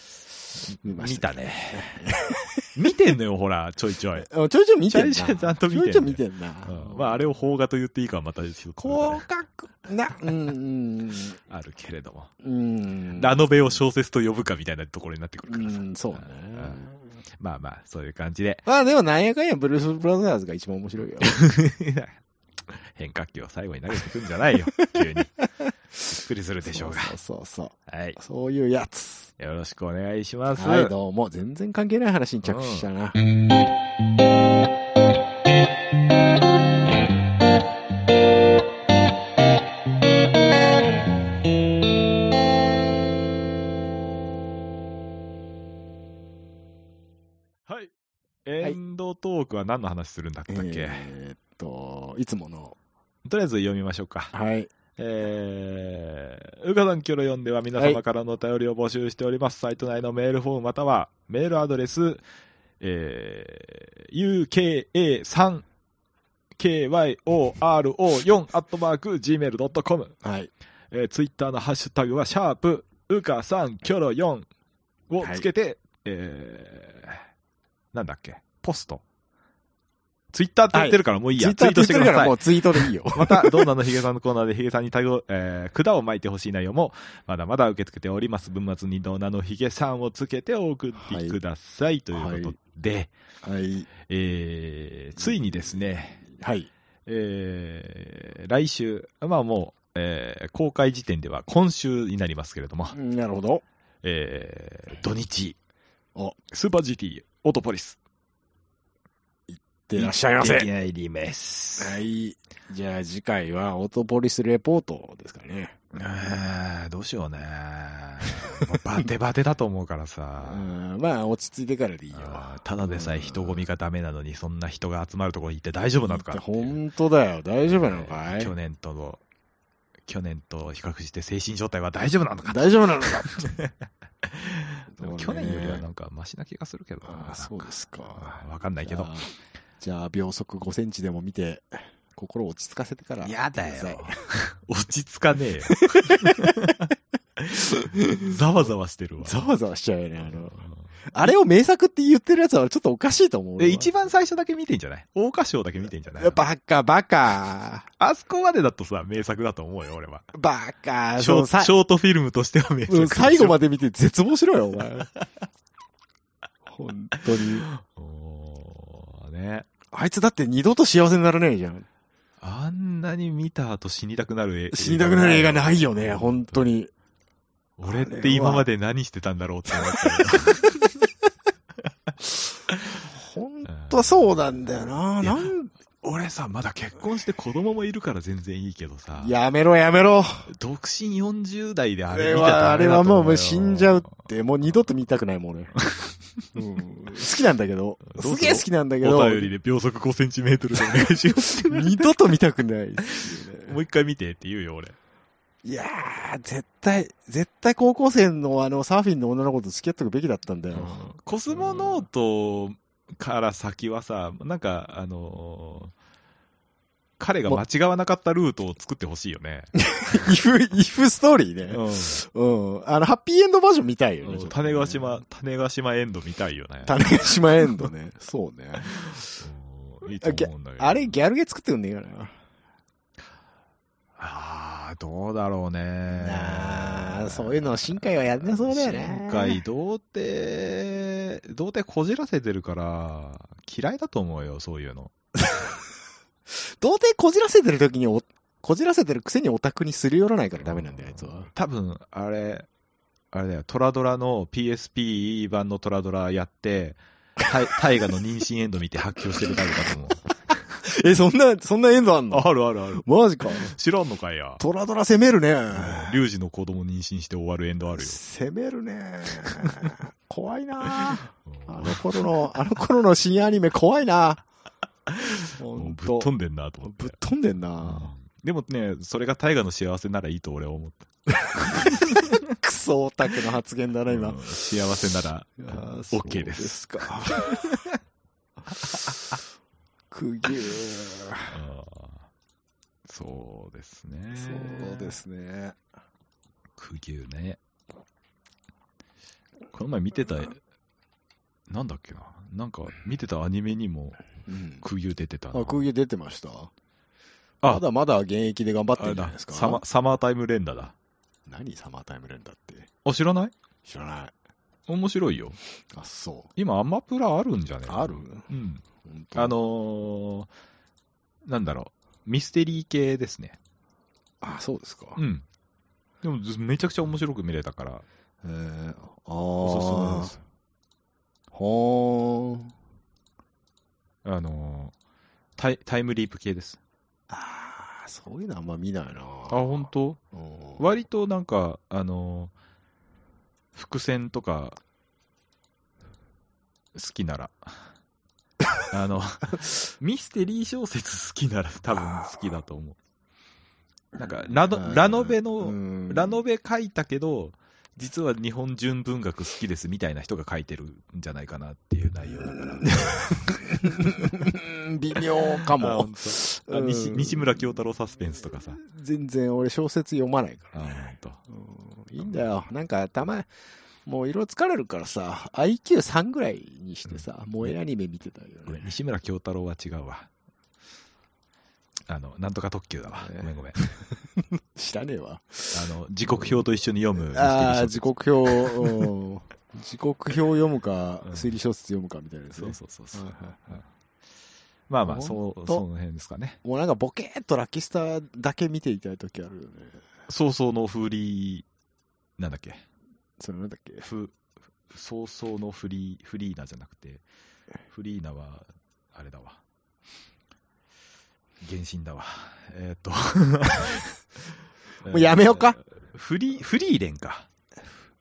Speaker 1: 見ま
Speaker 2: 見
Speaker 1: した
Speaker 2: ね。 見てんのよ、ほら、ちょいちょい。
Speaker 1: た。あちょいちょい見てんな。
Speaker 2: ちょいちょいちゃんと見てんね
Speaker 1: ちょいちょい見てんな。
Speaker 2: うん まあ、あれを邦画と言っていいかはまたですけど
Speaker 1: 広角な、うん、
Speaker 2: あるけれども。
Speaker 1: うん、うん。
Speaker 2: ラノベを小説と呼ぶかみたいなところになってくる
Speaker 1: う
Speaker 2: からさ。
Speaker 1: ん、そうね。
Speaker 2: まあまあ、そういう感じ で、
Speaker 1: まあでもなんやかんやブルース・ブラザーズが一番面白いよ。
Speaker 2: 変化球を最後に投げてくんじゃ ないよ、急に。びっくりするでしょうが。
Speaker 1: そうそうそう
Speaker 2: はい
Speaker 1: そう。。そういうやつ。
Speaker 2: よろしくお願いします。
Speaker 1: はい、どうも。全然関係ない話に着手したな。
Speaker 2: はい。エンドトークは何の話するんだったっけ、
Speaker 1: えーっと、いつもの。
Speaker 2: とりあえず読みましょうか。
Speaker 1: はい。
Speaker 2: えー、うかさんきょろ読んでは皆様からのお便りを募集しております。サイト内のメールフォームまたはメールアドレス、えー、uka3 kyor4-gmail.com、
Speaker 1: はい。
Speaker 2: えー、ツイッターのハッシュタグは、シャープうかさんきょろ4をつけて、えー、なんだっけ、ポスト。ツイッターって言ってるからもういいや、
Speaker 1: ツイッター
Speaker 2: ツ
Speaker 1: っ
Speaker 2: イートしてて
Speaker 1: 言
Speaker 2: く
Speaker 1: って
Speaker 2: だ
Speaker 1: るから
Speaker 2: さい
Speaker 1: も。うツイートでいいよ。
Speaker 2: また、どうなのヒゲさんのコーナーでヒゲさんにタグを、えー、管を巻いてほしい内容も、まだまだ受け付けております。文末にどうなのヒゲさんをつけてお送ってください。ということで、
Speaker 1: はい。
Speaker 2: えー、ついにですね、
Speaker 1: はい。
Speaker 2: えー、来週、まあもう、えー公開時点では今週になりますけれども、
Speaker 1: なるほど。
Speaker 2: えー、土日
Speaker 1: お、
Speaker 2: スーパー GT オートポリス。
Speaker 1: でいらっしゃいませ。
Speaker 2: いきなりです。
Speaker 1: はい。じゃあ次回はオートポリスレポートですかね。
Speaker 2: えーどうしようね。もうバテバテだと思うから
Speaker 1: う
Speaker 2: さ。
Speaker 1: ん、まあ落ち着いてからでいいよ。
Speaker 2: あーただでさえ人混みがダメなのに、そんな人が集まるところに行って大丈夫なのかっていう
Speaker 1: 本当だよ。大丈夫なのかい
Speaker 2: 去年との、去年と比較して精神状態は大丈夫なのか
Speaker 1: 大丈夫なのか
Speaker 2: でも去年よりはなんかマシな気がするけどな。
Speaker 1: ああそうです
Speaker 2: あ
Speaker 1: か。
Speaker 2: ーわかんないけど
Speaker 1: じゃ。あ。じゃあ秒速5センチでも見て、心を落ち着かせてから。
Speaker 2: やだ
Speaker 1: ください
Speaker 2: よ。落ち着か ねえよ。ざわざわしてるわ。
Speaker 1: ざわざわしちゃうよね。あ
Speaker 2: うん
Speaker 1: の、あれを名作って言ってるやつはちょっとおかしいと思う。
Speaker 2: え一番最初だけ見てんじゃない桜花賞だけ見てんじゃない
Speaker 1: バカ、バカ。
Speaker 2: あそこまでだとさ、名作だと思うよ、俺は。
Speaker 1: バカ。
Speaker 2: ショ
Speaker 1: そうさ
Speaker 2: ショートフィルムとしては名作
Speaker 1: う
Speaker 2: で
Speaker 1: ん
Speaker 2: しょ。
Speaker 1: 最後まで見て絶望しろよ、お 前。本当に。
Speaker 2: おーね。
Speaker 1: あいつだって二度と幸せにならねえじゃん。
Speaker 2: あんなに見た後死にたくなる映
Speaker 1: 死にたくなる映画ないよね、本当
Speaker 2: に。
Speaker 1: に。
Speaker 2: 俺って今まで何してたんだろうって思って。
Speaker 1: 本当そうなんだよな。
Speaker 2: いや
Speaker 1: なん
Speaker 2: 俺さ、まだ結婚して子供もいるから全然いいけどさ、
Speaker 1: やめろやめろ。
Speaker 2: 独身40代で
Speaker 1: あ
Speaker 2: あ
Speaker 1: れ
Speaker 2: れ見たら
Speaker 1: は、あれはもうもう死んじゃう
Speaker 2: ど
Speaker 1: って、もう二度と見たくない もんね。うん好きなんだけど。
Speaker 2: どうぞ
Speaker 1: すげえ好きなんだけど
Speaker 2: お、便りで秒速5センチメートルでお願いし ます。
Speaker 1: 二度と見たくないですよね
Speaker 2: もう一回見てって言うよ、俺。
Speaker 1: いやー、絶対、絶対高校生のあのサーフィンの女の子と付き合っとくべきだったん だよ。
Speaker 2: コスモノートから先はさ、なんか、あのー彼が間違わなかったルートを作ってほしいよね。
Speaker 1: イフ、イフストーリーね。
Speaker 2: う
Speaker 1: うん。あの、ハッピーエンドバージョン見たいよね。ちょっと
Speaker 2: ん。
Speaker 1: ね
Speaker 2: 種ヶ島、。種ヶ島エンド見たいよね。
Speaker 1: 種ヶ島エンド ね。そうね。
Speaker 2: うんいいと思うんだけど。
Speaker 1: あれ、ギャルゲー作ってくんねえかな。
Speaker 2: ああ、どうだろうね。
Speaker 1: なあ、そういうの、新海はやんなそうだよね。
Speaker 2: 今回、童貞、童貞こじらせてるから、嫌いだと思うよ、そういうの。
Speaker 1: 童貞こじらせてる時にお、こじらせてるくせにオタクにすり寄らないからダメなんだよ、あいつは。
Speaker 2: 多分あれあれだよトラドラの PSP 版のトラドラやってタイ 大河の妊娠エンド見て発狂してるタイプだと思
Speaker 1: え、そんな、そんなエンド あん
Speaker 2: うあるあるある
Speaker 1: マジか。
Speaker 2: 知らんのかいや
Speaker 1: トラドラ攻めるね。
Speaker 2: リュウジの子供妊娠して終わるエンドあるよ
Speaker 1: 攻めるね。怖いな
Speaker 2: うん
Speaker 1: あの頃の、あの頃の新アニメ怖いなほ
Speaker 2: もうんぶっ
Speaker 1: と。
Speaker 2: 飛んでんなと思って
Speaker 1: ぶっ飛んでん
Speaker 2: う
Speaker 1: な。
Speaker 2: んでもねそれが大河の幸せならいいと俺は思った
Speaker 1: クソオタクの発言だな、今
Speaker 2: うん。幸せなら
Speaker 1: いやー
Speaker 2: OK で
Speaker 1: そ
Speaker 2: す
Speaker 1: うか。 くぎゅー。
Speaker 2: あーそうですね
Speaker 1: そうですね。
Speaker 2: 苦牛ねこの前見てた、なんだっけな、なんか見てたアニメにも
Speaker 1: うん。
Speaker 2: 空輸出てたな。
Speaker 1: あ、空輸出てました
Speaker 2: あ
Speaker 1: まだまだ現役で頑張ってる
Speaker 2: あれ
Speaker 1: んじゃない
Speaker 2: だ
Speaker 1: ですか。
Speaker 2: サマ、サマータイム連打だ。
Speaker 1: 何サマータイムレンダーって。
Speaker 2: あ、知らない
Speaker 1: 知らない。
Speaker 2: 面白いよ。
Speaker 1: あ、そう。
Speaker 2: 今、アマプラあるんじゃね
Speaker 1: ある
Speaker 2: うん。
Speaker 1: 本当
Speaker 2: あのー、なんだろう、ミステリー系ですね。
Speaker 1: あ、そうですか。
Speaker 2: うん。でも、ずめちゃくちゃ面白く見れたから、
Speaker 1: えー、ああ。
Speaker 2: おすすめです。
Speaker 1: ほーん。
Speaker 2: あのータイ、タイムリープ系です。
Speaker 1: ああ、そういうのあんま見ないな。あ
Speaker 2: あ、本当
Speaker 1: うん
Speaker 2: 割となんか、あのー伏線とか、好きなら。あの、ミステリー小説好きなら多分好きだと思う。なんか、ラノラノベの、
Speaker 1: の
Speaker 2: ラノベ書いたけど、実は日本純文学好きですみたいな人が書いてるんじゃないかなっていう内容だから。
Speaker 1: 微妙か
Speaker 2: あ
Speaker 1: も
Speaker 2: 本。当あ西
Speaker 1: うん
Speaker 2: 西村京太郎サスペンスとかさ。
Speaker 1: 全然俺小説読まないか
Speaker 2: あ
Speaker 1: ら、
Speaker 2: 本
Speaker 1: ね。
Speaker 2: 当
Speaker 1: うんいいんだよ。なんかたま、もう色疲れるからさ、IQ3 ぐらいにしてさ、萌えアニメ見てたよ
Speaker 2: ごめん
Speaker 1: ね。
Speaker 2: 西村京太郎は違うわ。あの、なんとか特急だわ。
Speaker 1: ね
Speaker 2: ごめんごめん。あ
Speaker 1: 知らねえわ。
Speaker 2: の、時刻表と一緒に読むミステリー
Speaker 1: ああ、
Speaker 2: 小
Speaker 1: 時
Speaker 2: 説。
Speaker 1: 刻表、うん時刻表読むか、
Speaker 2: うん
Speaker 1: 推理小説読むかみたいなやつね、
Speaker 2: そうそうそうそう。
Speaker 1: はいはい
Speaker 2: うんまあまあ、
Speaker 1: ほ
Speaker 2: そう、その辺ですかね。
Speaker 1: もうなんかボケーっとラッキースターだけ見ていたい時あるよね。
Speaker 2: 早々のフリー、なんだっけ。
Speaker 1: それなんだっけ
Speaker 2: ふ、早々のフリー、フリーナじゃなくて、フリーナは、あれだわ。原神だわ。えーっと。
Speaker 1: もうやめようか
Speaker 2: えー。フリー、フリーレンか。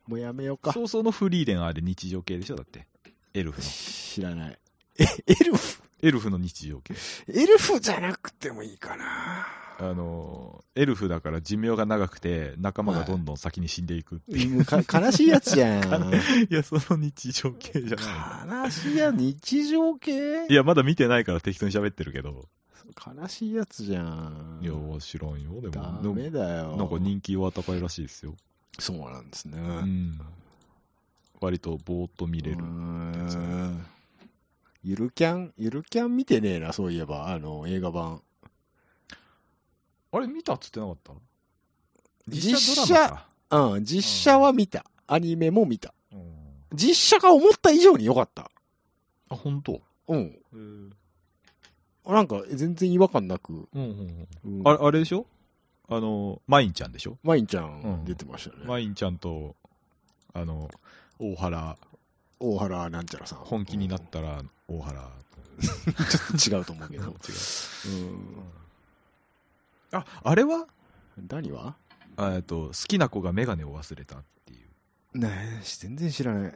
Speaker 1: もうやめようか。
Speaker 2: 早々のフリーレンあれ日常系でしょだって。エルフの。
Speaker 1: 知らない。え、エルフ
Speaker 2: エルフの日常系。
Speaker 1: エルフじゃなくてもいいかな。
Speaker 2: あのー、エルフだから寿命が長くて仲間がどんどん先に死んでいくっていう。
Speaker 1: うんか悲しいやつじゃん。
Speaker 2: い、や、その日常系じゃな
Speaker 1: 悲しいや日常系
Speaker 2: い。いや、まだ見てないから適当に喋ってるけど。
Speaker 1: 悲しいやつじゃん。
Speaker 2: いや、知らんよ。で
Speaker 1: ダ
Speaker 2: も、
Speaker 1: メだよ。
Speaker 2: なんか人気は高いらしいですよ。
Speaker 1: そうなんですね。
Speaker 2: うん。割とぼーっと見れる
Speaker 1: う。ーんゆるキャン、ゆるキャン見てねえな、そういえば、あの、映画版。
Speaker 2: あれ見たっつってなかった
Speaker 1: 実
Speaker 2: ドラマ
Speaker 1: 写、
Speaker 2: か
Speaker 1: うん、実写は見た。アニメも見た。
Speaker 2: うん
Speaker 1: 実写が思った以上に良かった。
Speaker 2: あ、本当。
Speaker 1: うん。
Speaker 2: うん
Speaker 1: なんか、全然違和感なく。
Speaker 2: うんうん。
Speaker 1: うん
Speaker 2: あれ、あれでしょあの、マインちゃんでしょ
Speaker 1: マインちゃ
Speaker 2: うんん
Speaker 1: 出てましたね。
Speaker 2: マインちゃんと、あの、大原、
Speaker 1: 大原なんちゃらさん。
Speaker 2: 本気になっ
Speaker 1: うん
Speaker 2: たら大原。
Speaker 1: ちょっと違うと思うけ
Speaker 2: 違う
Speaker 1: ど。うん。
Speaker 2: あ、あれは
Speaker 1: 何は
Speaker 2: あえっと、好きな子がメガネを忘れたっていう。
Speaker 1: ねえ、全然知らない。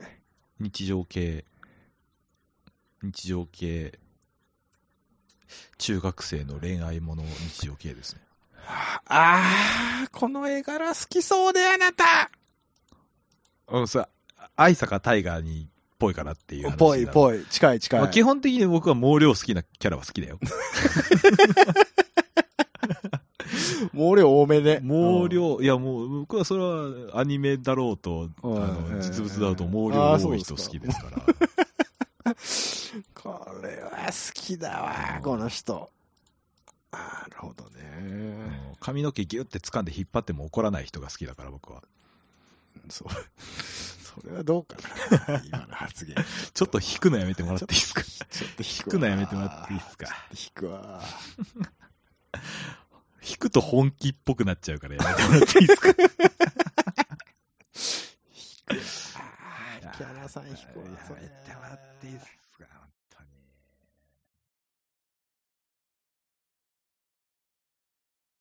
Speaker 2: 日常系日常系中学生の恋愛もの日常系ですね
Speaker 1: あー、この絵柄好きそうであなた
Speaker 2: うんさ愛坂大河にぽいからっていう話
Speaker 1: ぽい
Speaker 2: い、
Speaker 1: ぽい。近い近い。
Speaker 2: まあ、基本的に僕は毛量好きなキャラは好きだよ
Speaker 1: 毛量多めで。
Speaker 2: 毛量 いやもう僕はそれはアニメだろうとあ
Speaker 1: うん
Speaker 2: の実物だろうと
Speaker 1: うん
Speaker 2: 毛量
Speaker 1: あーそう
Speaker 2: 多い
Speaker 1: です
Speaker 2: 人
Speaker 1: か
Speaker 2: 好きですから
Speaker 1: これは好きだわ、この人。なるほど
Speaker 2: あ
Speaker 1: ね。
Speaker 2: の髪の毛ギュって掴んで引っ張っても怒らない人が好きだから僕は
Speaker 1: そう。それはどうかな。今の発言。
Speaker 2: ちょっと引くのやめてもらっていいですか
Speaker 1: ちょっと引
Speaker 2: 引くのやめてもらっていいですか
Speaker 1: 引くわ。
Speaker 2: 引くと本気っぽくなっちゃうからやめてもらっていいですか
Speaker 1: あーキャラさん引くわ。
Speaker 2: やめてもらっていいです